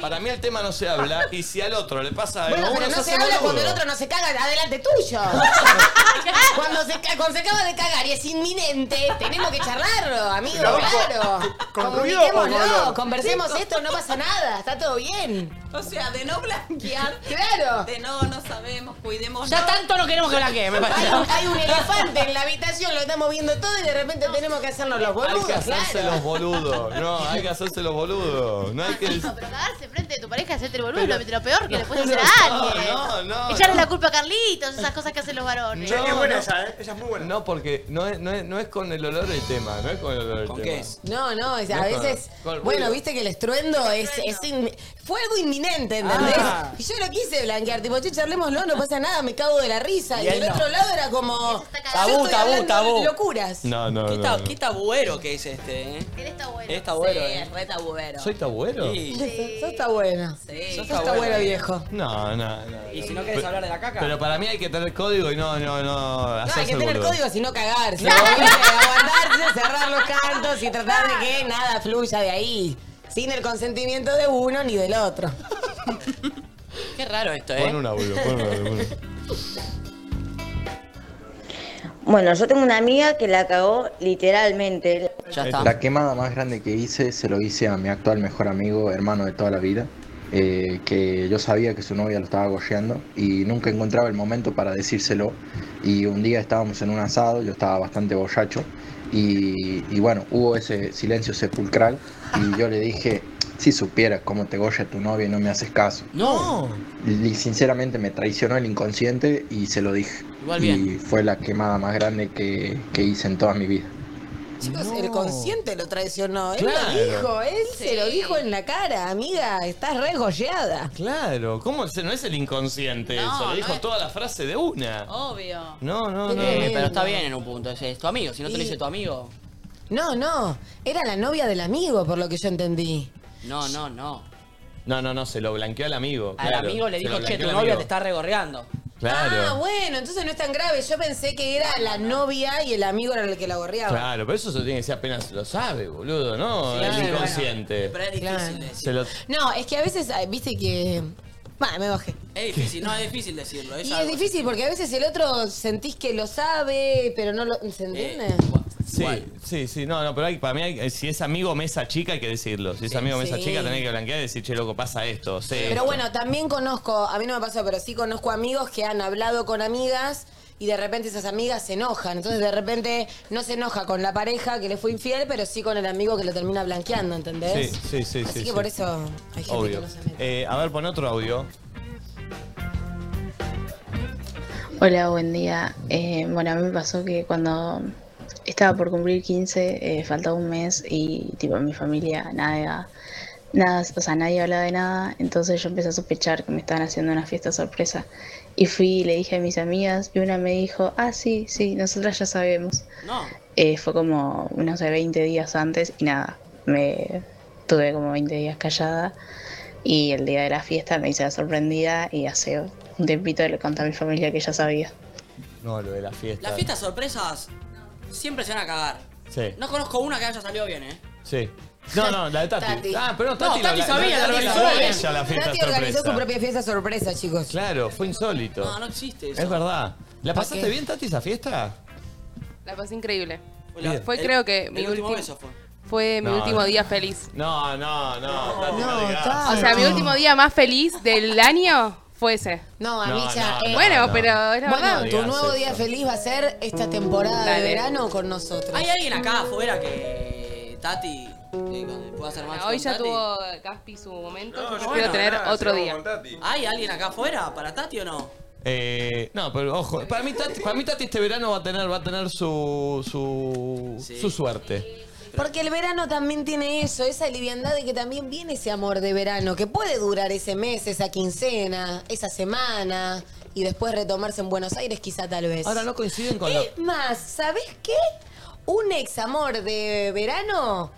Speaker 1: Para mí el tema no se habla. Y si al otro le pasa algo,
Speaker 2: Bueno,
Speaker 1: uno
Speaker 2: pero no se
Speaker 1: hace
Speaker 2: habla
Speaker 1: boludo.
Speaker 2: cuando el otro no se caga adelante tuyo. cuando, se, ca- cuando se acaba de cagar y es inminente, tenemos que charlarlo, amigo,
Speaker 6: Pero,
Speaker 2: claro.
Speaker 6: ¿con- con ruido o con
Speaker 2: Comuniquémoslo,
Speaker 6: olor?
Speaker 2: conversemos
Speaker 3: Sí, con-
Speaker 2: esto, no pasa nada, está todo bien.
Speaker 3: O sea, de no blanquear.
Speaker 2: Claro.
Speaker 3: De no, no sabemos, cuidemos.
Speaker 5: Ya tanto no queremos que blanquee, me parece.
Speaker 2: Hay, un- hay un elefante en la habitación, lo estamos viendo todo y de repente tenemos que hacernos los
Speaker 1: Hay
Speaker 2: boludos,
Speaker 1: que hacerse
Speaker 2: claro.
Speaker 1: los boludos. No, hay que hacerse los boludos. No hay que.
Speaker 7: Pero cagarse enfrente de tu pareja y hacerte el boludo es lo, lo peor que
Speaker 1: no,
Speaker 7: le puedes
Speaker 1: no,
Speaker 7: hacer
Speaker 1: no,
Speaker 7: a alguien.
Speaker 1: no, no,
Speaker 7: Echarle
Speaker 1: no.
Speaker 7: la culpa a Carlitos, esas cosas que hacen los varones.
Speaker 1: ¿eh? Esa es muy buena. No, porque no es, no es, no es con el olor el tema. No es con el olor el tema.
Speaker 5: qué es?
Speaker 2: No, no, es- a
Speaker 1: No, con-
Speaker 2: veces.
Speaker 1: con ruido.
Speaker 2: bueno, viste que el estruendo es, es in- fue algo inminente, ¿entendés?
Speaker 6: Ah.
Speaker 2: Y yo lo quise blanquear, tipo, che, charlémoslo, no pasa nada, me cago de la risa.
Speaker 5: Y
Speaker 2: Y,
Speaker 5: él
Speaker 2: del
Speaker 5: no.
Speaker 2: otro lado era como.
Speaker 5: cagado.
Speaker 2: yo
Speaker 5: Tabú,
Speaker 2: estoy
Speaker 5: tabú,
Speaker 2: hablando
Speaker 5: tabú.
Speaker 2: Locuras.
Speaker 1: No, no,
Speaker 5: Qué,
Speaker 1: no,
Speaker 5: ta-
Speaker 1: no.
Speaker 5: qué tabuero que es este, ¿eh?
Speaker 7: Él está bueno.
Speaker 5: Es tabuero,
Speaker 3: Sí,
Speaker 5: eh.
Speaker 3: es re tabuero.
Speaker 1: ¿Soy tabuero?
Speaker 2: Eso está bueno.
Speaker 3: Sí.
Speaker 2: Eso está bueno, viejo.
Speaker 1: No, no, no.
Speaker 5: Y si no querés
Speaker 1: Pero-
Speaker 5: hablar de la caca.
Speaker 1: Pero para mí hay que tener código y no, no, no.
Speaker 2: No, hay
Speaker 1: hacerse
Speaker 2: que
Speaker 1: el
Speaker 2: tener
Speaker 1: boludo.
Speaker 2: código si no cagarse.
Speaker 1: No.
Speaker 2: Aguantarse, cerrar los cantos y tratar de que nada fluya de ahí. Sin el consentimiento de uno ni del otro.
Speaker 5: Qué raro esto, ¿eh?
Speaker 1: Pon un audio, pon un audio, pon un audio.
Speaker 24: Bueno, yo tengo una amiga que la cagó literalmente.
Speaker 20: La quemada más grande que hice se lo hice a mi actual mejor amigo, hermano de toda la vida, eh, que yo sabía que su novia lo estaba goleando y nunca encontraba el momento para decírselo. Y un día estábamos en un asado, yo estaba bastante borracho y, y bueno, hubo ese silencio sepulcral y yo le dije, si supieras cómo te goya tu novia y no me haces caso.
Speaker 5: No.
Speaker 20: Y sinceramente me traicionó el inconsciente y se lo dije.
Speaker 5: Igual bien.
Speaker 20: Y fue la quemada más grande que, que hice en toda mi vida.
Speaker 2: Chicos, el consciente lo traicionó. Él
Speaker 20: Claro.
Speaker 2: lo dijo, él se
Speaker 3: Sí.
Speaker 2: lo dijo en la cara. Amiga, estás re golleada.
Speaker 1: Claro, ¿cómo se- no es el inconsciente
Speaker 3: No,
Speaker 1: eso?
Speaker 3: no
Speaker 1: Le dijo
Speaker 3: es-
Speaker 1: toda la frase de una.
Speaker 3: Obvio.
Speaker 1: No, no, no.
Speaker 5: Eh, pero está bien en un punto, es, es tu amigo. Si no te lo
Speaker 2: Y-
Speaker 5: dice tu amigo.
Speaker 2: No, no. Era la novia del amigo, por lo que yo entendí.
Speaker 5: No, no, no.
Speaker 1: No, no, no, se lo blanqueó al amigo.
Speaker 5: Al
Speaker 1: claro.
Speaker 5: amigo le
Speaker 1: Se lo
Speaker 5: dijo, che,
Speaker 1: blanqueó
Speaker 5: tu
Speaker 1: al
Speaker 5: novia
Speaker 1: amigo".
Speaker 5: te está regorreando.
Speaker 2: Ah,
Speaker 1: Claro.
Speaker 2: bueno, entonces no es tan grave. Yo pensé que era la novia y el amigo era el que la gorreaba.
Speaker 1: Claro, pero eso se tiene que decir apenas lo sabe, boludo, ¿no?
Speaker 2: Sí,
Speaker 1: el
Speaker 2: bueno.
Speaker 1: inconsciente.
Speaker 5: Pero es
Speaker 2: Ah.
Speaker 5: difícil decirlo.
Speaker 1: Se lo-
Speaker 2: No, es que a veces, ah, viste que... Va, me bajé.
Speaker 5: Es difícil, no es difícil decirlo. Es
Speaker 2: Y es
Speaker 5: algo-
Speaker 9: Eh,
Speaker 2: difícil porque a veces el otro sentís que lo sabe, pero no lo... ¿Se entiende?
Speaker 5: Sí,
Speaker 1: Sí, sí, sí, no, no, pero hay- para mí, hay- eh, si es amigo mesa chica, hay que decirlo. Si es amigo mesa
Speaker 2: Sí.
Speaker 1: chica, tenés que blanquear y decir, che, loco, pasa esto. sé
Speaker 2: Pero
Speaker 1: esto".
Speaker 2: bueno, también conozco, a mí no me pasó, pero sí conozco amigos que han hablado con amigas y de repente esas amigas se enojan. Entonces de repente no se enoja con la pareja que le fue infiel, pero sí con el amigo que lo termina blanqueando,
Speaker 1: Sí,
Speaker 2: ¿entendés?
Speaker 1: sí, sí.
Speaker 2: Así
Speaker 1: sí,
Speaker 2: que
Speaker 1: sí.
Speaker 2: por eso hay gente
Speaker 1: Obvio.
Speaker 2: que no se
Speaker 1: Eh, a ver, pon otro audio.
Speaker 7: Hola, buen día. Eh, bueno, a mí me pasó que cuando estaba por cumplir 15, eh, faltaba un mes y tipo mi familia nada, nada, o sea, nadie hablaba de nada, entonces yo empecé a sospechar que me estaban haciendo una fiesta sorpresa. Y fui y le dije a mis amigas y una me dijo, ah, sí, sí, nosotras ya sabemos.
Speaker 5: No.
Speaker 7: Eh, fue como, no sé, 20 días antes y nada, me tuve como 20 días callada y el día de la fiesta me hice la sorprendida y hace un tiempito le conté a mi familia que ya sabía.
Speaker 1: No, lo de la fiesta.
Speaker 5: Las fiestas sorpresas siempre se van a cagar.
Speaker 1: Sí,
Speaker 5: No conozco una que haya salido bien, ¿eh?
Speaker 1: sí. No, no, la de Tati.
Speaker 2: Tati.
Speaker 1: Ah, pero no, Tati,
Speaker 5: No, Tati
Speaker 1: la,
Speaker 5: sabía,
Speaker 1: la-
Speaker 5: Tati
Speaker 1: la-
Speaker 5: sabía.
Speaker 1: ella la fiesta
Speaker 2: Tati organizó
Speaker 1: sorpresa.
Speaker 2: su propia fiesta sorpresa, chicos.
Speaker 1: Claro, fue insólito.
Speaker 5: No, no existe eso.
Speaker 1: Es verdad.
Speaker 2: ¿Para
Speaker 1: ¿La pasaste
Speaker 2: qué?
Speaker 1: bien, Tati, esa fiesta?
Speaker 9: La pasé increíble.
Speaker 1: Bien.
Speaker 9: Fue
Speaker 1: El-
Speaker 9: creo que
Speaker 1: el
Speaker 9: mi
Speaker 1: último
Speaker 9: último
Speaker 1: beso fue.
Speaker 9: fue mi
Speaker 1: No,
Speaker 9: último
Speaker 1: no.
Speaker 9: día feliz.
Speaker 1: No, no, no, Tati, no, digas.
Speaker 2: Ah,
Speaker 9: O sea, mi último día más feliz del año fue ese.
Speaker 2: No,
Speaker 1: No,
Speaker 2: amicha.
Speaker 1: no,
Speaker 2: eh,
Speaker 1: no,
Speaker 9: bueno,
Speaker 1: no.
Speaker 9: pero es la
Speaker 2: Bueno,
Speaker 9: verdad.
Speaker 2: tu nuevo día feliz va a ser esta temporada de
Speaker 9: Dale.
Speaker 2: verano con nosotros.
Speaker 5: ¿Hay alguien acá afuera que Tati eh, con- pueda hacer match
Speaker 9: Hoy
Speaker 5: con
Speaker 9: ya
Speaker 5: Tati?
Speaker 9: tuvo Caspi su momento. yo
Speaker 5: no,
Speaker 9: quiero
Speaker 5: no,
Speaker 9: tener
Speaker 5: nada,
Speaker 9: otro
Speaker 5: sigamos
Speaker 9: día.
Speaker 5: con ¿Hay alguien acá afuera para Tati o no?
Speaker 1: Eh, no, pero ojo, para mí, Tati, para mí Tati este verano va a tener, va a tener su, su, su suerte.
Speaker 2: Porque el verano también tiene eso, esa liviandad de que también viene ese amor de verano, que puede durar ese mes, esa quincena, esa semana, y después retomarse en Buenos Aires quizá tal vez.
Speaker 1: Ahora no coinciden con
Speaker 2: Es más, ¿sabés qué? Un ex amor de verano.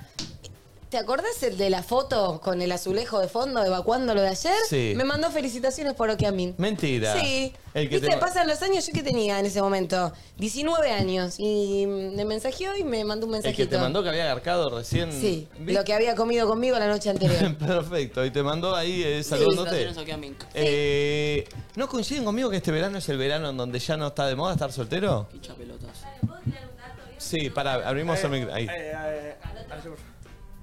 Speaker 2: ¿Te acordás el de la foto con el azulejo de fondo evacuando lo de ayer?
Speaker 1: Sí.
Speaker 2: Me mandó felicitaciones por Okiamin.
Speaker 1: Mentira.
Speaker 2: Sí.
Speaker 1: El que
Speaker 2: Viste,
Speaker 1: te-
Speaker 2: pasan los años. ¿Yo qué tenía en ese momento? 19 años. Y me mensajeó y me mandó un
Speaker 1: El
Speaker 2: mensajito.
Speaker 1: que te mandó que había agarcado recién.
Speaker 2: Sí,
Speaker 1: Mm.
Speaker 2: lo que había comido conmigo la noche anterior.
Speaker 1: Perfecto, y te mandó ahí eh, saludándote. Eh, ¿No coinciden conmigo que este verano es el verano en donde ya no está de moda estar soltero?
Speaker 5: Pincha pelotas.
Speaker 1: Sí, para, abrimos el micro. Ahí.
Speaker 2: Eh.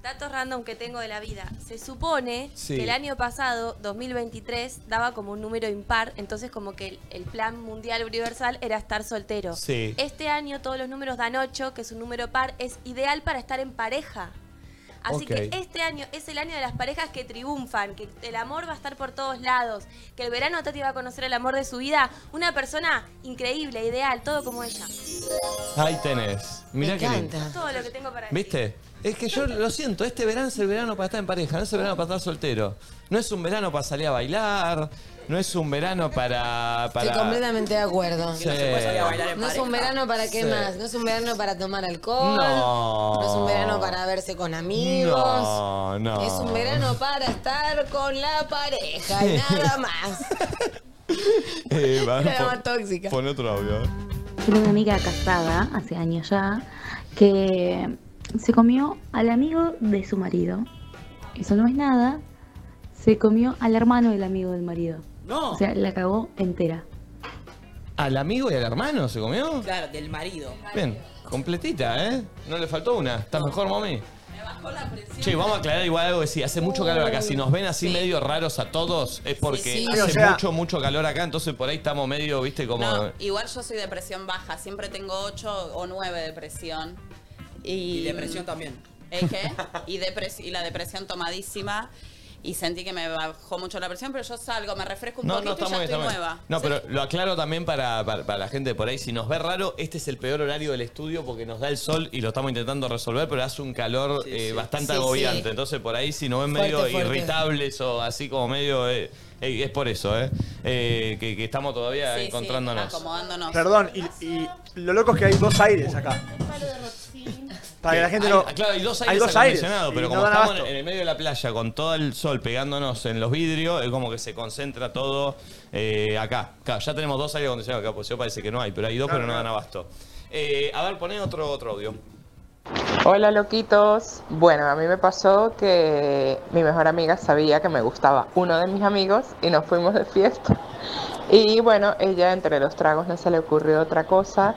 Speaker 8: Datos random que tengo de la vida. Se supone
Speaker 1: Sí.
Speaker 8: que el año pasado, 2023, daba como un número impar, entonces como que el, el plan mundial universal era estar soltero.
Speaker 6: Sí.
Speaker 8: Este año todos los números dan 8, que es un número par, es ideal para estar en pareja. Así
Speaker 6: Ok.
Speaker 8: que este año es el año de las parejas que triunfan, que el amor va a estar por todos lados, que el verano Tati va a conocer el amor de su vida, una persona increíble, ideal, todo como ella.
Speaker 1: Ahí tenés. Mirá
Speaker 8: Me
Speaker 1: qué lindo.
Speaker 8: encanta. Todo lo que tengo para decir.
Speaker 1: ¿Viste? Es que yo lo siento, este verano es el verano para estar en pareja, no es el verano para estar soltero. No es un verano para salir a bailar, no es un verano para. para...
Speaker 2: Estoy completamente de acuerdo.
Speaker 1: Ah. Sí. Que no se puede salir a bailar en
Speaker 2: No es un
Speaker 1: pareja.
Speaker 2: verano para qué
Speaker 1: Sí.
Speaker 2: más. No es un verano para tomar alcohol.
Speaker 1: No.
Speaker 2: No es un verano para verse con amigos.
Speaker 1: No, no.
Speaker 2: Es un verano para estar con la pareja y nada más.
Speaker 1: Eh, va,
Speaker 2: Era
Speaker 1: pon-
Speaker 2: más tóxica.
Speaker 1: Pon otro audio.
Speaker 6: Tengo una amiga casada, hace años ya, que se comió al amigo de su marido. Eso no es nada. Se comió al hermano del amigo del marido.
Speaker 5: No.
Speaker 6: O sea, la cagó entera.
Speaker 1: ¿Al amigo y al hermano se comió?
Speaker 5: Claro, del marido.
Speaker 1: Bien, completita, ¿eh? No le faltó una. ¿Estás mejor, mami? Che, vamos a aclarar igual algo que sí, hace mucho calor acá. Si nos ven así medio raros a todos, es porque
Speaker 3: Sí, sí.
Speaker 1: hace
Speaker 3: O sea-
Speaker 1: mucho, mucho calor acá, entonces por ahí estamos medio, viste, como.
Speaker 3: No, igual yo soy de presión baja, siempre tengo 8 o 9 de presión. Y,
Speaker 5: Y depresión también.
Speaker 3: ¿Eh, qué? Y, depres- y la depresión tomadísima. Y sentí que me bajó mucho la presión, pero yo salgo, me refresco un
Speaker 1: No, no,
Speaker 3: poquito
Speaker 1: estamos
Speaker 3: y ya
Speaker 1: bien,
Speaker 3: estoy
Speaker 1: estamos bien.
Speaker 3: nueva.
Speaker 1: No, pero lo aclaro también para, para- para la gente por ahí. Si nos ve raro, este es el peor horario del estudio porque nos da el sol y lo estamos intentando resolver, pero hace un calor eh, bastante
Speaker 3: Sí,
Speaker 1: agobiante.
Speaker 3: sí.
Speaker 1: Entonces, por ahí, si nos ven
Speaker 3: Fuerte,
Speaker 1: medio
Speaker 3: fuerte.
Speaker 1: irritables o así como medio. eh, eh, es por eso, ¿eh? Eh, que, que estamos todavía
Speaker 3: Sí, Ah, sí,
Speaker 1: encontrándonos.
Speaker 3: acomodándonos.
Speaker 4: Perdón, y, y lo loco es que hay dos aires acá. Para que la gente
Speaker 1: Hay- ah,
Speaker 4: no.
Speaker 1: Claro, hay dos aires
Speaker 4: hay dos aires,
Speaker 1: acondicionados,
Speaker 4: y no
Speaker 1: pero como
Speaker 4: dan
Speaker 1: estamos
Speaker 4: abasto.
Speaker 1: en el medio de la playa con todo el sol pegándonos en los vidrios, es como que se concentra todo eh, acá. Claro, ya tenemos dos aires acondicionados acá, pues yo parece que no hay, pero hay dos,
Speaker 25: Claro,
Speaker 1: pero no dan
Speaker 25: claro.
Speaker 1: abasto. Eh, a ver, poné otro, otro audio.
Speaker 16: Hola loquitos. Bueno, a mí me pasó que mi mejor amiga sabía que me gustaba uno de mis amigos y nos fuimos de fiesta. Y bueno, ella entre los tragos no se le ocurrió otra cosa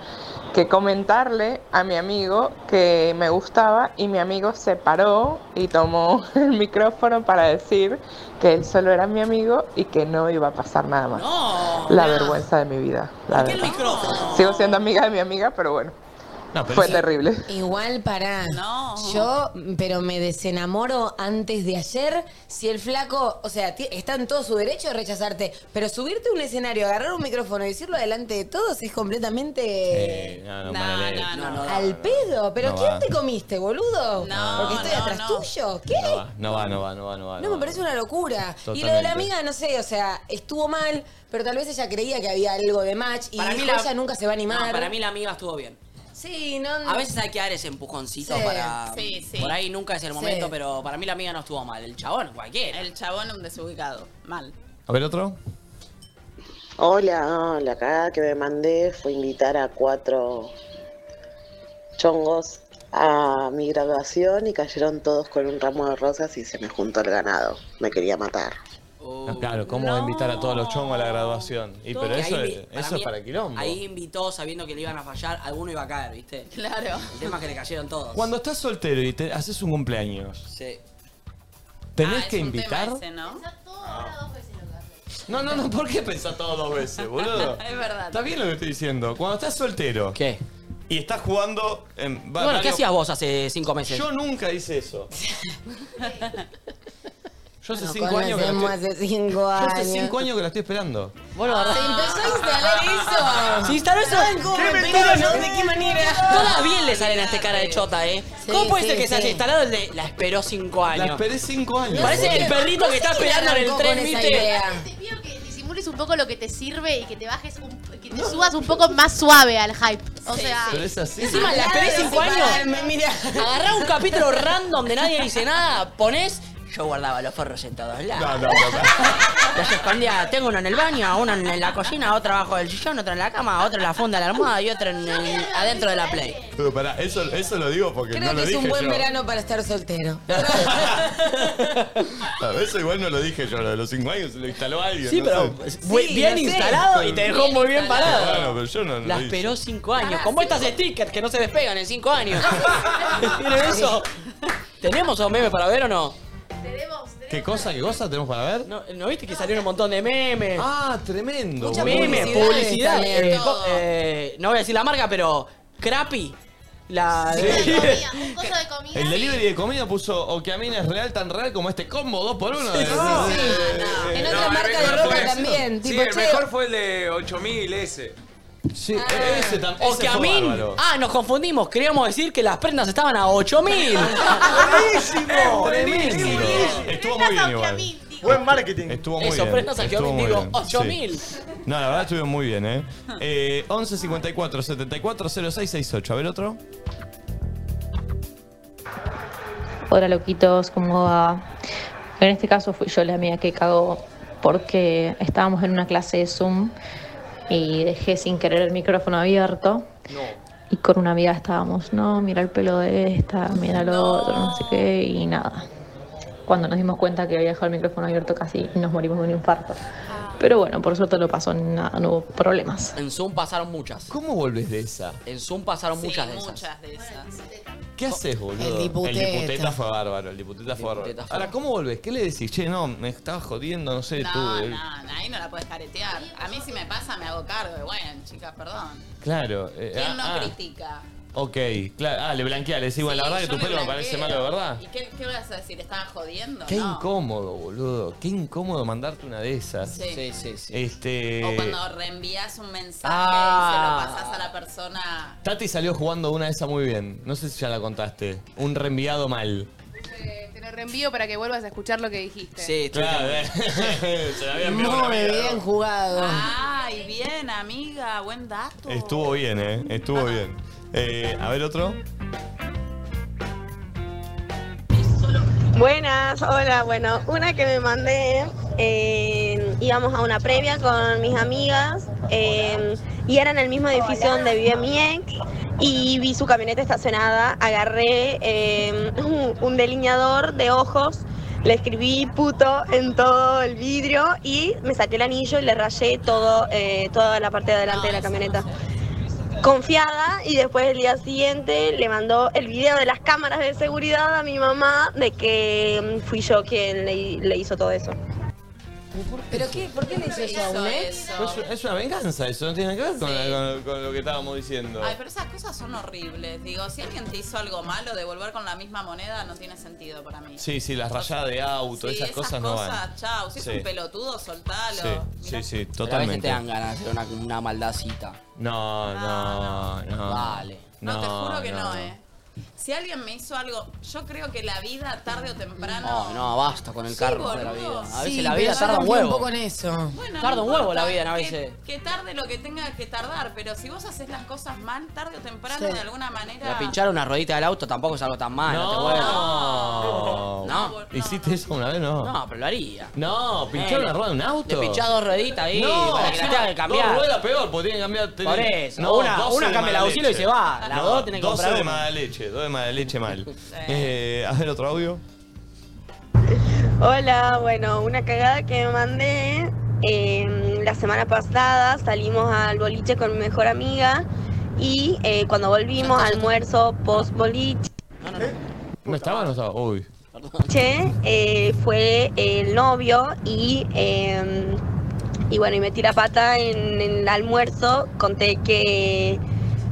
Speaker 16: que comentarle a mi amigo que me gustaba y mi amigo se paró y tomó el micrófono para decir que él solo era mi amigo y que no iba a pasar nada más. la vergüenza de mi vida. La verdad. Sigo siendo amiga de mi amiga, pero bueno. fue terrible.
Speaker 2: Igual para. Yo, pero me desenamoro antes de ayer. Si el flaco, o sea, ti- está en todo su derecho de rechazarte, pero subirte a un escenario, agarrar un micrófono y decirlo delante de todos es completamente.
Speaker 1: Eh, no, no, mala leche. no, no,
Speaker 2: Al pedo. ¿Pero
Speaker 1: No
Speaker 2: quién
Speaker 1: va.
Speaker 2: te comiste, boludo? Porque estoy
Speaker 1: no,
Speaker 2: atrás tuyo. ¿Qué?
Speaker 1: No va, no va, no va, no va, no va.
Speaker 2: No, me parece una locura. Y lo de la
Speaker 1: Totalmente.
Speaker 2: amiga, no sé, o sea, estuvo mal, pero tal vez ella creía que había algo de match y
Speaker 5: Para mí
Speaker 2: dijo,
Speaker 5: la-
Speaker 2: ella nunca se va a animar.
Speaker 5: No, para mí la amiga estuvo bien.
Speaker 2: Sí, no,
Speaker 5: A veces hay que dar ese empujoncito
Speaker 2: Sí.
Speaker 5: para.
Speaker 3: Sí, sí.
Speaker 5: Por ahí nunca es el momento,
Speaker 3: Sí.
Speaker 5: pero para mí la amiga no estuvo mal. El chabón, cualquiera.
Speaker 3: El chabón un desubicado. Mal.
Speaker 1: A ver otro.
Speaker 18: Hola, la cagada que me mandé fue invitar a cuatro chongos a mi graduación y cayeron todos con un ramo de rosas y se me juntó el ganado. Me quería matar.
Speaker 1: No, claro, ¿cómo va a invitar a todos los chongos a la graduación? Y
Speaker 5: Todo
Speaker 1: pero
Speaker 5: que
Speaker 1: eso,
Speaker 5: ahí
Speaker 1: es-
Speaker 5: vi-
Speaker 1: eso
Speaker 5: mí,
Speaker 1: es para quilombo.
Speaker 5: Ahí invitó sabiendo que le iban a fallar, alguno iba a caer, ¿viste?
Speaker 3: Claro.
Speaker 5: El tema es que le cayeron todos.
Speaker 1: Cuando estás soltero y te haces un cumpleaños,
Speaker 5: Sí.
Speaker 1: ¿tenés
Speaker 3: Ah,
Speaker 1: que
Speaker 3: es un
Speaker 1: invitar?
Speaker 3: tema ese, ¿no? Ah.
Speaker 1: No, no, no, ¿por qué pensás todo dos veces, boludo?
Speaker 3: es verdad.
Speaker 1: Está bien lo que estoy diciendo. Cuando estás soltero.
Speaker 5: ¿Qué?
Speaker 1: Y estás jugando. En va-
Speaker 5: bueno, ¿qué
Speaker 1: varios-
Speaker 5: hacías vos hace cinco meses?
Speaker 1: Yo nunca hice eso. Yo hace
Speaker 2: Nos
Speaker 1: cinco años que la
Speaker 2: conocemos
Speaker 1: estoy-
Speaker 2: hace cinco
Speaker 1: Yo hace
Speaker 2: años.
Speaker 1: cinco años que la estoy esperando.
Speaker 5: Vos lo agarrás.
Speaker 2: Se empezó a instalar eso.
Speaker 5: Ah. Se instaló eso.
Speaker 2: Ay, ¿cómo me entero, no? ¿De qué manera?
Speaker 5: Todas bien le salen a este cara de chota, ¿eh?
Speaker 2: Sí,
Speaker 5: ¿Cómo puede
Speaker 2: sí,
Speaker 5: ser que se
Speaker 2: sí.
Speaker 5: haya instalado el de la esperó cinco años?
Speaker 1: La esperé cinco años.
Speaker 5: Parece el perrito que está esperando en el tren, ¿viste?
Speaker 7: Te pido que disimules un poco lo que te sirve y que te bajes un, que te subas un poco más suave al hype. O sea,
Speaker 1: Pero es así.
Speaker 5: Encima, la esperé
Speaker 2: Claro,
Speaker 5: cinco años.
Speaker 2: separarme, mira.
Speaker 5: Agarrá un capítulo random de nadie dice nada, ponés. Yo guardaba los forros en todos lados.
Speaker 1: No, no, no.
Speaker 5: Los escondía, tengo uno en el baño, uno en la cocina, otro abajo del sillón, otro en la cama, otro en la funda de la almohada y otro en el- adentro de la play.
Speaker 1: Pero pará, eso, eso lo digo porque
Speaker 2: Creo
Speaker 1: no
Speaker 2: que
Speaker 1: lo
Speaker 2: es
Speaker 1: dije
Speaker 2: un buen
Speaker 1: yo.
Speaker 2: verano para estar soltero.
Speaker 1: Claro, eso igual no lo dije yo, lo de los cinco años lo instaló alguien.
Speaker 5: Sí,
Speaker 1: no
Speaker 5: pero
Speaker 1: sé.
Speaker 5: bu- Sí, bien lo sé. instalado y te dejó muy bien parado.
Speaker 1: Bueno, pero yo no lo
Speaker 5: La
Speaker 1: hice.
Speaker 5: esperó cinco años. Como estas stickers que no se despegan en cinco años. ¿Tienen eso? ¿Tenemos un meme para ver o no?
Speaker 1: ¿Qué cosa, qué cosa tenemos para ver?
Speaker 5: ¿No, no viste que salieron un montón de memes?
Speaker 1: Ah, tremendo.
Speaker 5: Mucha
Speaker 1: boludo.
Speaker 5: meme, publicidad. Eh, co- eh, no voy a decir la marca, pero Crappy. La
Speaker 1: Sí.
Speaker 7: un coso de comida.
Speaker 1: El delivery de comida puso o que a mí no es real, tan real como este combo 2 por 1
Speaker 2: En otra marca de ropa también.
Speaker 11: Sí,
Speaker 2: Tipo,
Speaker 11: el
Speaker 2: che,
Speaker 11: mejor fue el de 8000 ese.
Speaker 1: Sí, e-, ese también.
Speaker 5: Ah. O que a mí. Ah, nos confundimos. Queríamos decir que las prendas estaban a 8000.
Speaker 1: ¡Buenísimo!
Speaker 5: Buenísimo.
Speaker 1: Estuvo muy bien igual.
Speaker 4: Buen marketing.
Speaker 1: Estuvo muy
Speaker 5: Eso,
Speaker 1: bien.
Speaker 5: prendas a
Speaker 1: estuvo
Speaker 5: Xiaomi,
Speaker 1: muy
Speaker 5: digo,
Speaker 1: bien,
Speaker 5: 8000.
Speaker 1: sí. No, la verdad estuvieron muy bien, ¿eh? eh 11 54 74 06 68. A ver otro.
Speaker 8: Hola loquitos, ¿cómo va? En este caso fui yo la mía que cagó porque estábamos en una clase de Zoom y dejé sin querer el micrófono abierto. Y con una amiga estábamos, no, mira el pelo de esta, mira lo otro, no sé qué, y nada. Cuando nos dimos cuenta que había dejado el micrófono abierto casi nos morimos de un infarto.
Speaker 3: Ah.
Speaker 8: Pero bueno, por suerte lo pasó, nada, no hubo problemas.
Speaker 5: En Zoom pasaron muchas.
Speaker 1: ¿Cómo volvés de esa?
Speaker 5: En Zoom pasaron muchas de esas.
Speaker 3: Muchas de esas.
Speaker 1: ¿Qué haces, boludo?
Speaker 5: El diputeta.
Speaker 1: El diputeta fue bárbaro, el diputeta fue bárbaro.
Speaker 5: diputeta fue
Speaker 1: Ahora, ¿cómo volvés? ¿Qué le decís? Che, no, me estaba jodiendo, no sé, tú.
Speaker 3: No,
Speaker 1: eh.
Speaker 3: no, no, ahí no la puedes caretear. A mí si me pasa me hago cargo. Y Bueno, chicas, perdón.
Speaker 1: Claro. eh,
Speaker 3: ¿Quién no
Speaker 1: ah, ah,
Speaker 3: critica?
Speaker 1: Ok, claro. Ah, le blanquea, le decís, bueno, la verdad que tu pelo me parece malo, de verdad.
Speaker 3: ¿Y qué, qué vas a decir? ¿Estaba jodiendo?
Speaker 1: Qué
Speaker 3: no.
Speaker 1: incómodo, boludo. Qué incómodo mandarte una de esas.
Speaker 3: Sí. Sí, sí,
Speaker 1: Este.
Speaker 3: O cuando reenvías un mensaje
Speaker 1: Ah.
Speaker 3: y se lo pasas a la persona.
Speaker 1: Tati salió jugando una de esas muy bien. No sé si ya la contaste. Un reenviado mal.
Speaker 13: Te lo reenvío para que vuelvas a escuchar lo que dijiste.
Speaker 5: Sí,
Speaker 1: Claro, eh. se la había enviado una
Speaker 2: Muy
Speaker 1: amiga.
Speaker 2: bien jugado.
Speaker 1: Ah.
Speaker 3: Ay, bien, amiga, buen dato.
Speaker 1: Estuvo bien, eh. Estuvo bien. Eh, a ver otro.
Speaker 26: Buenas, hola, bueno, una que me mandé, eh, íbamos a una previa con mis amigas eh, y era en el mismo edificio donde vive mi ex y vi su camioneta estacionada, agarré eh, un delineador de ojos, le escribí puto en todo el vidrio y me saqué el anillo y le rayé todo, eh, toda la parte de adelante de la camioneta. Confiada y después el día siguiente le mandó el video de las cámaras de seguridad a mi mamá de que mm, fui yo quien le- le hizo todo eso.
Speaker 2: ¿Pero qué? ¿Por qué le hizo eso a un ex?
Speaker 1: Es, una- es una venganza eso, no tiene nada que ver con, con- con lo que estábamos diciendo.
Speaker 3: Ay, pero esas cosas son horribles. Digo, si alguien te hizo algo malo, devolver con la misma moneda no tiene sentido para mí.
Speaker 1: Sí, sí, las rayadas de auto,
Speaker 3: Sí,
Speaker 1: esas, cosas, no van.
Speaker 3: chau. Si
Speaker 1: Sí.
Speaker 3: es un pelotudo, soltalo.
Speaker 1: Sí, sí, sí,
Speaker 5: Pero a veces
Speaker 1: totalmente.
Speaker 5: te dan ganas de hacer una, una maldacita.
Speaker 1: No, no, no.
Speaker 5: Vale.
Speaker 3: Ah, No, te juro que no, ¿eh? Si alguien me hizo algo, yo creo que la vida, tarde o temprano.
Speaker 5: No, no, basta con el
Speaker 3: Sí,
Speaker 5: carro de la
Speaker 3: boludo.
Speaker 5: vida. A veces
Speaker 2: Sí,
Speaker 5: la
Speaker 2: pero
Speaker 5: vida
Speaker 2: yo
Speaker 5: tarda un
Speaker 2: confío
Speaker 5: huevo.
Speaker 2: un poco en eso.
Speaker 3: Bueno,
Speaker 5: tarda
Speaker 3: no
Speaker 5: un huevo
Speaker 3: importa
Speaker 5: la vida a
Speaker 3: que-
Speaker 5: veces.
Speaker 3: Que tarde lo que tenga que tardar, pero si vos haces las cosas mal, tarde o temprano,
Speaker 5: Sí.
Speaker 3: de alguna manera.
Speaker 5: Pero pinchar una ruedita del auto tampoco es algo tan malo. este
Speaker 1: No.
Speaker 5: te vuelvo. no.
Speaker 1: ¿Hiciste eso una vez? No.
Speaker 5: No, pero lo haría.
Speaker 1: No, pinchar
Speaker 5: Eh,
Speaker 1: una rueda de un auto.
Speaker 5: Le pinchás dos rueditas ahí
Speaker 1: No,
Speaker 5: para que la
Speaker 1: encima,
Speaker 5: tenga que cambiar.
Speaker 1: Dos ruedas peor, porque tienen que cambiar.
Speaker 5: Por eso, una-
Speaker 1: 12
Speaker 5: una
Speaker 1: de
Speaker 5: cambia el
Speaker 1: mala
Speaker 5: auxilio y
Speaker 1: leche.
Speaker 5: se va, las dos tenés que
Speaker 1: 12
Speaker 5: comprar
Speaker 1: de
Speaker 5: una.
Speaker 1: mala leche, dos de mala leche mal. eh, a ver otro audio.
Speaker 26: Hola, bueno, una cagada que me mandé. eh, la semana pasada salimos al boliche con mi mejor amiga y eh, cuando volvimos, almuerzo post boliche,
Speaker 1: ¿No estaba o no estaba? Uy.
Speaker 26: eh, fue el novio y, eh, y bueno, y metí la pata en, en el almuerzo. Conté que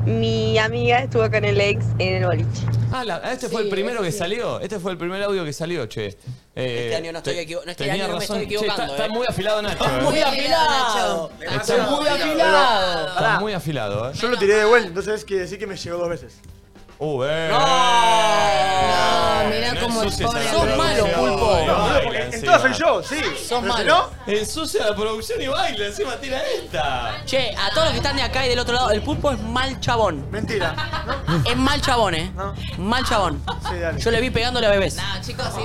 Speaker 26: mi amiga estuvo con el ex en el boliche.
Speaker 1: Ah, la- ah, este fue
Speaker 26: Sí,
Speaker 1: el primero que
Speaker 26: sí.
Speaker 1: salió. Este fue el primer audio que salió, che. Eh,
Speaker 5: Este año no estoy
Speaker 1: te-
Speaker 5: equivo- no, este
Speaker 1: tenía
Speaker 5: año no me
Speaker 1: razón.
Speaker 5: estoy equivocando,
Speaker 1: Che, está, está
Speaker 5: eh.
Speaker 1: muy afilado Nacho.
Speaker 5: Está muy
Speaker 1: eh.
Speaker 5: afilado.
Speaker 1: Está muy
Speaker 5: afilado.
Speaker 1: Está muy afilado, eh.
Speaker 4: Yo lo tiré de vuelta, entonces quiere decir que me llegó dos veces.
Speaker 1: Uh, eh.
Speaker 4: No, mirá
Speaker 1: No
Speaker 4: cómo
Speaker 1: ensucies
Speaker 4: expone.
Speaker 1: a la
Speaker 4: Sos
Speaker 1: producción.
Speaker 4: malo, Pulpo.
Speaker 1: Y baila
Speaker 4: Porque en
Speaker 1: encima.
Speaker 4: todas soy yo, sí. Sos Pero si malo.
Speaker 1: Ensucia la producción y baila, encima tira esta.
Speaker 5: Che, a todos los que están de acá y del otro lado, el pulpo es mal chabón.
Speaker 4: Mentira.
Speaker 5: Es mal chabón, eh. Mal chabón. Yo le vi pegándole a bebés.
Speaker 3: Nada, chicos, sí.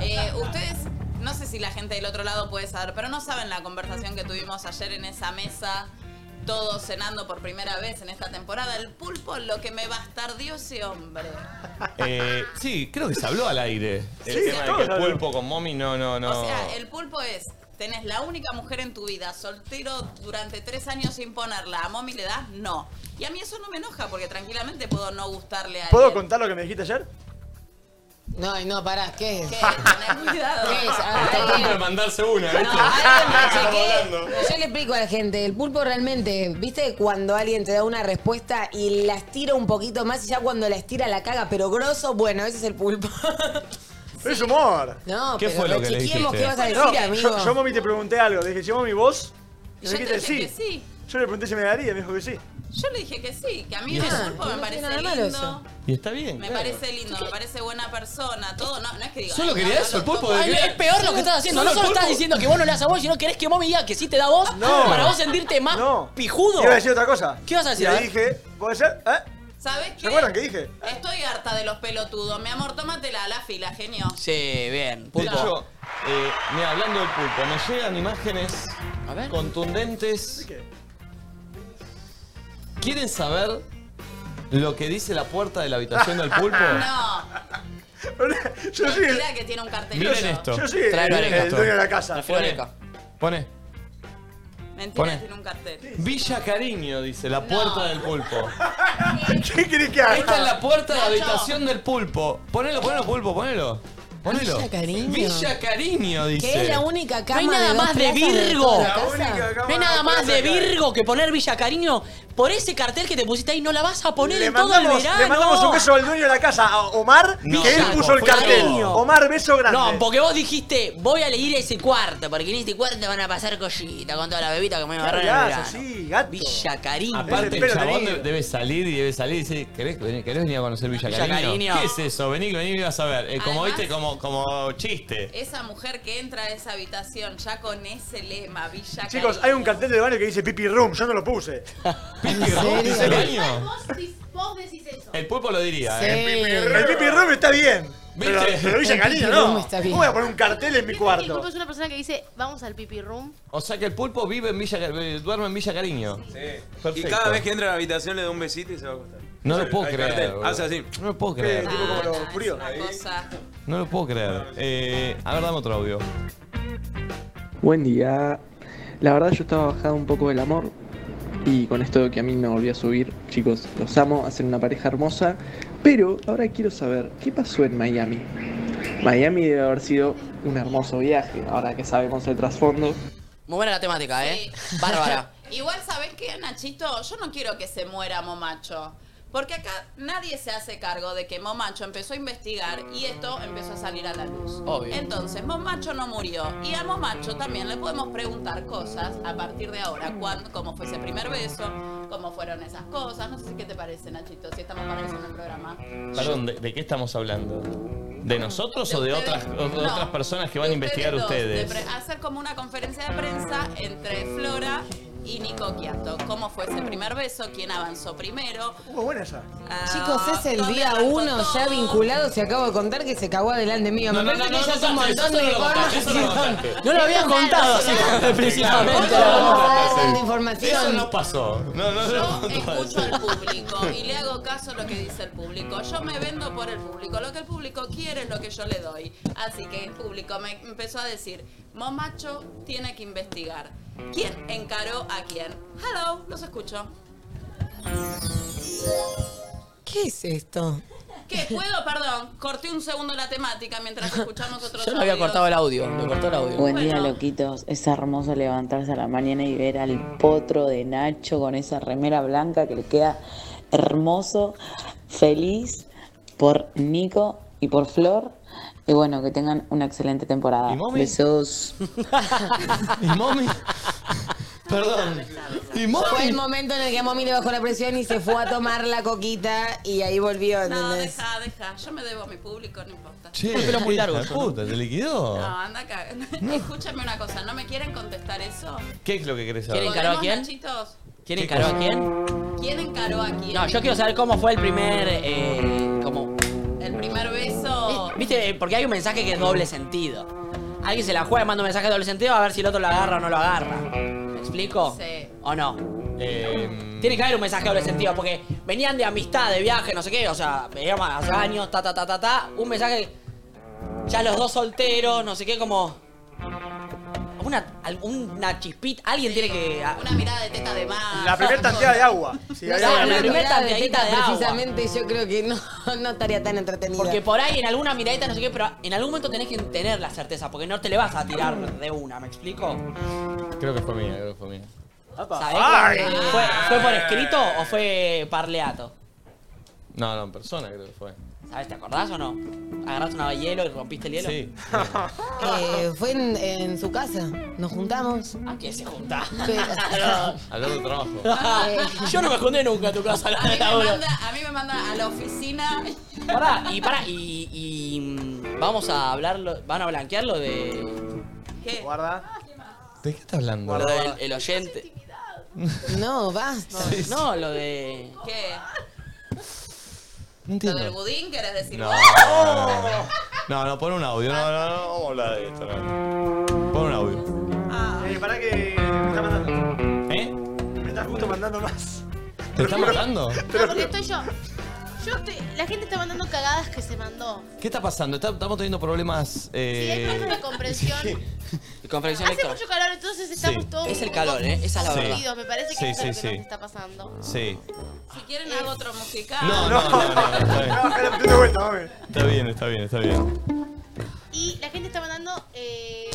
Speaker 3: Eh, ustedes, no sé si la gente del otro lado puede saber, pero no saben la conversación que tuvimos ayer en esa mesa, todos cenando por primera vez en esta temporada. El pulpo, lo que me bastardió ese hombre.
Speaker 1: Eh, sí, creo que se habló al aire. El
Speaker 3: Sí,
Speaker 1: tema de
Speaker 3: todos
Speaker 1: que el
Speaker 3: habló.
Speaker 1: pulpo con mommy no, no, no.
Speaker 3: O
Speaker 4: Oh.
Speaker 3: sea, el pulpo es, tenés la única mujer en tu vida, soltero durante tres años sin ponerla, a mommy le das no. Y a mí eso no me enoja porque tranquilamente puedo no gustarle a
Speaker 4: ¿Puedo
Speaker 3: alguien.
Speaker 4: contar lo que me dijiste ayer?
Speaker 2: No, y no, pará, ¿qué es?
Speaker 3: Tenés cuidado.
Speaker 2: ¿Qué es? Ah,
Speaker 1: Está tratando de mandarse una, ¿viste?
Speaker 2: Chequé. Yo le explico a la gente, el pulpo realmente, ¿viste cuando alguien te da una respuesta y la estira un poquito más y ya cuando la estira la caga, pero grosso, bueno, ese es el pulpo.
Speaker 4: Es humor.
Speaker 2: No, ¿Qué pero fue lo que le rechequeemos dijiste? qué vas a decir, amigo.
Speaker 4: Yo, yo, mami, te pregunté algo. Le dije, che, mami, vos. Y
Speaker 3: Y
Speaker 4: me
Speaker 3: yo te
Speaker 4: dijiste
Speaker 3: dije
Speaker 4: sí.
Speaker 3: que sí.
Speaker 4: Yo le pregunté si me daría y me dijo que sí.
Speaker 3: Yo le dije que sí, que a mí
Speaker 4: Y
Speaker 3: el
Speaker 4: eso-
Speaker 3: pulpo me
Speaker 4: no tiene
Speaker 3: parece
Speaker 4: nada de
Speaker 3: lindo.
Speaker 4: malo eso.
Speaker 1: Y está bien.
Speaker 3: Me
Speaker 1: claro.
Speaker 3: parece lindo, me parece buena persona, todo, no, no es que diga.
Speaker 1: Solo
Speaker 3: "Ay,
Speaker 1: quería
Speaker 3: no,
Speaker 1: eso, el
Speaker 3: no,
Speaker 1: pulpo
Speaker 3: no,
Speaker 1: de
Speaker 3: no".
Speaker 5: Ay, es peor lo que estás haciendo.
Speaker 1: Solo
Speaker 5: No solo
Speaker 1: el
Speaker 5: estás
Speaker 1: pulpo.
Speaker 5: diciendo que vos no le das a vos, sino querés que mommy diga que sí te da a vos
Speaker 4: No.
Speaker 5: Ah, para vos sentirte más pijudo.
Speaker 4: Iba a decir otra cosa.
Speaker 5: ¿Qué vas a decir?
Speaker 4: Le
Speaker 5: A ver.
Speaker 4: dije, ¿puede ser? ¿Eh?
Speaker 3: ¿Sabes
Speaker 4: ¿Se
Speaker 3: qué?
Speaker 4: acuerdan que dije?
Speaker 3: Estoy harta de los pelotudos. Mi amor, tómatela a la fila, genio.
Speaker 5: Sí, bien.
Speaker 1: De hecho, eh, mira, hablando del pulpo, me llegan imágenes contundentes. ¿Quieren saber lo que dice la puerta de la habitación del pulpo?
Speaker 3: No.
Speaker 4: Yo sí.
Speaker 3: Mentira que tiene un cartelito.
Speaker 1: Miren esto.
Speaker 4: Yo sí,
Speaker 1: Traelo,
Speaker 4: el,
Speaker 1: Areca.
Speaker 4: el dueño de la casa.
Speaker 1: Traelo, Areca. Pone.
Speaker 3: Mentira
Speaker 1: Poné.
Speaker 3: tiene un cartel.
Speaker 1: Villa Cariño, dice, la puerta del pulpo.
Speaker 4: ¿Qué querés que haga?
Speaker 1: Esta es la puerta de la
Speaker 4: Nacho.
Speaker 1: habitación del pulpo. Ponelo, ponelo, pulpo, ponelo. Ponelo.
Speaker 2: Villa Cariño.
Speaker 1: Villa Cariño, dice.
Speaker 2: Que es la única
Speaker 5: No
Speaker 2: cama
Speaker 5: hay nada
Speaker 2: de dos
Speaker 5: más de
Speaker 2: plazas de
Speaker 5: Virgo.
Speaker 2: toda la casa.
Speaker 5: No hay nada más de Virgo que poner Villa Cariño. Por ese cartel que te pusiste ahí, no la vas a poner
Speaker 4: Le
Speaker 5: en todo el
Speaker 4: mandamos,
Speaker 5: verano.
Speaker 4: le mandamos un beso al dueño de la casa, a Omar,
Speaker 5: No,
Speaker 4: que él
Speaker 5: Chaco,
Speaker 4: puso el
Speaker 5: fue
Speaker 4: cartel.
Speaker 5: Chaco.
Speaker 4: Omar, beso grande.
Speaker 5: No, porque vos dijiste, voy a leer ese cuarto, porque en este cuarto van a pasar cositas con toda la bebita que me va a agarrar en el verano.
Speaker 4: Claro, sí, gato.
Speaker 5: Villa Cariño.
Speaker 1: Aparte, el
Speaker 4: Pero
Speaker 1: chabón
Speaker 4: tenés-
Speaker 1: de- debe salir y debe salir y decir, ¿querés, venir- querés venir a conocer Villa,
Speaker 5: Villa Cariño.
Speaker 1: ¿Qué es eso? Vení, vení y vas a ver. Eh, como
Speaker 3: Además-
Speaker 1: viste, como, como chiste.
Speaker 3: Esa mujer que entra a esa habitación ya con ese lema, Villa
Speaker 4: Chicos,
Speaker 3: Cariño.
Speaker 4: hay un cartel de baño que dice Pipi Room, yo no lo puse.
Speaker 1: ¿Pipi Room? ¿Dice baño?
Speaker 7: Vos decís eso.
Speaker 1: El pulpo lo diría,
Speaker 4: Sí.
Speaker 1: ¿eh?
Speaker 4: El Pipi Room está bien. Pero,
Speaker 1: ¿Viste?
Speaker 4: pero Villa
Speaker 1: El
Speaker 4: Cariño
Speaker 1: Pipi Room
Speaker 4: no.
Speaker 1: está
Speaker 4: Está
Speaker 1: bien.
Speaker 4: voy a poner un cartel en mi
Speaker 7: El pulpo
Speaker 4: cuarto?
Speaker 7: es una persona que dice, vamos al pipi room.
Speaker 1: O sea que el pulpo vive en Villa Car- eh, duerme en Villa Cariño.
Speaker 11: Sí.
Speaker 1: Perfecto.
Speaker 11: Y cada vez que entra a la habitación le da un besito y se va a acostar.
Speaker 1: No lo puedo
Speaker 11: Ahí,
Speaker 1: creer.
Speaker 11: cartel.
Speaker 1: boludo.
Speaker 11: Hace así.
Speaker 1: No lo puedo
Speaker 11: Eh,
Speaker 1: creer.
Speaker 11: tipo como
Speaker 5: Ah,
Speaker 11: los fríos.
Speaker 1: No lo puedo creer. Eh, a ver, dame otro audio.
Speaker 21: Buen día. La verdad yo estaba bajado un poco del amor y con esto que a mí me volvió a subir, chicos, los amo, hacen una pareja hermosa, pero ahora quiero saber, ¿qué pasó en Miami? Miami debe haber sido un hermoso viaje, ahora que sabemos el trasfondo.
Speaker 5: Muy buena la temática, ¿eh? Bárbara.
Speaker 3: Igual, ¿sabes qué, Nachito? Yo no quiero que se muera Momacho. Porque acá nadie se hace cargo de que Momacho empezó a investigar y esto empezó a salir a la luz.
Speaker 5: Obvio.
Speaker 3: Entonces, Momacho no murió. Y a Momacho también le podemos preguntar cosas a partir de ahora. Cuándo, ¿Cómo fue ese primer beso? ¿Cómo fueron esas cosas? No sé si qué te parece, Nachito, si estamos para eso en el programa.
Speaker 1: Perdón, ¿de, de qué estamos hablando? ¿De nosotros o de otras, o de
Speaker 3: No.
Speaker 1: otras personas que van a investigar
Speaker 3: Dos, de
Speaker 1: ustedes?
Speaker 3: pre- hacer como una conferencia de prensa entre Flora y Nico Quiato. ¿Cómo fue ese primer beso? ¿Quién avanzó primero? Ah,
Speaker 4: Muy buena esa.
Speaker 2: Chicos, es el día uno ya vinculado, se acabo de contar que se cagó adelante mío. Me parece que ya es un montón de información.
Speaker 5: No lo habían contado así
Speaker 1: Ah,
Speaker 5: principalmente.
Speaker 6: Ah,
Speaker 2: Tanta información.
Speaker 1: Eso no pasó. No, no, no.
Speaker 3: Yo escucho al público y le hago caso a lo que dice el público. Yo me vendo por el público. Lo que el público quiere es lo que yo le doy. Así que el público me empezó a decir, Momacho tiene que investigar. ¿Quién encaró a quién? Hello, los escucho.
Speaker 2: ¿Qué es esto?
Speaker 3: ¿Qué? ¿Puedo? Perdón, corté un segundo la temática mientras escuchamos otro
Speaker 5: Yo no había cortado el audio, me cortó el audio.
Speaker 9: Buen día, loquitos. Es hermoso levantarse a la mañana y ver al potro de Nacho con esa remera blanca que le queda hermoso, feliz por Nico y por Flor. Y bueno, que tengan una excelente temporada. Besos.
Speaker 1: ¿Y Momi? Perdón.
Speaker 2: Fue
Speaker 1: ¿Y
Speaker 2: el
Speaker 1: Momi?
Speaker 2: momento en el que a Momi le bajó la presión y se fue a tomar la coquita y ahí volvió,
Speaker 3: No,
Speaker 2: ¿entendés?
Speaker 3: deja, deja. Yo me debo a mi público, no importa.
Speaker 1: Che,
Speaker 5: El pelo muy largo,
Speaker 1: hija de puta, te liquidó.
Speaker 3: No, anda acá. Escúchame una cosa, ¿no me quieren contestar eso?
Speaker 1: ¿Qué es lo que querés saber?
Speaker 5: ¿Quieren encaró a
Speaker 3: Volvemos,
Speaker 5: quién?
Speaker 3: Nachitos.
Speaker 5: ¿Quién encaró a quién?
Speaker 3: ¿Quién encaró a quién?
Speaker 5: No, yo quiero saber cómo fue el primer. eh, como,
Speaker 3: El primer beso.
Speaker 5: ¿Viste? Eh, Porque hay un mensaje que es doble sentido. Alguien se la juega y manda un mensaje de doble sentido a ver si el otro lo agarra o no lo agarra. ¿Me explico?
Speaker 3: Sí.
Speaker 5: ¿O no?
Speaker 4: Eh,
Speaker 5: Tiene que haber un mensaje de doble sentido porque venían de amistad, de viaje, no sé qué, o sea, veníamos hace años, ta, ta, ta, ta, ta. Un mensaje. Ya los dos solteros, no sé qué, como. Una, al- una chispita, alguien tiene que. ah,
Speaker 3: Una mirada de teta de más.
Speaker 4: La primera tanteada de agua. Sí,
Speaker 5: No
Speaker 4: ahí
Speaker 5: sé,
Speaker 4: va.
Speaker 5: la
Speaker 2: Una
Speaker 5: primera
Speaker 2: mirada de
Speaker 5: tanteadita
Speaker 2: teta,
Speaker 5: de agua.
Speaker 2: Precisamente yo creo que no, no estaría tan entretenida.
Speaker 5: Porque por ahí en alguna miradita, no sé qué, pero en algún momento tenés que tener la certeza, porque no te le vas a tirar de una, ¿me explico?
Speaker 1: Creo que fue mía, creo que fue mía.
Speaker 5: ¿Sabés?
Speaker 1: Ay.
Speaker 5: ¿Fue, fue por escrito o fue parleato?
Speaker 1: No, no, en persona creo que fue.
Speaker 5: ¿Sabes? ¿Te acordás o no? ¿Agarraste una hielo y rompiste el hielo?
Speaker 1: Sí.
Speaker 2: Eh, fue en, en su casa, nos juntamos.
Speaker 5: ¿A qué se junta?
Speaker 1: Hablando de trabajo.
Speaker 2: Eh,
Speaker 5: Yo no me escondí nunca a tu casa, la
Speaker 3: A mí,
Speaker 5: verdad,
Speaker 3: me
Speaker 5: boludo.
Speaker 3: manda, a mí me manda a la oficina.
Speaker 5: Pará, y pará, y, y, mm, vamos a hablarlo, van a blanquear lo de
Speaker 3: ¿Qué?
Speaker 4: Guarda.
Speaker 1: ¿De qué estás hablando?
Speaker 5: lo del el oyente.
Speaker 2: No, basta.
Speaker 5: No, lo de
Speaker 3: ¿Qué?
Speaker 1: No
Speaker 3: ¿Lo
Speaker 1: entiendo.
Speaker 3: del budín querés decir?
Speaker 1: No.
Speaker 3: ¡Oh!
Speaker 1: No, no, pon un audio. No, no, no, vamos a hablar de esto. no. Pon un audio.
Speaker 4: Eh, pará que me está mandando.
Speaker 1: ¿Eh?
Speaker 4: Me estás justo mandando más.
Speaker 1: ¿Te está matando?
Speaker 7: No, porque estoy yo. Yo estoy. La gente está mandando cagadas que se mandó.
Speaker 1: ¿Qué está pasando? Está- estamos teniendo problemas.
Speaker 7: Sí, hay
Speaker 1: Eh...
Speaker 7: problemas de comprensión.
Speaker 5: conferencia
Speaker 7: Hace mucho calor, entonces estamos
Speaker 1: Sí.
Speaker 7: todos.
Speaker 5: Es el
Speaker 7: un
Speaker 5: calor,
Speaker 7: poco
Speaker 5: ¿eh? Esa es la
Speaker 7: aburridos.
Speaker 5: verdad.
Speaker 7: Me parece que
Speaker 1: Sí,
Speaker 7: eso es
Speaker 1: sí,
Speaker 7: lo que
Speaker 1: sí.
Speaker 7: nos está pasando.
Speaker 1: Sí.
Speaker 3: Si quieren hago otro musical.
Speaker 1: No, no, no, no, no, está
Speaker 4: Ah,
Speaker 1: bien.
Speaker 4: De vuelta, mami.
Speaker 1: Está bien, está bien, está bien.
Speaker 7: Y la gente está mandando eh,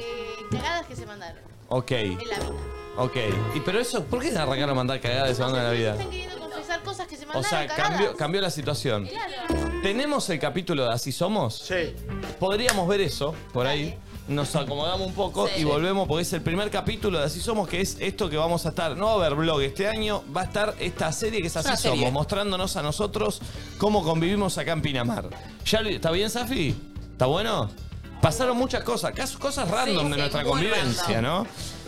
Speaker 7: cagadas que se mandaron
Speaker 1: Ok,
Speaker 7: en la vida.
Speaker 1: ok. ¿Y pero eso? ¿Por qué se arrancaron a mandar cagadas de semana de la vida?
Speaker 7: Están queriendo confesar cosas que se
Speaker 1: O
Speaker 7: mandaron
Speaker 1: sea,
Speaker 7: cagadas.
Speaker 1: cambió, cambió la situación.
Speaker 7: Claro.
Speaker 1: ¿Tenemos el capítulo de Así Somos?
Speaker 4: Sí.
Speaker 1: Podríamos ver eso por ahí. Nos acomodamos un poco
Speaker 4: Sí.
Speaker 1: y volvemos porque es el primer capítulo de Así Somos, que es esto que vamos a estar. No va a haber blog este año, va a estar esta serie que es
Speaker 5: Es
Speaker 1: Así
Speaker 5: una serie.
Speaker 1: Somos, mostrándonos a nosotros cómo convivimos acá en Pinamar. ¿Ya, lo- ¿Está bien, Safi? ¿Está bueno? Pasaron muchas cosas, cas- cosas random de
Speaker 2: sí,
Speaker 1: nuestra
Speaker 2: muy
Speaker 1: convivencia, ¿no?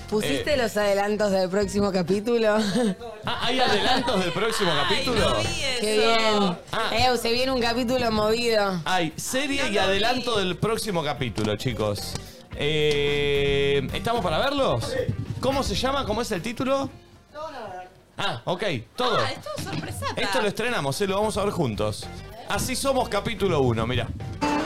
Speaker 2: ¿Pusiste
Speaker 1: Eh,
Speaker 2: los adelantos del próximo capítulo?
Speaker 1: ah, ¿Hay adelantos del próximo capítulo?
Speaker 2: ¡Qué bien! Eh, se viene un capítulo movido.
Speaker 1: Hay serie y adelanto del próximo capítulo, chicos. Eh, ¿Estamos para verlos? ¿Cómo se llama? ¿Cómo es el título?
Speaker 27: Ah, ok, todo.
Speaker 28: Ah, esto es sorpresata.
Speaker 27: Esto lo estrenamos, eh, lo vamos a ver juntos. Así somos capítulo 1, mira.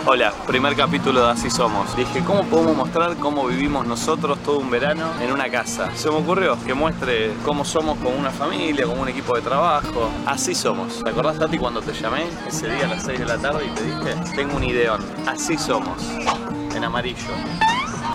Speaker 1: Hola, primer capítulo de Así Somos. Dije, ¿cómo podemos mostrar cómo vivimos nosotros todo un verano en una casa? Se me ocurrió que muestre cómo somos como una familia, como un equipo de trabajo. Así somos. ¿Te acordás, Tati, cuando te llamé ese día a las 6 de la tarde y te dije, tengo un ideón? Así somos. En amarillo.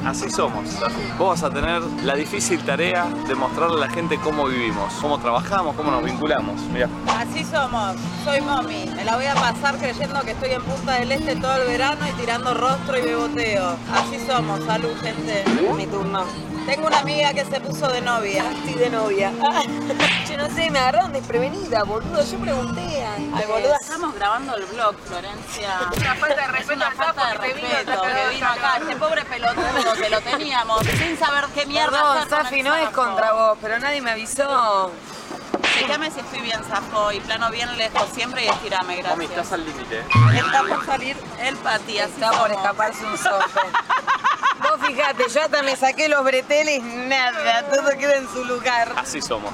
Speaker 1: Así somos. Tati. Vos vas a tener la difícil tarea de mostrarle a la gente cómo vivimos, cómo trabajamos, cómo nos vinculamos. Mirá.
Speaker 3: Así somos, soy mommy. Me la voy a pasar creyendo que estoy en Punta del Este todo el verano y tirando rostro y beboteo. Así somos, salud gente. Mi turno. Tengo una amiga que se puso de novia.
Speaker 2: Sí, de novia. Yo no sé, me agarraron desprevenida, boludo. Yo pregunté
Speaker 3: Ay,
Speaker 2: antes.
Speaker 3: boluda, estamos grabando el vlog, Florencia. Una falta de respeto al
Speaker 2: sapo que te Ah, vino
Speaker 3: respeto
Speaker 2: acá,
Speaker 3: que vino acá. Este pobre pelotudo que lo teníamos sin saber qué mierda
Speaker 2: Perdón,
Speaker 3: hacer con
Speaker 2: Safi,
Speaker 3: el
Speaker 2: no es
Speaker 3: sapo.
Speaker 2: contra vos, pero nadie me avisó.
Speaker 3: Fíjame si estoy bien zafo y plano bien lejos siempre y estirame,
Speaker 1: Mami,
Speaker 3: gracias.
Speaker 1: estás al límite.
Speaker 3: Está por salir el pati, así
Speaker 2: Está por escaparse un sope. Vos fijate, yo hasta me saqué los breteles, nada, todo queda en su lugar.
Speaker 1: Así somos.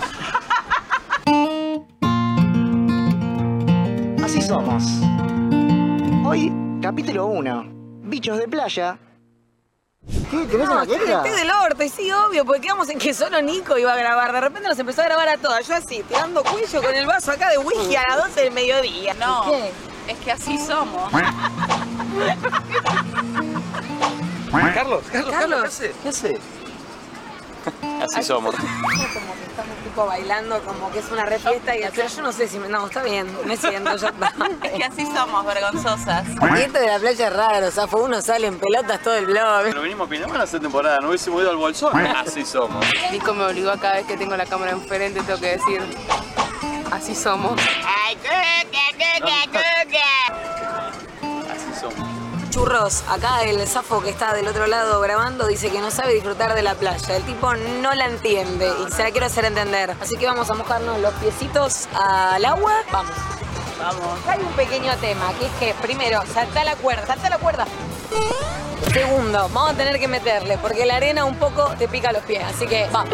Speaker 6: Así somos. Hoy, capítulo 1. Bichos de playa. ¿Qué? ¿Tenés
Speaker 2: No,
Speaker 6: una
Speaker 2: estoy,
Speaker 6: queja?
Speaker 2: estoy del orto, y sí, obvio, porque quedamos en que solo Nico iba a grabar. De repente nos empezó a grabar a todas. Yo así, tirando cuello con el vaso acá de whisky a las 12 del mediodía.
Speaker 3: No,
Speaker 2: ¿Qué?
Speaker 3: es que así somos.
Speaker 1: Carlos, Carlos,
Speaker 2: Carlos,
Speaker 1: Carlos, ¿qué haces? Así somos.
Speaker 2: Como que estamos tipo bailando, como que es una re fiesta y acá yo no sé si me. No, está bien, me siento, ya está.
Speaker 3: Es que así somos, vergonzosas.
Speaker 2: Y esto de la playa es raro, Zafo, uno sale en pelotas todo el blog.
Speaker 1: Pero venimos a Pinamar a hacer temporada, no hubiésemos ido al bolsón. Así somos.
Speaker 29: Nico me obligó a cada vez que tengo la cámara enfrente, tengo que decir, así somos.
Speaker 1: Así somos.
Speaker 2: Churros, acá el Zafo que está del otro lado grabando dice que no sabe disfrutar de la playa. El tipo no la entiende y se la quiero hacer entender. Así que vamos a mojarnos los piecitos al agua. Vamos. Vamos. Hay un pequeño tema, que es que primero, salta la cuerda, salta la cuerda. Segundo, vamos a tener que meterle, porque la arena un poco te pica los pies, así que va.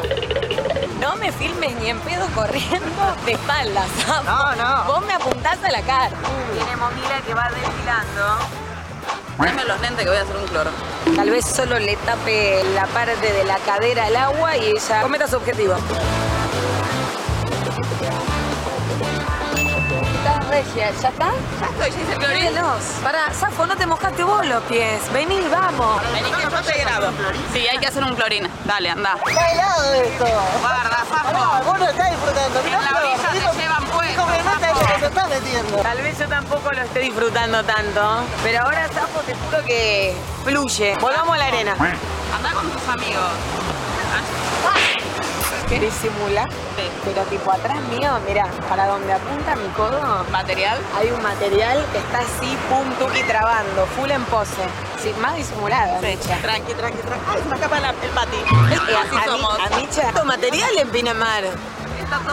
Speaker 2: No me filmes ni en pedo corriendo de espaldas. No, no. Vos me apuntás a la cara. Tiene momila que va desfilando.
Speaker 3: Dame los lentes que voy a hacer un cloro.
Speaker 2: Tal vez solo le tape la parte de la cadera al agua y ella cometa su objetivo. Estás regia, ¿ya está? Ya estoy, ya hice
Speaker 3: clorín.
Speaker 2: Para, Safo, no te mojaste vos los pies. Vení, vamos.
Speaker 3: Vení que yo te grabo. Sí, hay que hacer un clorina. Dale, anda.
Speaker 2: Está helado esto.
Speaker 3: Guarda,
Speaker 2: Pará,
Speaker 3: sapo.
Speaker 2: vos no estás disfrutando.
Speaker 3: En la orilla te llevan puesto. sapo.
Speaker 2: Tal vez yo tampoco lo esté disfrutando tanto, pero ahora Safo te juro que fluye. Volvamos a la arena.
Speaker 3: Anda con tus amigos.
Speaker 2: ¿Querés simular? Pero tipo atrás mío, mira, para donde apunta mi codo.
Speaker 3: ¿Material?
Speaker 2: Hay un material que está así, pum, tuqui, trabando, full en pose. Sí, más disimulada, Micha.
Speaker 3: Tranqui, tranqui, tranqui. Ay, se me escapa la- el pati.
Speaker 2: Eh,
Speaker 3: Así
Speaker 2: a, a mi-
Speaker 3: somos.
Speaker 2: a Micha, tanto material en Pinamar.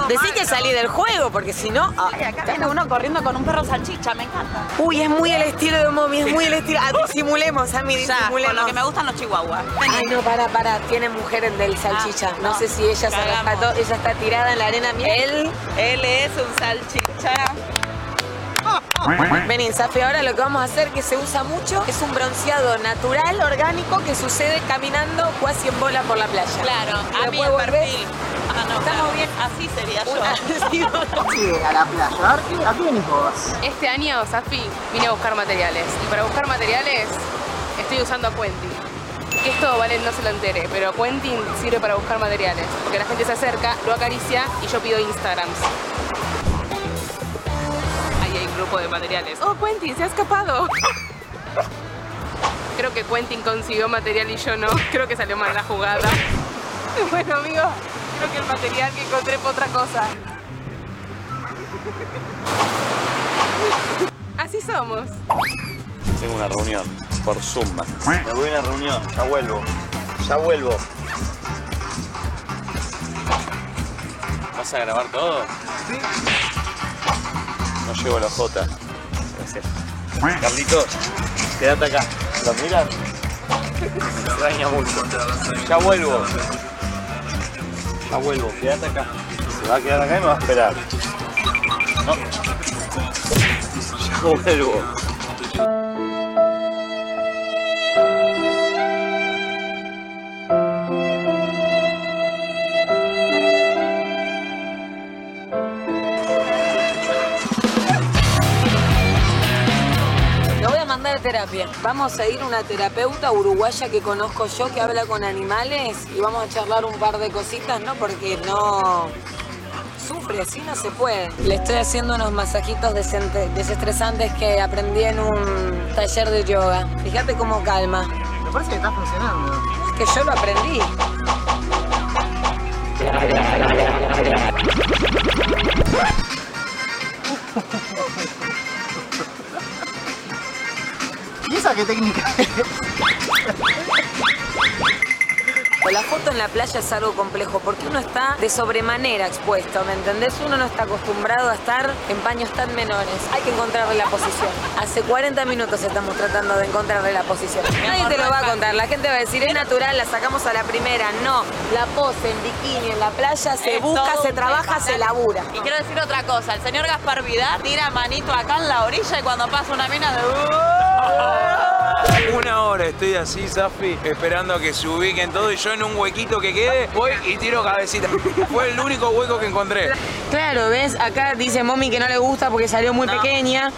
Speaker 2: Decí que salí del juego, porque si no... ah,
Speaker 3: Acá viene uno corriendo con un perro salchicha, me encanta.
Speaker 2: Uy, es muy el estilo de Momi, es muy el estilo... Ah, disimulemos, a mí
Speaker 3: Ya,
Speaker 2: disimulemos.
Speaker 3: con lo que me gustan los chihuahuas.
Speaker 2: Ay, no, para, para. Tiene mujer del salchicha. Ah, no, sé si ella se
Speaker 3: cagamos.
Speaker 2: rescató. Ella está tirada en la arena mía.
Speaker 3: Él, él es un salchicha.
Speaker 2: Vení, Safi, ahora lo que vamos a hacer, que se usa mucho, es un bronceado natural, orgánico, que sucede caminando casi en bola por la playa.
Speaker 3: Claro, a
Speaker 2: ¿Lo
Speaker 3: mí en
Speaker 2: puedo volver?
Speaker 3: perfil. Ah, no, claro. Así sería yo.
Speaker 2: Sí,
Speaker 6: a la playa. A ver, ¿qué- ¿a qué venís vos?
Speaker 9: Este año, Safi, vine a buscar materiales. Y para buscar materiales, estoy usando a Quentin. Que esto, vale, no se lo entere, pero Quentin sirve para buscar materiales. Porque la gente se acerca, lo acaricia y yo pido Instagrams. Ahí hay un grupo de materiales. ¡Oh, Quentin, se ha escapado! Creo que Quentin consiguió material y yo no. Creo que salió mal la jugada. Bueno, amigo, creo que el material que encontré fue otra cosa. Así somos.
Speaker 1: Tengo una reunión por Zoom. Me voy a una reunión, ya vuelvo. Ya vuelvo. ¿Vas a grabar todo? Sí. No llevo la J. Gracias. Carlitos, quédate acá. ¿Los miras? Me extraña mucho. Ya vuelvo. Ya vuelvo, quédate acá. va a quedar acá y me va a esperar. No. Yo vuelvo.
Speaker 2: Lo voy a mandar a terapia. Vamos a ir una terapeuta uruguaya que conozco yo que habla con animales y vamos a charlar un par de cositas, ¿no? Porque no sufre, así no se puede. Le estoy haciendo unos masajitos desente- desestresantes que aprendí en un taller de yoga. Fíjate cómo calma. Me parece que está funcionando. Es que yo lo aprendí.
Speaker 22: ¿Y esa qué técnica?
Speaker 2: O la foto en la playa es algo complejo porque uno está de sobremanera expuesto, ¿me entendés? Uno no está acostumbrado a estar en paños tan menores. Hay que encontrarle la posición. Hace 40 minutos estamos tratando de encontrarle la posición. Nadie te lo va a contar. La gente va a decir, es natural, la sacamos a la primera. No, la pose en bikini en la playa se
Speaker 3: Es
Speaker 2: busca,
Speaker 3: todo
Speaker 2: se
Speaker 3: un
Speaker 2: trabaja, se labura.
Speaker 3: Y quiero decir otra cosa, el señor Gaspar Vidal tira manito acá en la orilla y cuando pasa una mina de... ¡Uh!
Speaker 6: Una hora estoy así, Safi, esperando a que se ubiquen todo y yo en un huequito que quede voy y tiro cabecita. Fue el único hueco que encontré.
Speaker 30: Claro, ¿ves? Acá dice mommy que no le gusta porque salió muy pequeña.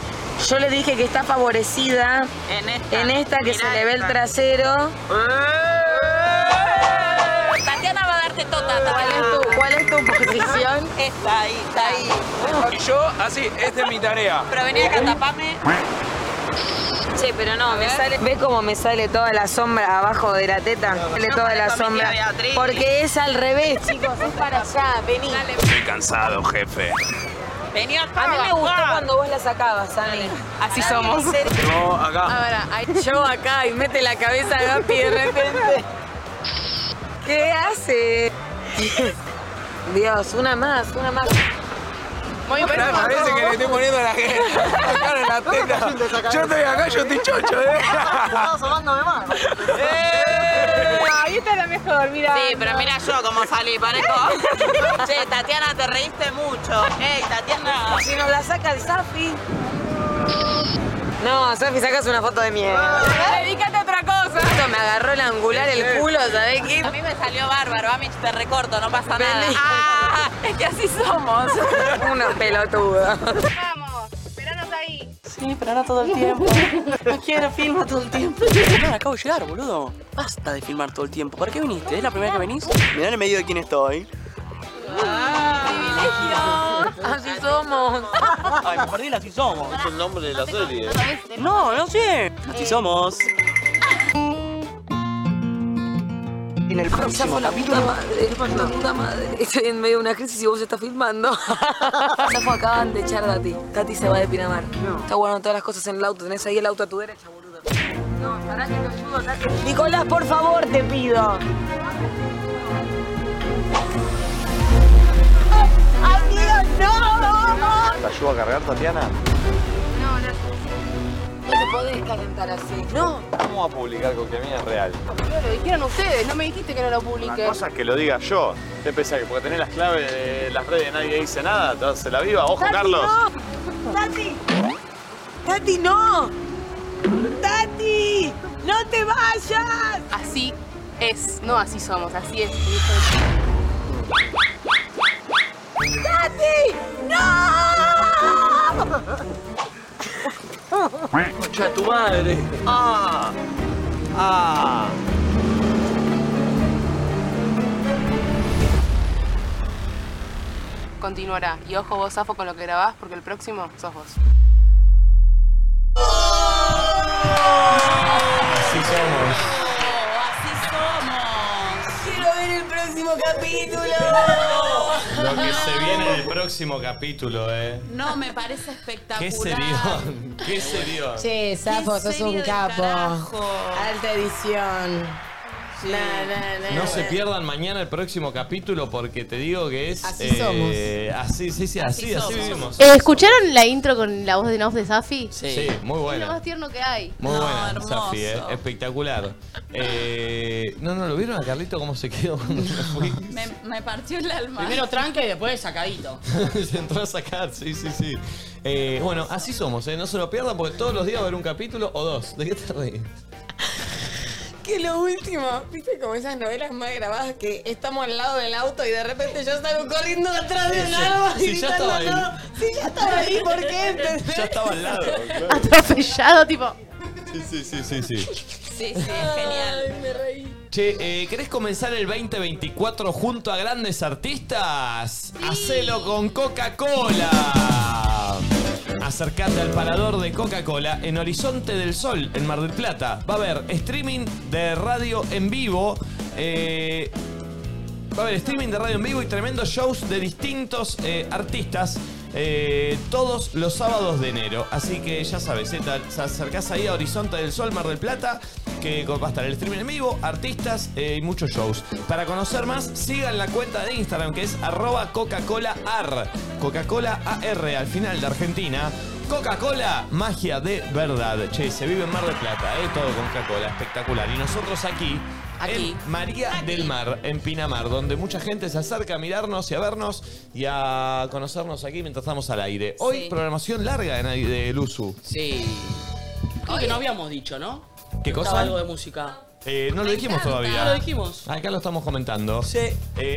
Speaker 30: Yo le dije que está favorecida en esta, que se le ve el trasero.
Speaker 3: ¡Eh! Tatiana va a darte tota,
Speaker 30: ¿Cuál es tu, cuál es tu posición?
Speaker 3: Está ahí, está ahí.
Speaker 6: Y yo así, esta es mi tarea.
Speaker 3: Pero vení acá, tapame.
Speaker 2: Che, pero no, me
Speaker 30: sale- ¿Ves cómo me sale toda la sombra abajo de la teta? Sale toda la sombra. Porque es al revés, chicos. Es para allá, vení.
Speaker 1: Estoy cansado, jefe.
Speaker 30: Vení acá. A mí me gustó cuando vos la sacabas, Ani. Así somos.
Speaker 1: No, acá.
Speaker 30: Ahora, ay, yo acá y mete la cabeza a Gapi de repente.
Speaker 2: ¿Qué hace? Dios, una más, una más.
Speaker 30: Muy
Speaker 6: Pará, Parece que le estoy poniendo la, la cara en la teta. Yo estoy acá, yo estoy chocho, eh.
Speaker 22: sobándome más.
Speaker 3: Ahí está la mejor, mira. ¡Eh! Sí, pero mira yo cómo salí, parejo. che, Tatiana, te reíste mucho. Ey, Tatiana.
Speaker 30: Si nos la saca el Safi.
Speaker 2: No, Sofi, sacas una foto de mierda.
Speaker 30: Dedícate a otra cosa. Esto me agarró el angular el culo, ¿sabés qué?
Speaker 3: A mí me salió bárbaro, a mí te recorto, no pasa nada.
Speaker 30: Vení.
Speaker 3: Ah, es que así somos.
Speaker 30: Una pelotuda.
Speaker 3: Sí, pero no todo el tiempo. No quiero filmar todo el tiempo.
Speaker 5: acabo de llegar, boludo. Basta de filmar todo el tiempo. ¿Para qué viniste? ¿Es la primera que venís? Me dan en medio de quién estoy.
Speaker 30: Así somos.
Speaker 5: Ay, me perdí la si somos.
Speaker 1: Es el nombre de la serie.
Speaker 5: No, no sé. Si somos.
Speaker 22: En el próximo capítulo.
Speaker 2: La puta madre. Estoy en medio de una crisis y vos estás filmando. Zafo, acaban de echar a Tati. Tati se va de Pinamar. Está guardando todas las cosas en el auto. Tenés ahí el auto a tu derecha, boludo. No, pará que te ayudo, acá que- Nicolás, por favor, te pido.
Speaker 3: ¡Amigo, no!
Speaker 1: ¿Te ayudo a cargar, Tatiana?
Speaker 2: No te podés calentar así. No.
Speaker 1: Vamos a publicar con que mía es real.
Speaker 9: Lo dijeron ustedes, no me dijiste que no lo publiqué.
Speaker 1: Una cosa es que lo diga yo. Te pensás que porque tenés las claves de las redes nadie dice nada, te hace la viva. Ojo,
Speaker 2: Tati,
Speaker 1: Carlos.
Speaker 2: no. Tati. Tati, no.
Speaker 30: ¡Tati! ¡No te vayas!
Speaker 9: Así es, no así somos, así es.
Speaker 30: ¡Tati! ¡No!
Speaker 5: Concha tu madre. Ah. Ah.
Speaker 9: Continuará. Y ojo vos, Zafo, con lo que grabás, porque el próximo sos vos.
Speaker 31: Sí somos.
Speaker 30: Quiero ver el próximo capítulo.
Speaker 31: Lo que se viene del próximo capítulo, eh.
Speaker 32: No, me parece espectacular.
Speaker 31: Qué serión. Qué serión.
Speaker 33: Che, Zafo, sos un capo. Alta edición.
Speaker 1: No se pierdan mañana el próximo capítulo porque te digo que es. eh,
Speaker 7: Así somos.
Speaker 1: Así, sí, sí, así, así, vivimos.
Speaker 7: Eh, ¿Escucharon la intro con la voz de Nof de Safi?
Speaker 1: Sí, muy
Speaker 7: Es lo
Speaker 1: buena.
Speaker 7: más tierno que hay.
Speaker 1: Muy buena, Safi, eh, espectacular. Eh, no, no, ¿lo vieron a Carlito cómo se quedó cuando me fui?
Speaker 3: Me, me partió el alma.
Speaker 5: Primero tranca y después sacadito.
Speaker 1: se entró a sacar, sí, sí, sí. Eh, bueno, así somos, ¿eh? no se lo pierdan porque todos los días va a haber un capítulo o dos. ¿De qué te reís?
Speaker 2: Que lo último, viste como esas novelas más grabadas que estamos al lado del auto y de repente yo salgo corriendo atrás de un
Speaker 1: Sí,
Speaker 2: árbol y
Speaker 1: sí, ya
Speaker 2: gritando
Speaker 1: estaba ahí.
Speaker 2: todo. Sí, ya estaba ahí, ¿por qué? ¿Entendés?
Speaker 1: Ya estaba al lado.
Speaker 7: Atropellado, tipo.
Speaker 1: Sí, sí, sí, sí, sí.
Speaker 3: Sí, sí, genial.
Speaker 2: me reí.
Speaker 1: Che, eh, ¿querés comenzar el 2024 junto a grandes artistas? Hacelo con Coca-Cola. Acercate al parador de Coca-Cola en Horizonte del Sol, en Mar del Plata. Va a haber streaming de radio en vivo. eh, Va a haber streaming de radio en vivo y tremendos shows de distintos eh, artistas eh, todos los sábados de enero. Así que ya sabes, eh, te- te acercás ahí a Horizonte del Sol, Mar del Plata, que va a estar el streaming en vivo, artistas eh, y muchos shows. Para conocer más, sigan la cuenta de Instagram que es arroba Coca-Cola AR. Coca-Cola AR al final de Argentina. Coca-Cola, magia de verdad. Che, se vive en Mar del Plata, eh, todo con Coca-Cola, espectacular. Y nosotros aquí
Speaker 5: Aquí.
Speaker 1: en María del Mar, en Pinamar, donde mucha gente se acerca a mirarnos y a vernos y a conocernos aquí mientras estamos al aire. Hoy,
Speaker 5: Sí.
Speaker 1: programación larga en ahí de Luzu.
Speaker 5: Sí. Creo que no habíamos dicho, ¿no?
Speaker 1: ¿Qué
Speaker 5: Estaba
Speaker 1: cosa?
Speaker 5: algo de música.
Speaker 1: Eh, no lo dijimos todavía.
Speaker 5: No lo dijimos.
Speaker 1: Acá lo estamos comentando. Sí.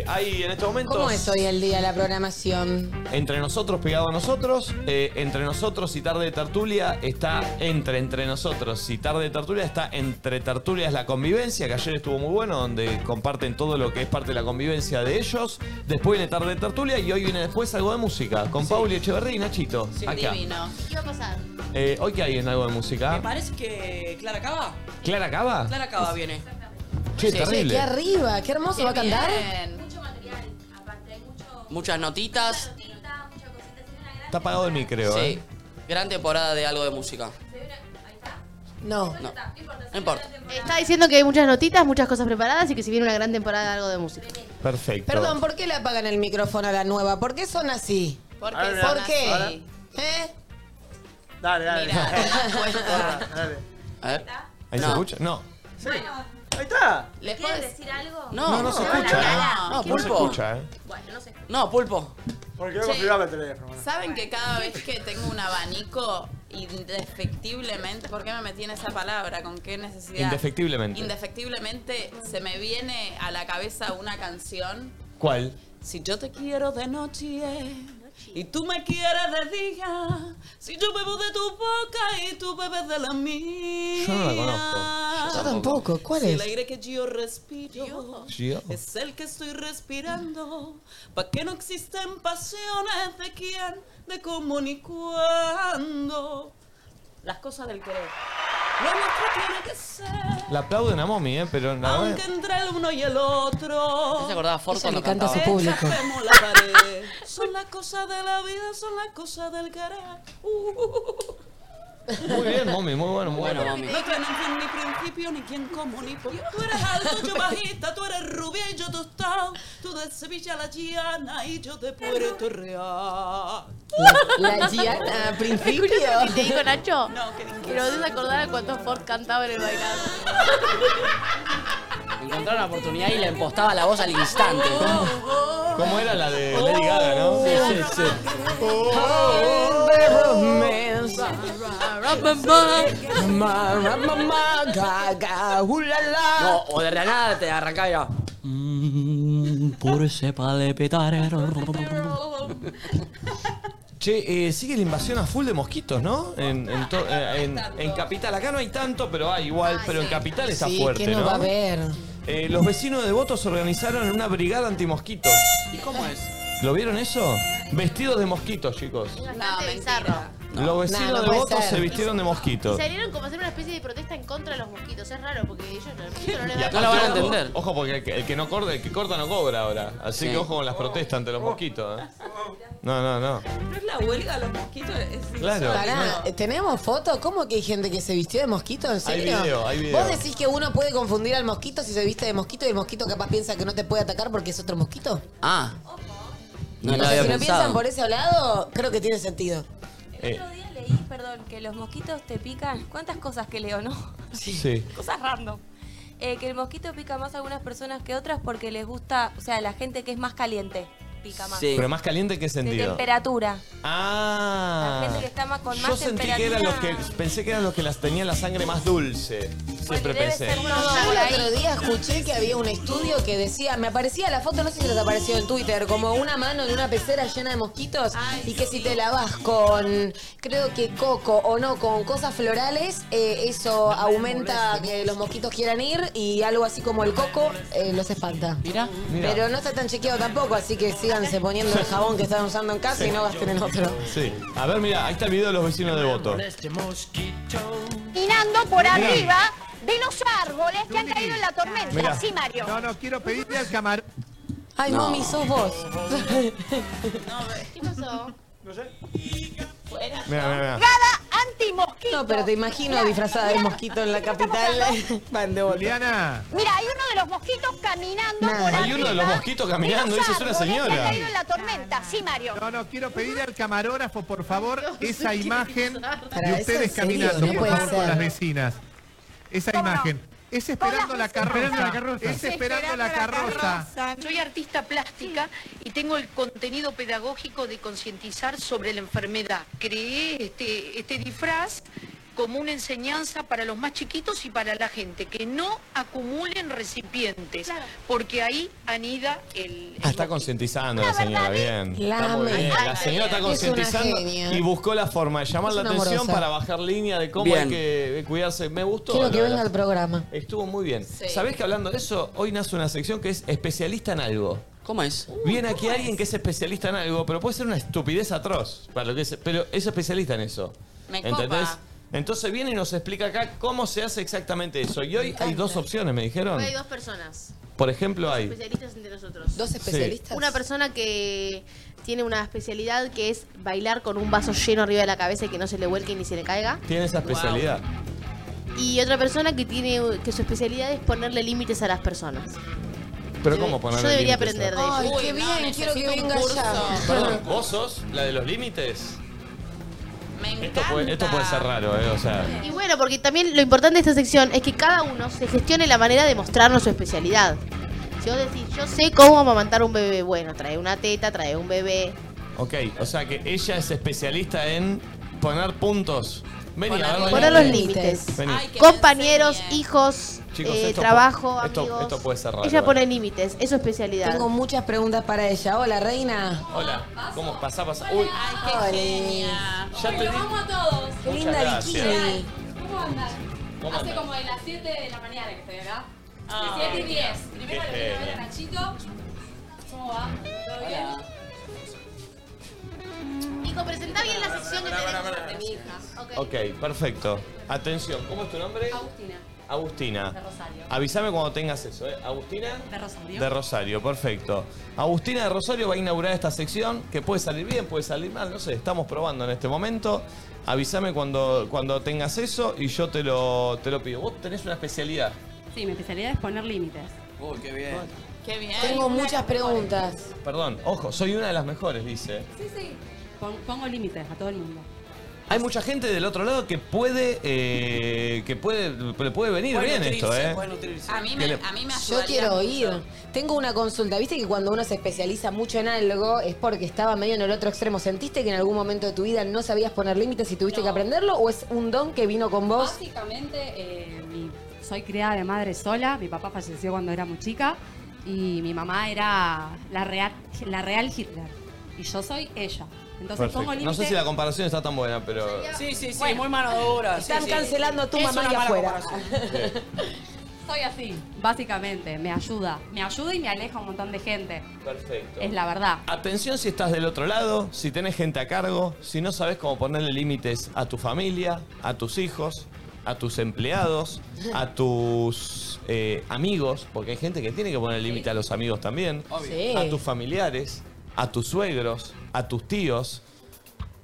Speaker 1: hay en este momento.
Speaker 2: ¿Cómo es hoy el día la programación?
Speaker 1: Entre nosotros pegado a nosotros, eh, entre nosotros y tarde de tertulia está entre entre nosotros y tarde de tertulia está entre tertulias la convivencia, que ayer estuvo muy bueno, donde comparten todo lo que es parte de la convivencia de ellos. Después viene tarde de tertulia y hoy viene después algo de música con Pauli Echeverría y Nachito. acá.
Speaker 7: ¿Qué va a pasar?
Speaker 1: Eh, hoy qué hay en algo de música.
Speaker 5: Me parece que Clara Cava.
Speaker 1: Clara Cava.
Speaker 5: Clara Cava viene.
Speaker 1: Che,
Speaker 5: Sí,
Speaker 1: terrible.
Speaker 5: sí,
Speaker 2: Qué arriba, qué hermoso va a cantar.
Speaker 5: Muchas notitas.
Speaker 1: Está apagado el micro,
Speaker 5: Sí.
Speaker 1: eh.
Speaker 5: Gran temporada de algo de música.
Speaker 2: No.
Speaker 5: No. No importa.
Speaker 7: Está diciendo que hay muchas notitas, muchas cosas preparadas y que si viene una gran temporada algo de música.
Speaker 1: Perfecto.
Speaker 2: Perdón, ¿por qué le apagan el micrófono a la nueva? ¿Por qué son así?
Speaker 7: ¿Por
Speaker 1: Ah,
Speaker 2: qué?
Speaker 4: son
Speaker 2: ¿Por qué?
Speaker 4: así?
Speaker 2: ¿Eh?
Speaker 4: Dale, dale. dale.
Speaker 5: A ver.
Speaker 1: ¿Ahí se escucha? No.
Speaker 4: Sí. Ahí está.
Speaker 3: ¿Les puedo decir algo?
Speaker 5: No, no, se escucha. No,
Speaker 1: No se
Speaker 5: pulpo.
Speaker 1: escucha, eh.
Speaker 3: Bueno, no sé.
Speaker 5: No, pulpo.
Speaker 4: Porque
Speaker 3: Sí.
Speaker 4: yo configuraba el teléfono.
Speaker 3: ¿Saben que cada vez que tengo un abanico, indefectiblemente, ¿por qué me metí en esa palabra? ¿Con qué necesidad?
Speaker 1: Indefectiblemente.
Speaker 3: Indefectiblemente se me viene a la cabeza una canción.
Speaker 1: ¿Cuál?
Speaker 3: Si yo te quiero de noche y tú me quieres de día, si yo bebo de tu boca y tú bebes de la mía.
Speaker 2: Yo no la conozco. Yo tampoco. ¿Cuál
Speaker 3: si
Speaker 2: es?
Speaker 3: el aire que yo respiro
Speaker 2: Yo.
Speaker 3: es el que estoy respirando, pa' que no existen pasiones de quién, de cómo ni cuándo. Las cosas del querer. Lo nuestro tiene que ser,
Speaker 1: La aplauden a Momi, eh, pero
Speaker 5: Ah,
Speaker 1: la verdad-
Speaker 3: aunque entre el uno y el otro.
Speaker 5: ¿Se acordaba Ford
Speaker 1: Esa le
Speaker 5: cuando
Speaker 1: canta a su
Speaker 5: cantaba?
Speaker 1: público.
Speaker 3: Chapemos la pared. Son las cosas de la vida, son las cosas del querer. Uh.
Speaker 1: Muy bien, Momi, muy bueno, muy bueno.
Speaker 3: No tienen fin ni principio, ni quién como, ni por Tú eres alto, yo bajita, tú eres rubia y yo tostado. Tú de Sevilla la Giana y yo de Puerto Real.
Speaker 2: La, la Giana, al principio.
Speaker 7: ¿Escuchaste lo que te dijo Nacho?
Speaker 3: No, que
Speaker 7: Que no debes acordar a cuánto Ford cantaba en el bailado.
Speaker 5: Encontraron la oportunidad y le impostaba la voz al instante.
Speaker 1: ¿Cómo era la de Lady Gaga, no? Oh. Sí, sí,
Speaker 5: No, o de la nada te arrancaba y era, "Mm,
Speaker 16: Por sepa de
Speaker 1: Che, eh, sigue la invasión a full de mosquitos, ¿no? En, en to- eh, en- en Capital, acá no hay tanto, pero hay igual, pero en Capital está
Speaker 2: Sí,
Speaker 1: fuerte,
Speaker 2: ¿qué no,
Speaker 1: ¿no?
Speaker 2: va a haber?
Speaker 1: Eh, los vecinos de Devotos organizaron una brigada antimosquitos.
Speaker 5: ¿Y cómo es?
Speaker 1: ¿Lo vieron eso? Vestidos de mosquitos, chicos.
Speaker 3: No, mentira.
Speaker 1: Los vecinos
Speaker 7: Nah, no
Speaker 1: de
Speaker 7: puede
Speaker 1: Devotos
Speaker 7: ser.
Speaker 1: se vistieron de mosquitos.
Speaker 7: Salieron como a hacer una especie de protesta en contra de los mosquitos. Es raro porque ellos no, ellos no les
Speaker 1: Y
Speaker 7: da-
Speaker 1: aparte,
Speaker 5: lo van a
Speaker 1: ojo,
Speaker 5: entender.
Speaker 1: Ojo, porque el que, el que no corta, el que corta no cobra ahora. Así
Speaker 5: Sí.
Speaker 1: que ojo con las protestas ante los mosquitos. ¿eh? No, no, no.
Speaker 3: No es la la huelga a los mosquitos es
Speaker 1: Claro.
Speaker 2: Pará, eh, ¿tenemos fotos? ¿Cómo que hay gente que se vistió de mosquito? ¿En serio?
Speaker 1: video, hay video.
Speaker 2: ¿Vos decís que uno puede confundir al mosquito si se viste de mosquito y el mosquito capaz piensa que no te puede atacar porque es otro mosquito?
Speaker 5: Ah. No lo
Speaker 2: O sea,
Speaker 5: había
Speaker 2: si lo piensan
Speaker 5: pensado.
Speaker 2: por ese lado, creo que tiene sentido.
Speaker 1: Eh,
Speaker 14: leí, perdón, que los mosquitos te pican. ¿Cuántas cosas que leo, no?
Speaker 1: Sí.
Speaker 14: Cosas random. Eh, que el mosquito pica más a algunas personas que otras porque les gusta, o sea, la gente que es más caliente pica más.
Speaker 1: Pero más caliente, ¿qué
Speaker 14: De
Speaker 1: sentido?
Speaker 14: temperatura.
Speaker 1: Ah.
Speaker 14: La gente que está más con
Speaker 1: Yo
Speaker 14: más
Speaker 1: sentí que
Speaker 14: temperatura.
Speaker 1: eran los que. Pensé que eran los que las tenían la sangre más dulce. Siempre
Speaker 14: debe
Speaker 1: pensé.
Speaker 14: ser todo.
Speaker 2: Yo
Speaker 14: por
Speaker 2: el
Speaker 14: ahí.
Speaker 2: otro día escuché que había un estudio que decía, me aparecía la foto, no sé si les apareció en Twitter, como una mano en una pecera llena de mosquitos y que si te lavas con, creo que coco o no, con cosas florales, eh, eso aumenta que los mosquitos quieran ir y algo así como el coco eh, los espanta.
Speaker 5: Mira,
Speaker 1: Mira.
Speaker 2: Pero no está tan chequeado tampoco, así que síganse poniendo el jabón que están usando en casa y no gasten en otro.
Speaker 1: Sí. A ver, mira, ahí está el video de los vecinos de Voto.
Speaker 17: caminando por
Speaker 1: Mirá.
Speaker 17: arriba de los árboles que han caído en la tormenta.
Speaker 1: Mirá.
Speaker 17: Sí, Mario. No, no, quiero pedirle al camarón.
Speaker 2: Ay,
Speaker 17: No.
Speaker 2: mami, sos vos.
Speaker 7: ¿Qué pasó?
Speaker 4: No sé.
Speaker 7: Fuera.
Speaker 1: Mira, mira, mira.
Speaker 17: Cada antimosquito.
Speaker 2: No, pero te imagino disfrazada de mosquito en la capital. Van de Voto.
Speaker 17: Mira, hay uno de los mosquitos caminando
Speaker 1: Nah.
Speaker 17: por arriba.
Speaker 1: Hay uno de los mosquitos caminando,
Speaker 17: de los
Speaker 1: esa es una
Speaker 17: árboles Que
Speaker 1: señora.
Speaker 17: han caído en la tormenta. Sí, Mario. No, no, quiero pedirle al camarógrafo, por favor,
Speaker 18: Esa imagen de
Speaker 17: eso
Speaker 18: ustedes
Speaker 17: en serio,
Speaker 18: caminando,
Speaker 17: no
Speaker 18: por
Speaker 17: puede
Speaker 18: favor, con
Speaker 17: ser.
Speaker 18: las vecinas. Esa
Speaker 17: ¿Cómo?
Speaker 18: imagen. Es esperando la carroza. Es esperando la carroza.
Speaker 20: Soy artista plástica y tengo el contenido pedagógico de concientizar sobre la enfermedad. Creé este, este disfraz como una enseñanza para los más chiquitos y para la gente, que no acumulen recipientes, porque ahí anida el...
Speaker 1: Ah, está concientizando la señora, bien.
Speaker 20: La
Speaker 1: Está muy
Speaker 20: amé.
Speaker 1: bien. La señora está
Speaker 20: Es una
Speaker 1: concientizando
Speaker 20: genia.
Speaker 1: y buscó la forma de llamar
Speaker 2: Es
Speaker 1: la
Speaker 2: una
Speaker 1: atención
Speaker 2: amorosa.
Speaker 1: para bajar línea de cómo
Speaker 5: Bien.
Speaker 1: hay que eh, cuidarse. Me gustó.
Speaker 2: Quiero
Speaker 1: la
Speaker 2: que
Speaker 1: verdad.
Speaker 2: venga al programa.
Speaker 1: Estuvo muy bien.
Speaker 2: Sí.
Speaker 1: ¿Sabés que hablando de eso, hoy nace una sección que es especialista en algo? Uh,
Speaker 5: ¿Cómo es?
Speaker 1: Viene aquí alguien que es especialista en algo, pero puede ser una estupidez atroz, para lo que es, pero es especialista en eso.
Speaker 5: Me
Speaker 1: ¿Entendés?
Speaker 5: copa.
Speaker 1: Entonces viene y nos explica acá cómo se hace exactamente eso. Y hoy hay dos opciones, me dijeron.
Speaker 7: Hay dos personas,
Speaker 1: Por ejemplo, hay.
Speaker 7: especialistas entre nosotros.
Speaker 2: ¿Dos
Speaker 1: especialistas?
Speaker 7: Una persona que tiene una especialidad que es bailar con un vaso lleno arriba de la cabeza y que no se le vuelque ni se le caiga.
Speaker 1: Tiene esa especialidad.
Speaker 7: Y otra persona que tiene que su especialidad es ponerle límites a las personas.
Speaker 1: Pero ¿cómo ponerle
Speaker 7: Yo debería
Speaker 1: límites a-
Speaker 7: aprender de
Speaker 2: Ay,
Speaker 7: eso.
Speaker 2: qué bien, quiero que venga ya.
Speaker 1: Perdón, ¿vos sos la de los límites? Esto puede, esto puede ser raro, ¿eh? O sea.
Speaker 7: Y bueno, porque también lo importante de esta sección es que cada uno se gestione la manera de mostrarnos su especialidad. Si vos decís, yo sé cómo amamantar un bebé, bueno, trae una teta, trae un bebé.
Speaker 1: Ok, o sea que ella es especialista en poner puntos. Vení, a ver,
Speaker 7: Poner los
Speaker 1: vení.
Speaker 7: límites.
Speaker 1: Vení.
Speaker 7: Compañeros, hijos,
Speaker 1: Chicos,
Speaker 7: eh,
Speaker 1: esto
Speaker 7: trabajo,
Speaker 1: pu- esto-
Speaker 7: amigos.
Speaker 1: esto puede ser raro,
Speaker 7: Ella
Speaker 1: ¿eh?
Speaker 7: pone límites, es su especialidad.
Speaker 2: Tengo muchas preguntas para ella. Hola, reina.
Speaker 1: Hola, ¿cómo? Pasá, pasá. Uy,
Speaker 2: Hola.
Speaker 1: ya te di-
Speaker 14: a todos.
Speaker 2: Qué
Speaker 1: Muchas
Speaker 2: linda
Speaker 1: gracias.
Speaker 2: bikini.
Speaker 14: ¿Cómo andas?
Speaker 1: ¿Cómo
Speaker 14: Hace
Speaker 1: andás?
Speaker 14: como de las 7 de la mañana que estoy acá.
Speaker 3: Ah.
Speaker 14: 7 y 10. Primero
Speaker 1: Qué
Speaker 14: le quiero ver
Speaker 1: genia.
Speaker 14: a Nachito. ¿Cómo va? ¿Todo bien?
Speaker 7: Nico, presenta bien la sección que
Speaker 1: pará,
Speaker 7: de mi hija.
Speaker 1: Ok, perfecto. Atención, ¿cómo es tu nombre?
Speaker 14: Agustina.
Speaker 1: Agustina.
Speaker 14: De Rosario.
Speaker 1: Avísame cuando tengas eso, ¿eh? Ah. Agustina.
Speaker 14: De Rosario.
Speaker 1: De Rosario, perfecto. Agustina de Rosario va a inaugurar esta sección que puede salir bien, puede salir mal, no sé, estamos probando en este momento. Avísame cuando, cuando tengas eso y yo te lo, te lo pido. Vos tenés una especialidad.
Speaker 14: Sí, mi especialidad es poner límites.
Speaker 5: Uy, qué bien.
Speaker 14: Qué bien.
Speaker 2: Tengo muchas preguntas.
Speaker 1: Perdón, ojo, soy una de las mejores, dice.
Speaker 14: Sí, sí. Pon- pongo límites a todo el mundo.
Speaker 1: Hay mucha gente del otro lado que puede, eh, que puede, le puede venir
Speaker 5: Puede
Speaker 1: bien esto,
Speaker 5: nutrirse,
Speaker 1: ¿eh?
Speaker 5: puede
Speaker 14: A
Speaker 5: mí
Speaker 1: Que le-
Speaker 2: Yo quiero oír. Tengo una consulta. Viste que cuando uno se especializa mucho en algo es porque estaba medio en el otro extremo. ¿Sentiste que en algún momento de tu vida no sabías poner límites y tuviste que aprenderlo? ¿O es un don que vino con
Speaker 14: Ah,
Speaker 2: vos?
Speaker 14: Básicamente, eh, mi- soy criada de madre sola. Mi papá falleció cuando era muy chica. Y mi mamá era la real, la real Hitler. Y yo soy ella. Entonces pongo
Speaker 1: Perfecto.
Speaker 14: límites.
Speaker 1: No sé si la comparación está tan buena, pero...
Speaker 5: Sí, sí, sí,
Speaker 14: Bueno,
Speaker 5: muy mano de obra. sí,
Speaker 14: están
Speaker 5: sí.
Speaker 14: cancelando a tu
Speaker 5: Es
Speaker 14: mamá
Speaker 5: una
Speaker 14: y
Speaker 5: mala
Speaker 14: afuera.
Speaker 5: comparación.
Speaker 1: eh,
Speaker 14: Soy así, básicamente. Me ayuda. Me ayuda y me aleja un montón de gente.
Speaker 1: Perfecto.
Speaker 14: Es la verdad.
Speaker 1: Atención si estás del otro lado, si tenés gente a cargo, si no sabes cómo ponerle límites a tu familia, a tus hijos, a tus empleados, a tus eh, amigos, porque hay gente que tiene que poner límite a los amigos también,
Speaker 5: Obvio. Sí.
Speaker 1: a tus familiares, a tus suegros, a tus tíos.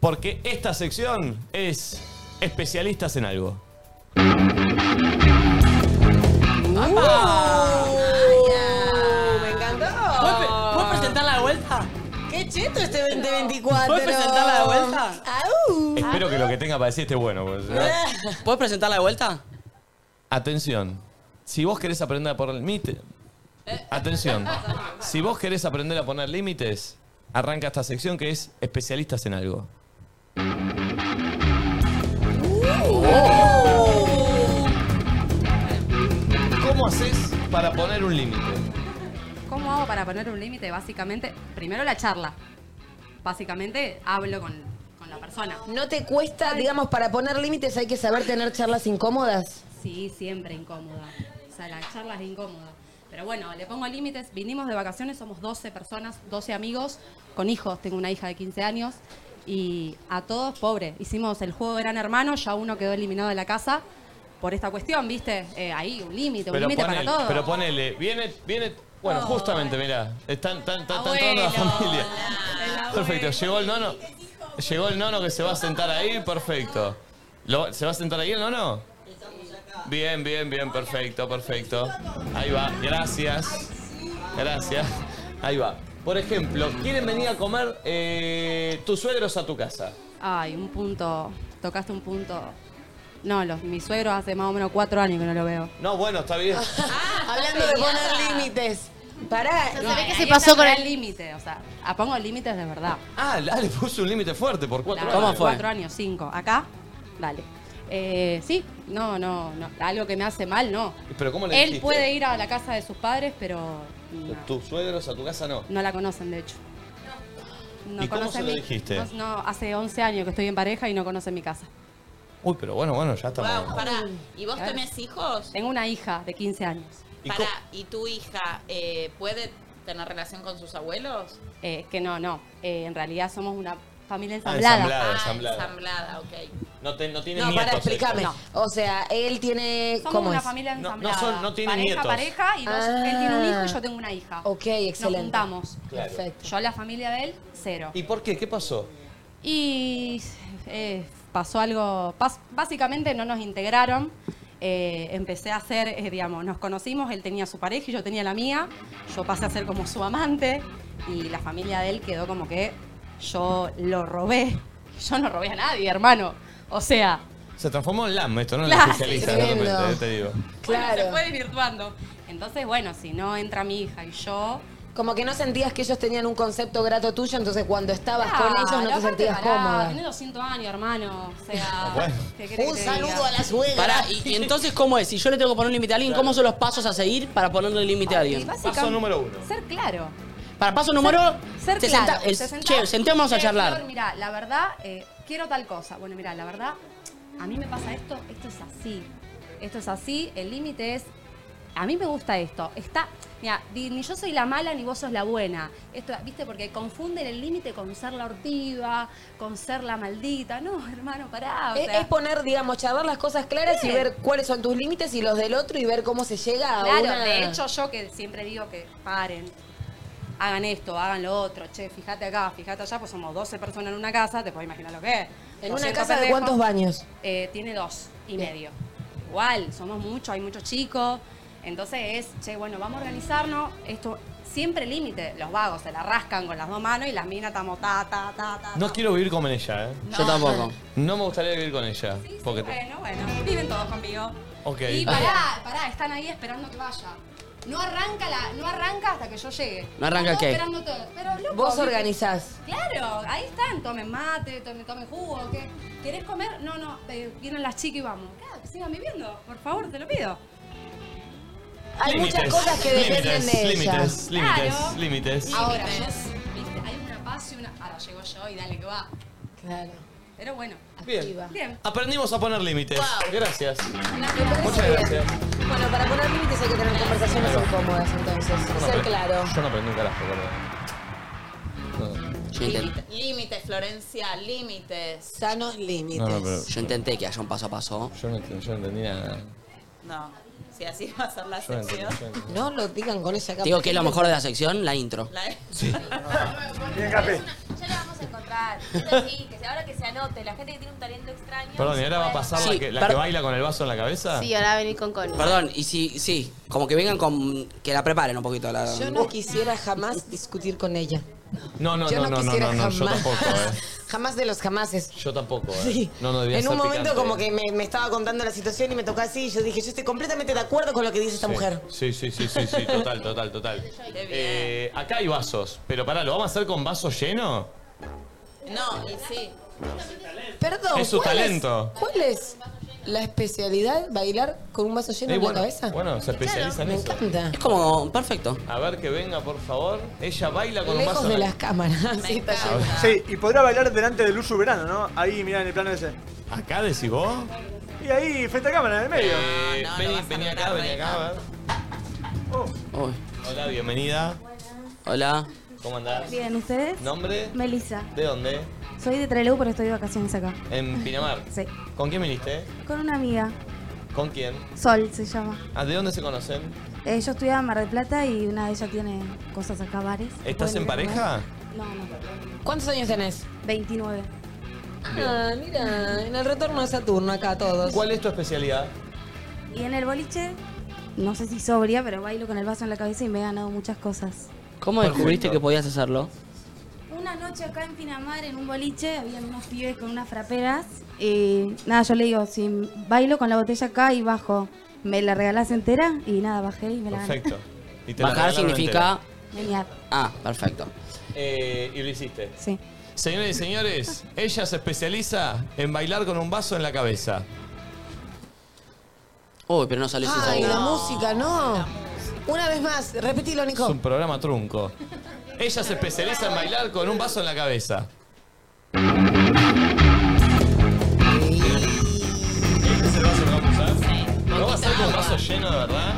Speaker 1: Porque esta sección es especialistas en algo.
Speaker 2: Me
Speaker 5: encantó. ¿Puedes presentarla de vuelta?
Speaker 2: Qué cheto este 2024.
Speaker 5: ¿Puedes presentarla de vuelta?
Speaker 1: Espero que lo que tenga para decir esté bueno. porque si no-
Speaker 5: ¿Puedes presentarla de vuelta?
Speaker 1: Atención. Si vos querés aprender a poner límites.
Speaker 5: Eh.
Speaker 1: Atención. Si vos querés aprender a poner límites, arranca esta sección que es especialistas en algo.
Speaker 2: Ah.
Speaker 1: ¿Cómo haces para poner un límite?
Speaker 14: ¿Cómo hago para poner un límite? Básicamente, primero la charla. Básicamente hablo con, con la persona.
Speaker 2: ¿No te cuesta, digamos, para poner límites hay que saber tener charlas incómodas?
Speaker 14: Sí, siempre incómoda. O sea, la charla es incómoda. Pero bueno, le pongo límites. Vinimos de vacaciones, somos 12 personas, 12 amigos, con hijos. Tengo una hija de 15 años. Y a todos, pobre. Hicimos el juego Gran Hermano, ya uno quedó eliminado de la casa por esta cuestión, ¿viste? Eh, ahí, un límite, un límite para
Speaker 1: ponele-
Speaker 14: todo. Oh.
Speaker 1: pero ponele, viene, viene. Bueno, justamente, mirá. Están, están, están,
Speaker 14: Ah,
Speaker 1: están toda la
Speaker 14: Abuelo,
Speaker 1: familia. Perfecto, llegó el nono. Llegó el nono que se va a sentar ahí, perfecto. Lo- ¿Se va a sentar ahí el nono? Bien, bien, bien, perfecto, perfecto. Ahí va, gracias. Gracias. Ahí va. Por ejemplo, quieren venir a comer eh, tus suegros a tu casa.
Speaker 14: Ay, un punto. Tocaste un punto. No, los, mi suegro hace más o menos cuatro años que no lo veo.
Speaker 1: No, bueno, está bien.
Speaker 2: Hablando de poner límites. Pará.
Speaker 14: No,
Speaker 2: no,
Speaker 14: ahí
Speaker 2: ahí
Speaker 14: está
Speaker 2: está
Speaker 14: con
Speaker 2: el
Speaker 14: el límite, o sea, a pongo límites de verdad.
Speaker 1: Ah, le- ah, le puse un límite fuerte por cuatro
Speaker 14: Claro,
Speaker 1: años.
Speaker 14: Cuatro años, cinco. Acá, dale. Eh, sí, no, no, no. Algo que me hace mal, no.
Speaker 1: Pero ¿cómo le
Speaker 14: Él
Speaker 1: dijiste?
Speaker 14: puede ir a la casa de sus padres, pero
Speaker 1: Tus suegros a tu casa no.
Speaker 14: no la conocen, de hecho. No
Speaker 1: ¿Y cómo
Speaker 14: conocen
Speaker 1: se lo
Speaker 14: mi-
Speaker 1: dijiste?
Speaker 14: No, no, hace 11 años que estoy en pareja y no conocen mi casa.
Speaker 1: Uy, pero bueno, bueno, ya estamos.
Speaker 3: Pará, ¿y vos tenés hijos?
Speaker 14: Tengo una hija de 15 años.
Speaker 3: Pará, ¿y tu hija eh, puede tener relación con sus abuelos?
Speaker 14: Eh, que no, no. Eh, en realidad somos una familia
Speaker 1: Ah,
Speaker 14: ensamblada.
Speaker 1: ensamblada,
Speaker 3: Ah,
Speaker 1: ensamblada.
Speaker 3: ensamblada, ok.
Speaker 1: No, te- no tiene ¿eh?
Speaker 2: No,
Speaker 1: nietos.
Speaker 2: para explicarme.
Speaker 1: ellos.
Speaker 2: O sea, él tiene.
Speaker 14: Somos
Speaker 2: ¿Cómo
Speaker 14: una
Speaker 2: es?
Speaker 14: familia
Speaker 1: No, no
Speaker 14: ensamblada.
Speaker 1: son- no tienen
Speaker 14: pareja,
Speaker 1: nietos.
Speaker 14: pareja, y dos,
Speaker 2: Ah.
Speaker 14: él tiene un hijo y yo tengo una hija.
Speaker 2: Ok, excelente.
Speaker 14: Nos juntamos.
Speaker 1: Claro.
Speaker 2: Perfecto.
Speaker 14: Yo a la familia de él, cero.
Speaker 1: ¿Y por qué? ¿Qué pasó?
Speaker 14: Y eh, pasó algo, pas- básicamente no nos integraron. Eh, empecé a hacer, eh, digamos, nos conocimos, él tenía su pareja y yo tenía la mía. Yo pasé a ser como su amante y la familia de él quedó como que yo lo robé. Yo no robé a nadie, hermano. O sea,
Speaker 1: Se transformó en LAM esto, ¿no? En
Speaker 14: Claro,
Speaker 1: la especialista, de
Speaker 14: tremendo.
Speaker 1: repente, te digo.
Speaker 14: bueno, se fue desvirtuando. Entonces, bueno, si no entra mi hija y yo.
Speaker 2: Como que no sentías que ellos tenían un concepto grato tuyo, entonces cuando estabas
Speaker 14: Claro,
Speaker 2: con ellos no te
Speaker 14: Ah, aparte,
Speaker 2: sentías
Speaker 14: pará,
Speaker 2: cómoda.
Speaker 14: Tenés 200 años, hermano. O sea,
Speaker 1: Bueno.
Speaker 14: ¿qué querés que te diga?
Speaker 5: Pará, y, y entonces, ¿cómo es? Si yo le tengo que poner un límite a alguien, ¿cómo son los pasos a seguir para ponerle un límite a
Speaker 14: Y
Speaker 5: alguien?
Speaker 14: básicamente- Ser claro.
Speaker 5: Para paso número.
Speaker 14: Ser
Speaker 5: te
Speaker 14: claro.
Speaker 5: senta- el-
Speaker 14: Te sentás,
Speaker 5: che, sentémonos a
Speaker 14: "Che,
Speaker 5: charlar.
Speaker 14: Flor, Mirá, la verdad, eh, quiero tal cosa. Bueno, mirá, la verdad, a mí me pasa esto, esto es así. Esto es así, el límite es. A mí me gusta esto. Está. Mira, ni yo soy la mala ni vos sos la buena. Esto, ¿viste? Porque confunden el límite con ser la hortiva, con ser la maldita. No, hermano, pará. o
Speaker 2: Es,
Speaker 14: sea.
Speaker 2: es poner, digamos, charlar las cosas claras y
Speaker 14: Bien.
Speaker 2: ver cuáles son tus límites y los del otro y ver cómo se llega a
Speaker 14: Claro,
Speaker 2: una-
Speaker 14: de hecho yo que siempre digo que paren, hagan esto, hagan lo otro, che, fíjate acá, fíjate allá, pues somos 12 personas en una casa, te puedes imaginar lo que es.
Speaker 2: ¿En
Speaker 14: 200
Speaker 2: una casa de
Speaker 14: pendejos,
Speaker 2: cuántos baños?
Speaker 14: eh, tiene dos y medio. Igual, somos muchos, hay muchos chicos, entonces es, che, bueno, vamos a organizarnos, esto siempre límite, los vagos se la rascan con las dos manos y las minas estamos ta, ta, ta, ta.
Speaker 1: No quiero vivir con ella, ¿eh?
Speaker 5: Yo tampoco.
Speaker 1: No me gustaría vivir con ella. porque te-
Speaker 14: Bueno, bueno, viven todos conmigo.
Speaker 1: Ok.
Speaker 14: Y pará, pará, están ahí esperando que vaya. No arranca, la, no arranca hasta que yo llegue.
Speaker 5: ¿No arranca
Speaker 14: Están
Speaker 5: qué?
Speaker 14: todos esperando todo. Pero, loco,
Speaker 2: Vos
Speaker 14: ¿viste?
Speaker 2: organizás.
Speaker 14: Claro, ahí están, tomen mate, tomen, tomen jugo, ¿qué? ¿Querés comer? No, no, eh, vienen las chicas y vamos. Claro, que sigan viviendo, por favor, te lo pido.
Speaker 2: Hay
Speaker 1: Límites,
Speaker 2: muchas cosas que dependen
Speaker 1: límites,
Speaker 2: de ella.
Speaker 1: Límites, límites, límites.
Speaker 14: Ahora, yo, viste, hay una paz y una... Ahora llego yo y dale que va.
Speaker 2: Claro.
Speaker 14: Pero bueno.
Speaker 1: Bien.
Speaker 14: Bien.
Speaker 1: Aprendimos a poner límites. Gracias. Muchas
Speaker 2: bien.
Speaker 1: gracias.
Speaker 2: Bueno, para poner límites hay que tener conversaciones incómodas,
Speaker 1: Yo
Speaker 2: entonces.
Speaker 1: no
Speaker 2: Ser
Speaker 1: aprendí-
Speaker 2: claro.
Speaker 1: Yo no aprendí un carajo, perdón.
Speaker 5: Yo
Speaker 3: Límites, Florencia, límites.
Speaker 2: Sanos límites.
Speaker 5: intenté que haya un paso a paso.
Speaker 1: Yo no, yo no entendí nada.
Speaker 3: No, si así va a ser la
Speaker 5: Yo no
Speaker 3: sección.
Speaker 2: No lo digan con esa
Speaker 5: Te digo que es lo mejor de la sección, la intro.
Speaker 3: La-
Speaker 5: Sí.
Speaker 4: Bien,
Speaker 7: Ya
Speaker 4: Capi.
Speaker 7: le vamos
Speaker 8: vamos a encontrar. Esto sí, que se- ahora que se anote, la gente que tiene un talento extraño.
Speaker 1: Perdón, ¿y ahora va a pasar
Speaker 5: Sí,
Speaker 1: la, que, la
Speaker 5: per-
Speaker 1: que baila con el vaso en la cabeza?
Speaker 7: Sí, ahora va a venir con Connie.
Speaker 5: Perdón, y si, sí, como que vengan con. que la preparen un poquito. La,
Speaker 2: Yo no quisiera jamás discutir con ella.
Speaker 1: no, no,
Speaker 2: yo
Speaker 1: no,
Speaker 2: no
Speaker 1: no, no,
Speaker 2: quisiera
Speaker 1: no, no, yo
Speaker 2: jamás.
Speaker 1: tampoco, eh.
Speaker 2: Jamás de los jamases.
Speaker 1: Yo tampoco, eh.
Speaker 2: Sí.
Speaker 1: No, no debía
Speaker 2: en
Speaker 1: ser
Speaker 2: un momento
Speaker 1: picante.
Speaker 2: como que me, me estaba contando la situación y me tocó así y yo dije, yo estoy completamente de acuerdo con lo que dice esta
Speaker 1: Sí.
Speaker 2: mujer.
Speaker 1: Sí, sí, sí, sí, sí, total, total, total. Eh, acá hay vasos, pero pará, ¿lo vamos a hacer con vaso lleno?
Speaker 3: No, y sí.
Speaker 2: Perdón.
Speaker 1: Es su
Speaker 2: ¿cuál
Speaker 1: talento.
Speaker 2: ¿Cuál es la especialidad? ¿Bailar con un vaso lleno
Speaker 1: Eh,
Speaker 2: en la
Speaker 1: bueno,
Speaker 2: cabeza?
Speaker 1: Bueno, se especializa en eso.
Speaker 5: Es como. perfecto.
Speaker 1: A ver que venga, por favor. Eh, Ella baila con un
Speaker 2: Lejos
Speaker 1: vaso.
Speaker 2: de las cámaras. Sí, está lleno.
Speaker 4: Sí, y podrá bailar delante del uso verano, ¿no? Ahí, mirá, en el plano ese.
Speaker 1: ¿Acá decís vos?
Speaker 4: Y ahí, frente a cámara, en el medio.
Speaker 1: Eh, vení, vení acá, vení acá, a ver.
Speaker 5: Uy.
Speaker 1: Hola, bienvenida.
Speaker 5: Hola.
Speaker 1: ¿Cómo andás?
Speaker 13: Bien, ¿ustedes?
Speaker 1: ¿Nombre?
Speaker 13: Melissa.
Speaker 1: ¿De dónde?
Speaker 13: Soy de Trelew, pero estoy de vacaciones acá.
Speaker 1: En Pinamar.
Speaker 13: Sí.
Speaker 1: ¿Con quién viniste?
Speaker 13: Con una amiga,
Speaker 1: ¿Con quién?
Speaker 13: Sol se llama.
Speaker 1: Ah, ¿De dónde se conocen?
Speaker 13: Eh, yo estudiaba en Mar del Plata y una de ellas tiene cosas acá, bares.
Speaker 1: ¿Estás
Speaker 13: Pueden
Speaker 1: en
Speaker 13: ir a comer.
Speaker 1: pareja?
Speaker 13: No, no.
Speaker 2: ¿Cuántos años tenés?
Speaker 13: 29.
Speaker 2: Ah, mira, en el retorno de Saturno acá todos.
Speaker 1: ¿Cuál es tu especialidad?
Speaker 13: Y en el boliche, no sé si sobria, pero bailo con el vaso en la cabeza y me he ganado muchas cosas.
Speaker 5: ¿Cómo descubriste que podías hacerlo?
Speaker 13: Una noche acá en Pinamar, en un boliche, habían unos pibes con unas fraperas. Y nada, yo le digo, si bailo con la botella acá y bajo, ¿me la regalás entera? Y nada, bajé y me la gané.
Speaker 1: Perfecto. Y te la
Speaker 5: Bajar
Speaker 1: regalaron
Speaker 5: significa.
Speaker 13: Genial.
Speaker 5: Ah, perfecto.
Speaker 1: Eh, y lo hiciste.
Speaker 13: Sí.
Speaker 1: Señores y señores, ella se especializa en bailar con un vaso en la cabeza.
Speaker 5: Uy, pero no salió sin
Speaker 2: Ay,
Speaker 5: sabor.
Speaker 2: la música, no. Una vez más, repetilo,
Speaker 1: Es
Speaker 2: Nico.
Speaker 1: un programa trunco. Ella se especializa en bailar con un vaso en la cabeza. ¿Este es el vaso que vamos a usar? ¿No va a ser con un vaso lleno de verdad?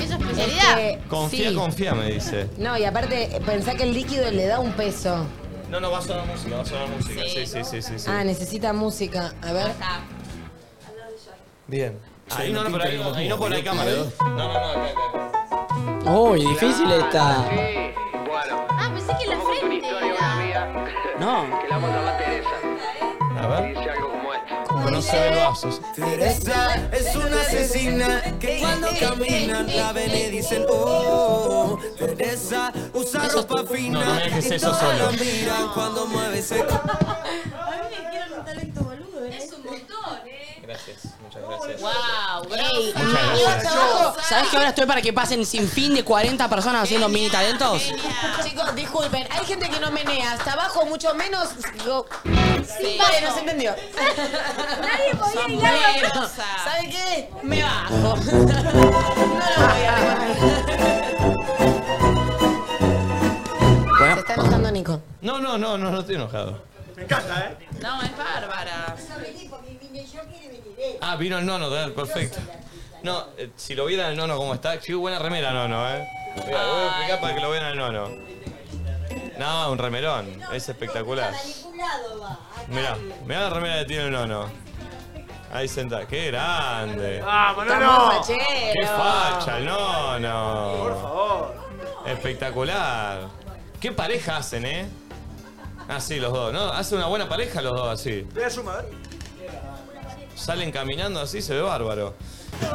Speaker 2: Es su
Speaker 7: especialidad.
Speaker 2: Eh,
Speaker 1: Confía, confía, me dice.
Speaker 2: No, y aparte, pensá que el líquido le da un peso.
Speaker 1: No, no, va a sonar música, va a sonar música. Sí, sí, sí, sí. sí,
Speaker 2: Ah, necesita música. A ver.
Speaker 1: Bien. Ahí Ah, no, no,
Speaker 6: pinta
Speaker 1: pero ahí,
Speaker 6: que como
Speaker 1: ahí
Speaker 6: tú,
Speaker 1: no por ahí
Speaker 6: ¿no?
Speaker 1: cámara. ¿eh? No, no, no, acá, acá.
Speaker 5: Uy, difícil está.
Speaker 8: Ah, pensé que la frente era.
Speaker 5: No.
Speaker 8: Que la vamos a llamar Teresa.
Speaker 1: A ver.
Speaker 8: Dice algo como esto.
Speaker 1: Como no se ven vasos.
Speaker 6: Teresa es una asesina que cuando camina la ven y dicen oh Teresa usa ropa fina
Speaker 1: No, no me dejes
Speaker 6: y
Speaker 1: eso
Speaker 6: todos
Speaker 1: solo.
Speaker 6: la miran cuando mueve ese
Speaker 8: A mí me quiero un talento boludo, Es un montón, ¿eh?
Speaker 1: Gracias, muchas gracias.
Speaker 5: Wow,
Speaker 8: Ey,
Speaker 1: Muchas gracias.
Speaker 5: ¿Sabes que ahora estoy para que pasen sin fin de 40 personas haciendo mini talentos?
Speaker 2: Chicos, disculpen, hay gente que no menea. Hasta abajo, mucho menos. Yo-
Speaker 8: Sí.
Speaker 2: Vale, no se entendió.
Speaker 8: Nadie podía
Speaker 2: Sombrero.
Speaker 8: hilar la rosa.
Speaker 2: ¿Sabe qué? Me bajo. no lo voy a
Speaker 5: Bueno.
Speaker 2: Se está enojando Nico.
Speaker 1: No, no, no, no, no estoy enojado.
Speaker 4: Me encanta, ¿eh?
Speaker 3: No, es bárbara.
Speaker 23: eh.
Speaker 1: Ah, vino el nono, tal, perfecto. No, eh, si lo vieran el nono como está, qué buena remera nono, eh. Mira, voy a explicar para que lo vean al nono. No, un remerón, es espectacular. Mirá, mirá la remera que tiene el nono. Ahí sentado, qué grande.
Speaker 4: ¡Vamos, no,
Speaker 2: Estamos
Speaker 4: no!
Speaker 2: fachero.
Speaker 1: ¡Qué facha el nono!
Speaker 4: Por favor.
Speaker 1: Espectacular. ¿Qué pareja hacen, eh? Ah, sí, los dos, ¿no? Hacen una buena pareja los dos así.
Speaker 4: Voy a sumar, a ver.
Speaker 1: Salen caminando así, se ve bárbaro.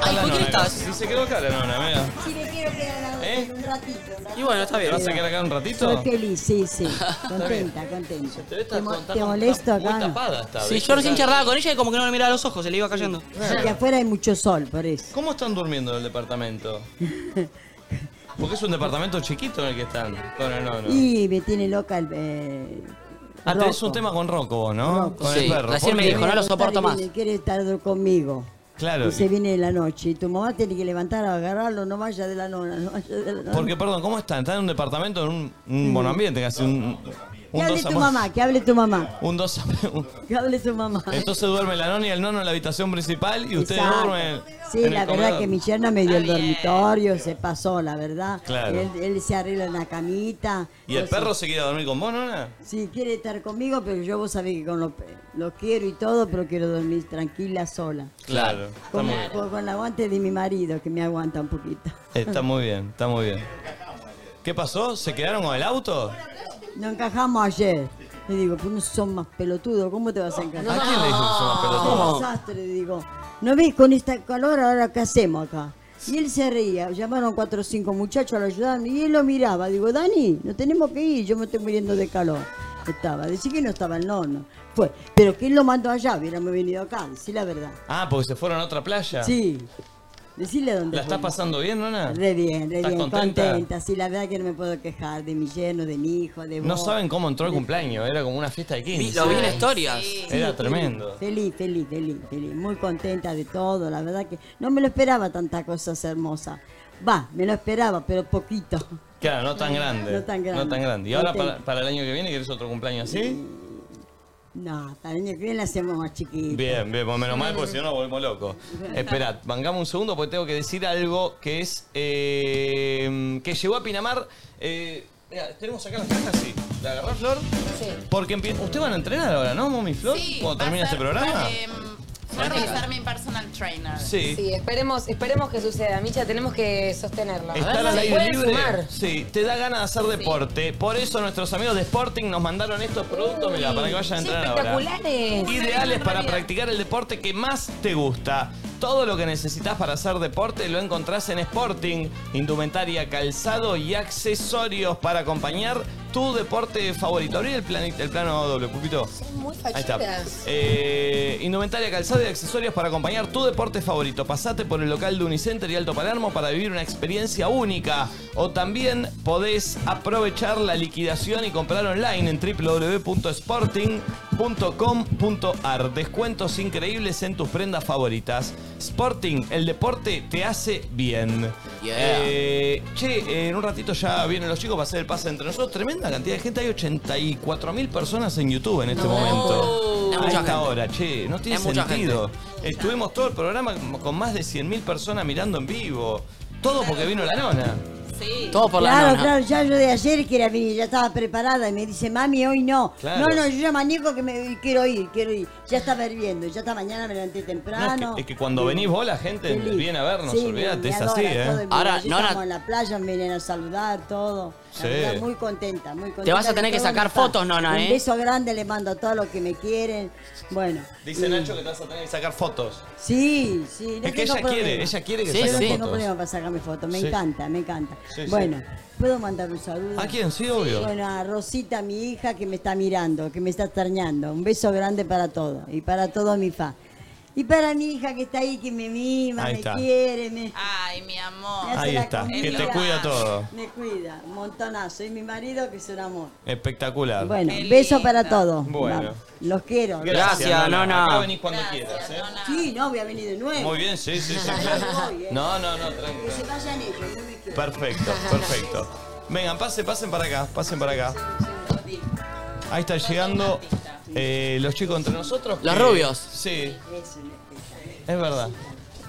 Speaker 5: Ay,
Speaker 1: Hola,
Speaker 5: ¿por qué
Speaker 1: nona.
Speaker 5: estás?
Speaker 1: Sí, se quedó acá la nona, mira.
Speaker 23: Sí, me quiero quedar ahora
Speaker 1: ¿Eh?
Speaker 23: un ratito.
Speaker 5: Y bueno, está bien.
Speaker 1: ¿Te vas a quedar acá un ratito?
Speaker 23: Soy feliz, sí, sí.
Speaker 1: bien.
Speaker 23: Contenta, contenta.
Speaker 1: Te ves
Speaker 23: Te, mo-
Speaker 1: contando
Speaker 23: te molesto acá.
Speaker 1: Muy tapada está.
Speaker 5: Sí, yo recién charlaba con ella y como que no le miraba a los ojos, se le iba cayendo.
Speaker 23: Sí, que afuera hay mucho sol, por eso.
Speaker 1: ¿Cómo están durmiendo en el departamento? Porque es un departamento chiquito en el que están. No, no, no. no.
Speaker 23: Y me tiene loca el. Eh,
Speaker 1: Ah, tenés
Speaker 23: Rocco.
Speaker 1: un tema con Rocco vos, ¿no? Con
Speaker 5: Sí,
Speaker 1: el perro.
Speaker 5: recién
Speaker 1: ¿Por
Speaker 5: me
Speaker 1: qué?
Speaker 5: dijo, no lo soporto más.
Speaker 23: Quiere- Quiere estar conmigo.
Speaker 1: Claro.
Speaker 23: Y se viene de la noche. Y tu mamá tiene que levantar a agarrarlo. No vaya de la nona, no vaya de la nona.
Speaker 1: Porque, perdón, ¿cómo están? Están en un departamento, en un, un monoambiente, casi un...
Speaker 23: Que
Speaker 1: Un
Speaker 23: hable
Speaker 1: dos
Speaker 23: tu
Speaker 1: ama-
Speaker 23: mamá, que hable tu mamá.
Speaker 1: Un dos ama- un-
Speaker 23: Que hable tu mamá.
Speaker 1: Entonces duerme la nona y el nono en la habitación principal y ustedes
Speaker 23: Exacto.
Speaker 1: duermen.
Speaker 23: Sí,
Speaker 1: en
Speaker 23: la
Speaker 1: el
Speaker 23: verdad
Speaker 1: comedor.
Speaker 23: que mi yerna me dio el dormitorio, se pasó, la verdad.
Speaker 1: Claro.
Speaker 23: Él, él se arregla en la camita. Pues,
Speaker 1: ¿Y el
Speaker 23: Entonces,
Speaker 1: perro se quiere dormir con vos, nona?
Speaker 23: Sí, quiere estar conmigo, pero yo vos sabés que con los pe- los quiero y todo, pero quiero dormir tranquila, sola.
Speaker 1: Claro. Está
Speaker 23: Con,
Speaker 1: muy bien.
Speaker 23: con- con el aguante de mi marido, que me aguanta un poquito.
Speaker 1: Está muy bien, está muy bien. ¿Qué pasó? ¿Se quedaron con el auto?
Speaker 23: Nos encajamos ayer. Le digo, pues no son más pelotudo, ¿cómo te vas a encajar?
Speaker 1: ¿A quién le dijo que son más pelotudos?
Speaker 23: Qué desastre, le digo. ¿No ves con este calor ahora qué hacemos acá? Y él se reía, llamaron cuatro o cinco muchachos a lo ayudaron y él lo miraba. Digo, Dani, no tenemos que ir, yo me estoy muriendo de calor. Estaba, decí que no estaba el nono. Fue, pero que él lo mandó allá, hubiéramos venido acá, decí la verdad.
Speaker 1: Ah, porque se fueron a otra playa.
Speaker 23: Sí. Decirle dónde
Speaker 1: ¿La estás
Speaker 23: fuimos.
Speaker 1: pasando bien, nona?
Speaker 23: Re bien, re
Speaker 1: ¿Estás
Speaker 23: bien,
Speaker 1: contenta?
Speaker 23: Sí, la verdad que no me puedo quejar de mi lleno, de mi hijo, de vos.
Speaker 1: No saben cómo entró el cumpleaños, era como una fiesta de 15.
Speaker 23: lo vi en
Speaker 1: Ay,
Speaker 23: historias.
Speaker 1: sí. Era tremendo.
Speaker 23: Feliz, feliz, feliz, feliz. Muy contenta de todo. La verdad que no me lo esperaba tantas cosas hermosas. Va, me lo esperaba, pero poquito.
Speaker 1: Claro, no tan grande.
Speaker 23: No tan grande.
Speaker 1: Y ahora
Speaker 23: Contenta.
Speaker 1: para, para el año que viene, ¿quieres otro cumpleaños así?
Speaker 23: No, hasta el año que viene la hacemos más chiquita.
Speaker 1: Bien, bien, pues menos mal, porque si no nos volvemos locos. Esperad, vengamos un segundo porque tengo que decir algo que es. eh, que llegó a Pinamar. eh, mirá, ¿Tenemos acá las cajas? Sí. ¿La agarró Flor? Sí. Porque empie- ¿Ustedes van a entrenar ahora, no, Mami Flor? ¿Cuando termina este programa?
Speaker 3: Eh, Voy a ser mi personal trainer.
Speaker 1: Sí.
Speaker 2: Sí, esperemos, esperemos que suceda. Micha, tenemos que sostenerlo.
Speaker 1: Estar al
Speaker 2: Se
Speaker 1: aire
Speaker 2: pueden
Speaker 1: libre.
Speaker 2: sumar.
Speaker 1: Sí, te da ganas de hacer deporte. Por eso nuestros amigos de Sporting nos mandaron estos productos, mirá, para que vayan a
Speaker 2: Sí,
Speaker 1: entrar ahora.
Speaker 2: espectaculares.
Speaker 1: Ideales para practicar el deporte que más te gusta. Todo lo que necesitas para hacer deporte lo encontrás en Sporting. Indumentaria, calzado y accesorios para acompañar tu deporte favorito. Abrí el, plan- el plano doble, Pupito.
Speaker 2: Muy
Speaker 1: Ahí está.
Speaker 2: fachuras.
Speaker 1: Eh, indumentaria, calzado y accesorios para acompañar tu deporte favorito. Pasate por el local de Unicenter y Alto Palermo para vivir una experiencia única. O también podés aprovechar la liquidación y comprar online en www.sporting.com.ar. Descuentos increíbles en tus prendas favoritas. Sporting, el deporte te hace bien.
Speaker 4: Yeah.
Speaker 1: Eh, che, eh, en un ratito ya vienen los chicos para hacer el pase entre nosotros. Tremenda cantidad de gente. Hay 84 mil personas en YouTube en este momento.
Speaker 4: Es
Speaker 1: A
Speaker 4: mucha
Speaker 1: esta
Speaker 4: Uh. gente.
Speaker 1: hora, che, no tiene
Speaker 4: Es mucha
Speaker 1: sentido. Estuvimos todo el programa con más de 100 mil personas mirando en vivo. Todo porque vino la nona.
Speaker 3: Sí.
Speaker 1: Todo por
Speaker 23: claro, claro, ya yo de ayer que era mi, ya estaba preparada y me dice, mami, hoy no.
Speaker 1: Claro.
Speaker 23: No, no, yo ya maniego que me quiero ir, quiero ir. Ya estaba hirviendo, ya esta mañana me levanté
Speaker 1: No,
Speaker 23: temprano.
Speaker 1: es, que, es que cuando venís vos la gente
Speaker 23: Feliz.
Speaker 1: viene a vernos,
Speaker 23: Ah, Sí,
Speaker 1: olvídate,
Speaker 23: me
Speaker 1: es así,
Speaker 23: adoran todo
Speaker 1: ¿eh?
Speaker 23: el mundo. Allí Estamos en la playa, me vienen a saludar, todo. La
Speaker 1: Sí.
Speaker 23: verdad, muy contenta, muy contenta.
Speaker 4: vas a
Speaker 23: de
Speaker 4: tener que
Speaker 23: todo
Speaker 4: sacar
Speaker 23: lo está.
Speaker 4: fotos, nona, ¿eh?
Speaker 23: Un beso grande le mando a todos los que me quieren. Bueno,
Speaker 1: Dice
Speaker 4: Mm.
Speaker 1: Nacho que te vas a tener que sacar fotos.
Speaker 23: sí, sí. no
Speaker 1: Es que ella
Speaker 23: tengo
Speaker 1: quiere,
Speaker 23: problema.
Speaker 1: ella quiere que
Speaker 23: Yo
Speaker 1: saques
Speaker 23: no tengo
Speaker 1: fotos.
Speaker 23: problema para sacarme fotos, me
Speaker 1: Sí.
Speaker 23: encanta, me encanta.
Speaker 1: Sí, sí.
Speaker 23: bueno, ¿puedo mandar un saludo?
Speaker 1: ¿A quién? Sí, obvio.
Speaker 23: Bueno, a Rosita, mi hija, que me está mirando, que me está extrañando. Un beso grande para todo y para todo mi fa. Y para mi hija que está ahí, que me mima,
Speaker 1: Ahí
Speaker 23: me
Speaker 1: está.
Speaker 23: quiere, me...
Speaker 3: Ay, mi amor.
Speaker 23: hace
Speaker 1: Ahí
Speaker 23: la
Speaker 1: está, que
Speaker 23: comida.
Speaker 1: te cuida todo.
Speaker 23: Me cuida, un montonazo. Y mi marido, que es un amor.
Speaker 1: Espectacular.
Speaker 23: Bueno, beso para todos.
Speaker 1: Bueno.
Speaker 23: Los quiero.
Speaker 1: Acá venís cuando quieras, ¿eh?
Speaker 23: Sí, no, voy a venir de nuevo.
Speaker 1: Muy bien, sí, sí, sí.
Speaker 23: Voy, eh.
Speaker 1: No, no, no, tranquilo.
Speaker 23: Que se vayan ellos, yo me quedo.
Speaker 1: Perfecto, perfecto. Vengan, pasen, pasen para acá, pasen para acá. Ahí están llegando eh, los chicos entre nosotros.
Speaker 4: Los
Speaker 1: que-
Speaker 4: rubios.
Speaker 1: Sí, es verdad.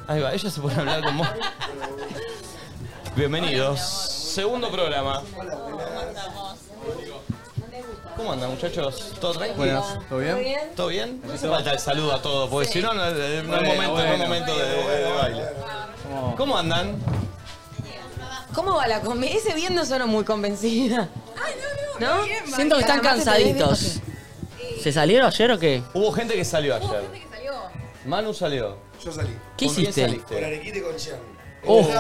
Speaker 1: Ahí va, ellos se pueden hablar con vos. Bienvenidos. Segundo programa. ¿Cómo andan, muchachos? ¿Todo tranquilo?
Speaker 6: Buenas, ¿todo bien? ¿Todo bien?
Speaker 1: ¿Todo bien? No hace falta el saludo a todos, porque si no, no, no es
Speaker 6: Bueno,
Speaker 1: momento, no es
Speaker 6: bueno.
Speaker 1: momento de, de baile. ¿Cómo andan?
Speaker 2: ¿Cómo va la comida? Ese bien no suena muy convencida. no, no. ¿No?
Speaker 4: Siento que están cansaditos. ¿Se salieron ayer o qué?
Speaker 1: Hubo gente que salió ayer. Manu salió. Yo salí.
Speaker 4: ¿Qué hiciste?
Speaker 1: Con
Speaker 22: Arequite con Eh, Gian.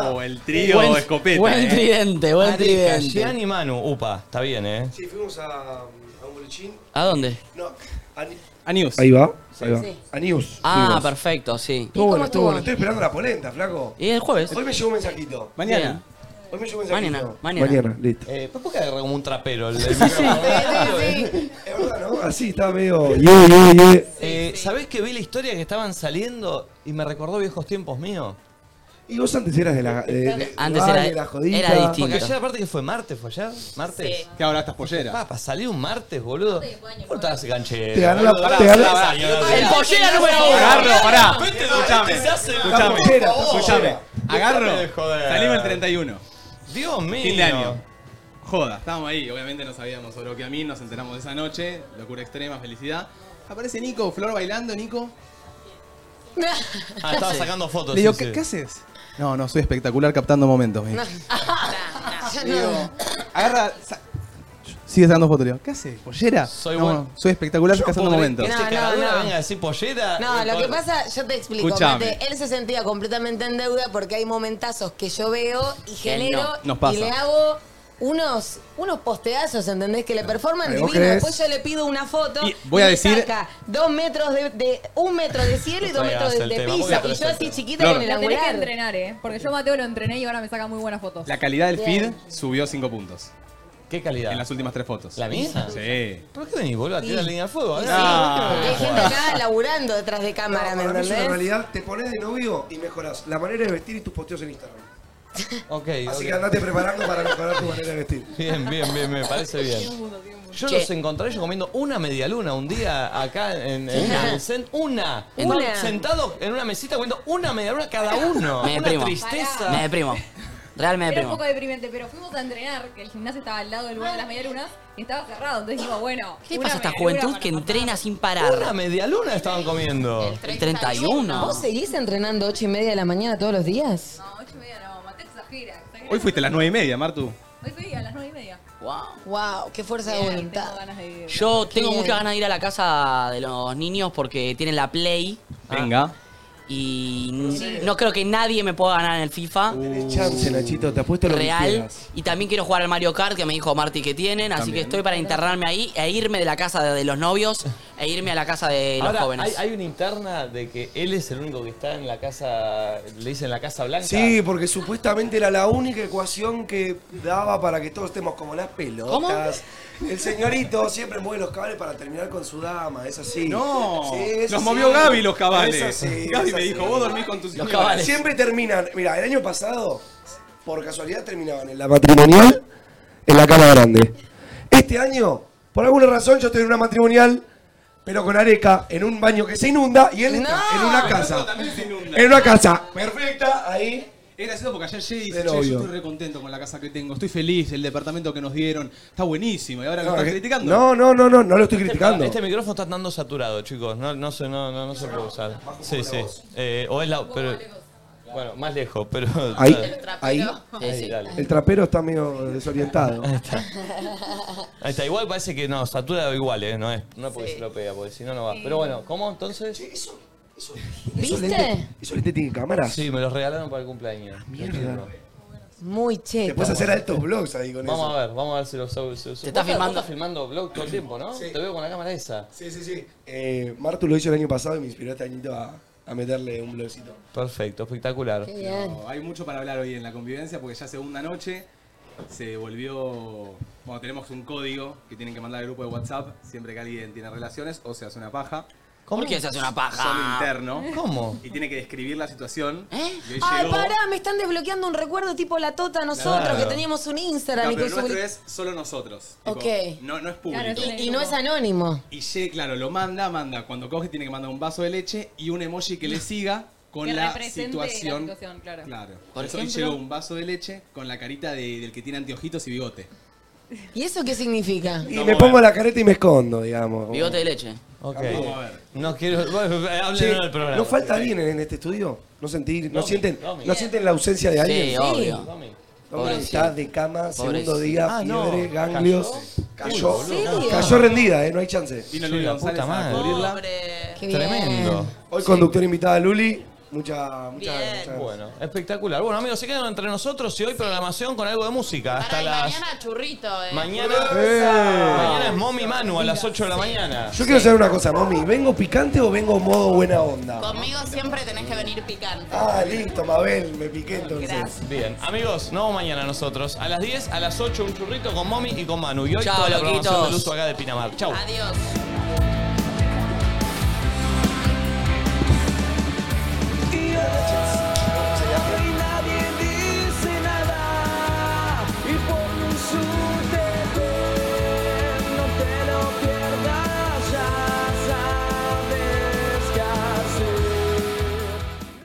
Speaker 4: Oh,
Speaker 1: el
Speaker 4: trío Buen- escopeta, buen eh. tridente, buen tridente.
Speaker 1: Gian y Manu, upa, está bien, ¿eh?
Speaker 22: Sí, fuimos a, a un bolichín.
Speaker 4: ¿A dónde?
Speaker 22: No, a, Ni-
Speaker 4: A News.
Speaker 22: Ahí va, ahí va.
Speaker 4: Sí.
Speaker 22: A News.
Speaker 4: Ah,
Speaker 22: Fuimos.
Speaker 4: perfecto, sí.
Speaker 22: Estuvo bueno, estuvo bueno. Estoy esperando la polenta, flaco.
Speaker 4: ¿Y el jueves?
Speaker 22: Hoy me llegó un mensajito.
Speaker 4: Mañana.
Speaker 22: Hoy me llegó un mensajito.
Speaker 4: Mañana, mañana. Mañana,
Speaker 22: listo.
Speaker 1: Eh, ¿Por qué agarra como un trapero? El,
Speaker 22: No, así Ah, estaba medio. Ye, ye, ye.
Speaker 1: Eh, ¿Sabés que vi la historia que estaban saliendo y me recordó viejos tiempos míos?
Speaker 22: Y vos antes eras de la. de- de-
Speaker 1: Antes
Speaker 22: de
Speaker 1: era-
Speaker 22: la eh, jodita.
Speaker 1: era distinto. Porque ayer, aparte que fue martes, ¿fue ayer? ¿Martes?
Speaker 22: Sí.
Speaker 1: Que ahora estás pollera. Papá, salí un martes, boludo. ¿Por estás ganchero?
Speaker 22: Te ganó la-
Speaker 1: boludo?
Speaker 22: te ganó-
Speaker 1: Pará, pará,
Speaker 22: El
Speaker 1: pará.
Speaker 22: pollera número uno.
Speaker 1: Agarro, pará. Este
Speaker 22: Vete,
Speaker 1: Escuchame,
Speaker 22: vete, se hace-
Speaker 1: escuchame,
Speaker 22: La pollera, la
Speaker 1: escuchame.
Speaker 22: pollera.
Speaker 1: Agarro,
Speaker 22: Déjame de joder.
Speaker 1: salimos el 31. Dios mío.
Speaker 11: Fin de año. Joda, estábamos ahí, obviamente no sabíamos sobre lo que a mí, nos enteramos de esa noche, locura extrema, felicidad. Aparece Nico, Flor bailando, Nico.
Speaker 1: Ah, estaba sacando fotos.
Speaker 11: Le digo,
Speaker 1: sí,
Speaker 11: ¿qué,
Speaker 1: sí.
Speaker 11: qué haces? No, no, soy espectacular captando momentos. me dice.
Speaker 2: Ya no.
Speaker 11: Digo, Agarra. sa- Sigue dando fotos, le digo, ¿Qué haces? ¿Pollera?
Speaker 1: Soy
Speaker 11: No,
Speaker 1: bueno.
Speaker 11: Soy espectacular,
Speaker 1: Yo
Speaker 11: cazando
Speaker 1: podré-
Speaker 11: momentos.
Speaker 1: que este
Speaker 2: No, no,
Speaker 1: caradura
Speaker 2: no.
Speaker 1: venga a decir pollera.
Speaker 2: No,
Speaker 1: eh,
Speaker 2: lo que
Speaker 1: por-
Speaker 2: pasa, yo te explico,
Speaker 1: Escuchame.
Speaker 2: Mate, él se sentía completamente en deuda porque hay momentazos que yo veo y
Speaker 1: no.
Speaker 2: genero
Speaker 1: Nos pasa.
Speaker 2: y le hago unos unos posteazos, ¿entendés? Que le performan
Speaker 11: Ay, ¿vos
Speaker 2: divino.
Speaker 11: crees?
Speaker 2: Después yo le pido una foto
Speaker 11: Y voy a
Speaker 2: me
Speaker 11: decir-
Speaker 2: saca dos metros de, de- un metro de cielo y dos
Speaker 11: Traigas
Speaker 2: metros de,
Speaker 11: el
Speaker 2: de
Speaker 11: tema,
Speaker 2: piso.
Speaker 11: voy a traer
Speaker 2: Y yo
Speaker 11: el
Speaker 2: así
Speaker 11: tema.
Speaker 2: chiquita
Speaker 11: Claro.
Speaker 2: en el
Speaker 23: Lo tenés que
Speaker 2: angular.
Speaker 23: entrenar, ¿eh? Porque yo Mateo lo entrené y ahora me saca muy buenas fotos.
Speaker 11: La calidad del feed
Speaker 23: Bien.
Speaker 11: subió 5 puntos.
Speaker 1: ¿Qué calidad?
Speaker 11: En las últimas tres fotos.
Speaker 1: ¿La mía?
Speaker 11: Sí.
Speaker 1: ¿Por qué venís, boludo? A tirar
Speaker 11: Sí.
Speaker 1: línea de fuego.
Speaker 11: Sí,
Speaker 1: Ah.
Speaker 2: Hay gente acá laburando detrás de cámara, ¿me
Speaker 22: Para mí es una
Speaker 2: entendés?
Speaker 22: realidad, te pones de novio y mejorás la manera de vestir y tus posteos en Instagram.
Speaker 1: Ok,
Speaker 22: Así
Speaker 1: ok.
Speaker 22: que andate preparando para mejorar tu manera de vestir.
Speaker 1: Bien, bien, bien, me parece bien. Yo
Speaker 22: Che.
Speaker 1: los encontré yo comiendo una media luna un día acá en, en,
Speaker 5: Una.
Speaker 1: el cen- una.
Speaker 5: Una.
Speaker 1: Estaban sentados en una mesita comiendo una media luna cada uno.
Speaker 5: Me
Speaker 1: una
Speaker 5: deprimo.
Speaker 1: tristeza.
Speaker 5: Me deprimo. Real me
Speaker 23: Era un
Speaker 5: deprimo.
Speaker 23: poco deprimente, pero fuimos a entrenar, que el gimnasio estaba al lado del lugar de las medialunas y estaba cerrado. Entonces digo, bueno,
Speaker 5: ¿Qué
Speaker 23: una
Speaker 5: pasa a esta
Speaker 23: medialuna
Speaker 5: juventud que entrena sin parar?
Speaker 1: Una media luna estaban comiendo.
Speaker 5: El 31.
Speaker 2: ¿Vos seguís entrenando ocho y media de la mañana todos los días?
Speaker 23: para- No, ocho y media no, Mateo exagera. exagera.
Speaker 11: Hoy fuiste a las 9 y media, Martu.
Speaker 23: Hoy fui a las nueve y media.
Speaker 5: Wow.
Speaker 2: Wow, qué fuerza de voluntad.
Speaker 5: Yo tengo
Speaker 2: Qué
Speaker 5: muchas
Speaker 2: bien.
Speaker 5: ganas de ir a la casa de los niños porque tienen la Play. ¿ah?
Speaker 11: Venga.
Speaker 5: Y n- no creo que nadie me pueda ganar en el FIFA.
Speaker 1: Uh.
Speaker 22: Chance, Nachito, te apuesto lo que
Speaker 5: Real.
Speaker 22: quieras.
Speaker 5: Y también quiero jugar al Mario Kart que me dijo Marty que tienen. Así que estoy para internarme ahí e irme de la casa de, de los novios e irme a la casa de los
Speaker 1: Ahora, hay,
Speaker 5: jóvenes.
Speaker 1: hay una interna de que él es el único que está en la casa, le dicen la Casa Blanca.
Speaker 22: Sí, porque supuestamente era la única ecuación que daba para que todos estemos como las pelotas. El señorito siempre mueve los cables para terminar con su dama, es así.
Speaker 11: No,
Speaker 22: Sí, es
Speaker 11: los
Speaker 22: así.
Speaker 11: movió Gaby los cabales.
Speaker 22: Es así,
Speaker 11: Gaby
Speaker 22: es
Speaker 11: me
Speaker 22: así.
Speaker 11: dijo, vos dormís con tus
Speaker 22: Los
Speaker 11: hijos".
Speaker 22: cabales. Siempre terminan, mira, el año pasado, por casualidad terminaban en la matrimonial, en la cama grande. Este año, por alguna razón, yo estoy en una matrimonial, pero con Areca, en un baño que se inunda, y él está en una casa. En una casa. Perfecta, ahí.
Speaker 11: Es gracioso porque ayer llegué y dice,
Speaker 22: Pero
Speaker 11: "Che,
Speaker 22: obvio.
Speaker 11: yo estoy re contento con la casa que tengo, estoy feliz, el departamento que nos dieron, está buenísimo. Y ahora lo
Speaker 1: No,
Speaker 11: estás
Speaker 1: que-
Speaker 11: criticando.
Speaker 22: No, no, no, no, no lo estoy criticando.
Speaker 1: Este micrófono está andando saturado, chicos. No, no, se, no, no, no se puede usar. Sí, sí. Eh, o es la. Pero, bueno, más lejos, pero.
Speaker 22: Ahí, ahí,
Speaker 1: trapero. Sí, sí. dale.
Speaker 22: el trapero está medio desorientado.
Speaker 1: Ahí está, igual parece que no, satura igual, ¿eh? No es, no es porque se lo pega, porque si no, no va. Pero bueno, ¿cómo entonces?
Speaker 22: ¿Esos lentes- ¿Esos lentes tienen cámaras? Ah,
Speaker 1: Sí, me los regalaron para el cumpleaños.
Speaker 22: Mierda.
Speaker 2: Muy cheto.
Speaker 22: Te puedes hacer altos blogs ahí con
Speaker 1: Vamos
Speaker 22: eso.
Speaker 1: a ver, vamos a ver si los. Te
Speaker 22: estás filmando?
Speaker 1: Estás filmando vlog todo el tiempo, ¿no? Te veo con la cámara esa.
Speaker 22: Sí, sí, sí. Eh, Martu lo hizo el año pasado y me inspiró este añito a, a meterle un blogcito.
Speaker 1: Perfecto, espectacular.
Speaker 22: Qué bien.
Speaker 11: No, hay mucho para hablar hoy en la convivencia porque ya segunda noche se volvió. Bueno, tenemos un código que tienen que mandar al grupo de WhatsApp siempre que alguien tiene relaciones o se hace una paja.
Speaker 5: ¿Cómo? ¿Por qué se hace una paja?
Speaker 11: Solo interno.
Speaker 1: ¿Cómo?
Speaker 11: Y tiene que describir la situación. Y hoy
Speaker 2: Ay,
Speaker 11: llegó-
Speaker 2: pará, me están desbloqueando un recuerdo tipo la tota nosotros
Speaker 11: Claro.
Speaker 2: que teníamos un Instagram
Speaker 11: No,
Speaker 2: y que
Speaker 11: pero el nuestro
Speaker 2: subí-
Speaker 11: es solo nosotros.
Speaker 2: Ok.
Speaker 11: Tipo, No, no es público.
Speaker 2: y, y no es anónimo.
Speaker 11: Y ye- claro, lo manda, manda. Cuando coge tiene que mandar un vaso de leche y un emoji que le siga con
Speaker 23: Que
Speaker 11: la
Speaker 23: represente la
Speaker 11: situación.
Speaker 23: situación, claro.
Speaker 11: Por
Speaker 23: Por
Speaker 11: eso hoy
Speaker 23: ejemplo-
Speaker 11: llegó un vaso de leche con la carita de- del que tiene anteojitos y bigote.
Speaker 2: ¿Y eso qué significa?
Speaker 22: Y me pongo la careta y me escondo, digamos. como-
Speaker 5: Bigote de leche.
Speaker 1: Ok.
Speaker 22: Vamos a
Speaker 1: Eh, No quiero. Bueno, eh, hablen
Speaker 22: Che,
Speaker 1: en el programa.
Speaker 22: ¿No falta alguien en este estudio? ¿No, sentí, no,
Speaker 1: Domi,
Speaker 22: sienten,
Speaker 1: Domi.
Speaker 22: ¿No sienten la ausencia de alguien?
Speaker 5: Sí, obvio.
Speaker 1: Domi.
Speaker 22: Domi está de cama, segundo
Speaker 5: Pobrecito.
Speaker 22: día,
Speaker 1: Ah, no.
Speaker 22: fiebre, ganglios.
Speaker 1: Cayó.
Speaker 22: Cayó.
Speaker 1: Uy, boludo.
Speaker 22: Cayó rendida, ¿eh? No hay chance.
Speaker 11: Vino Luis
Speaker 1: la
Speaker 11: González
Speaker 1: puta
Speaker 11: a
Speaker 1: madre.
Speaker 11: cubrirla.
Speaker 2: Qué bien.
Speaker 1: Tremendo.
Speaker 22: Hoy conductora invitada Luli. Mucha, mucha, mucha-
Speaker 1: Bueno, espectacular. Bueno, amigos, se quedan entre nosotros y hoy programación con algo de música. Hasta las.
Speaker 24: Mañana churrito, eh.
Speaker 1: Mañana.
Speaker 22: Eh.
Speaker 1: Mañana es Mommy Manu a las 8 de la mañana.
Speaker 22: Yo quiero saber una cosa, mami. ¿Vengo picante o vengo modo buena onda?
Speaker 3: Conmigo siempre tenés que venir picante.
Speaker 22: Ah, listo, Mabel. Me piqué entonces.
Speaker 1: Bien, amigos, nos vemos mañana nosotros. A las 10, a las 8, un churrito con Mommy y con Manu. Y hoy
Speaker 5: Chao,
Speaker 1: toda la programación
Speaker 5: loquitos.
Speaker 1: del uso acá de Pinamar. Chau.
Speaker 3: Adiós.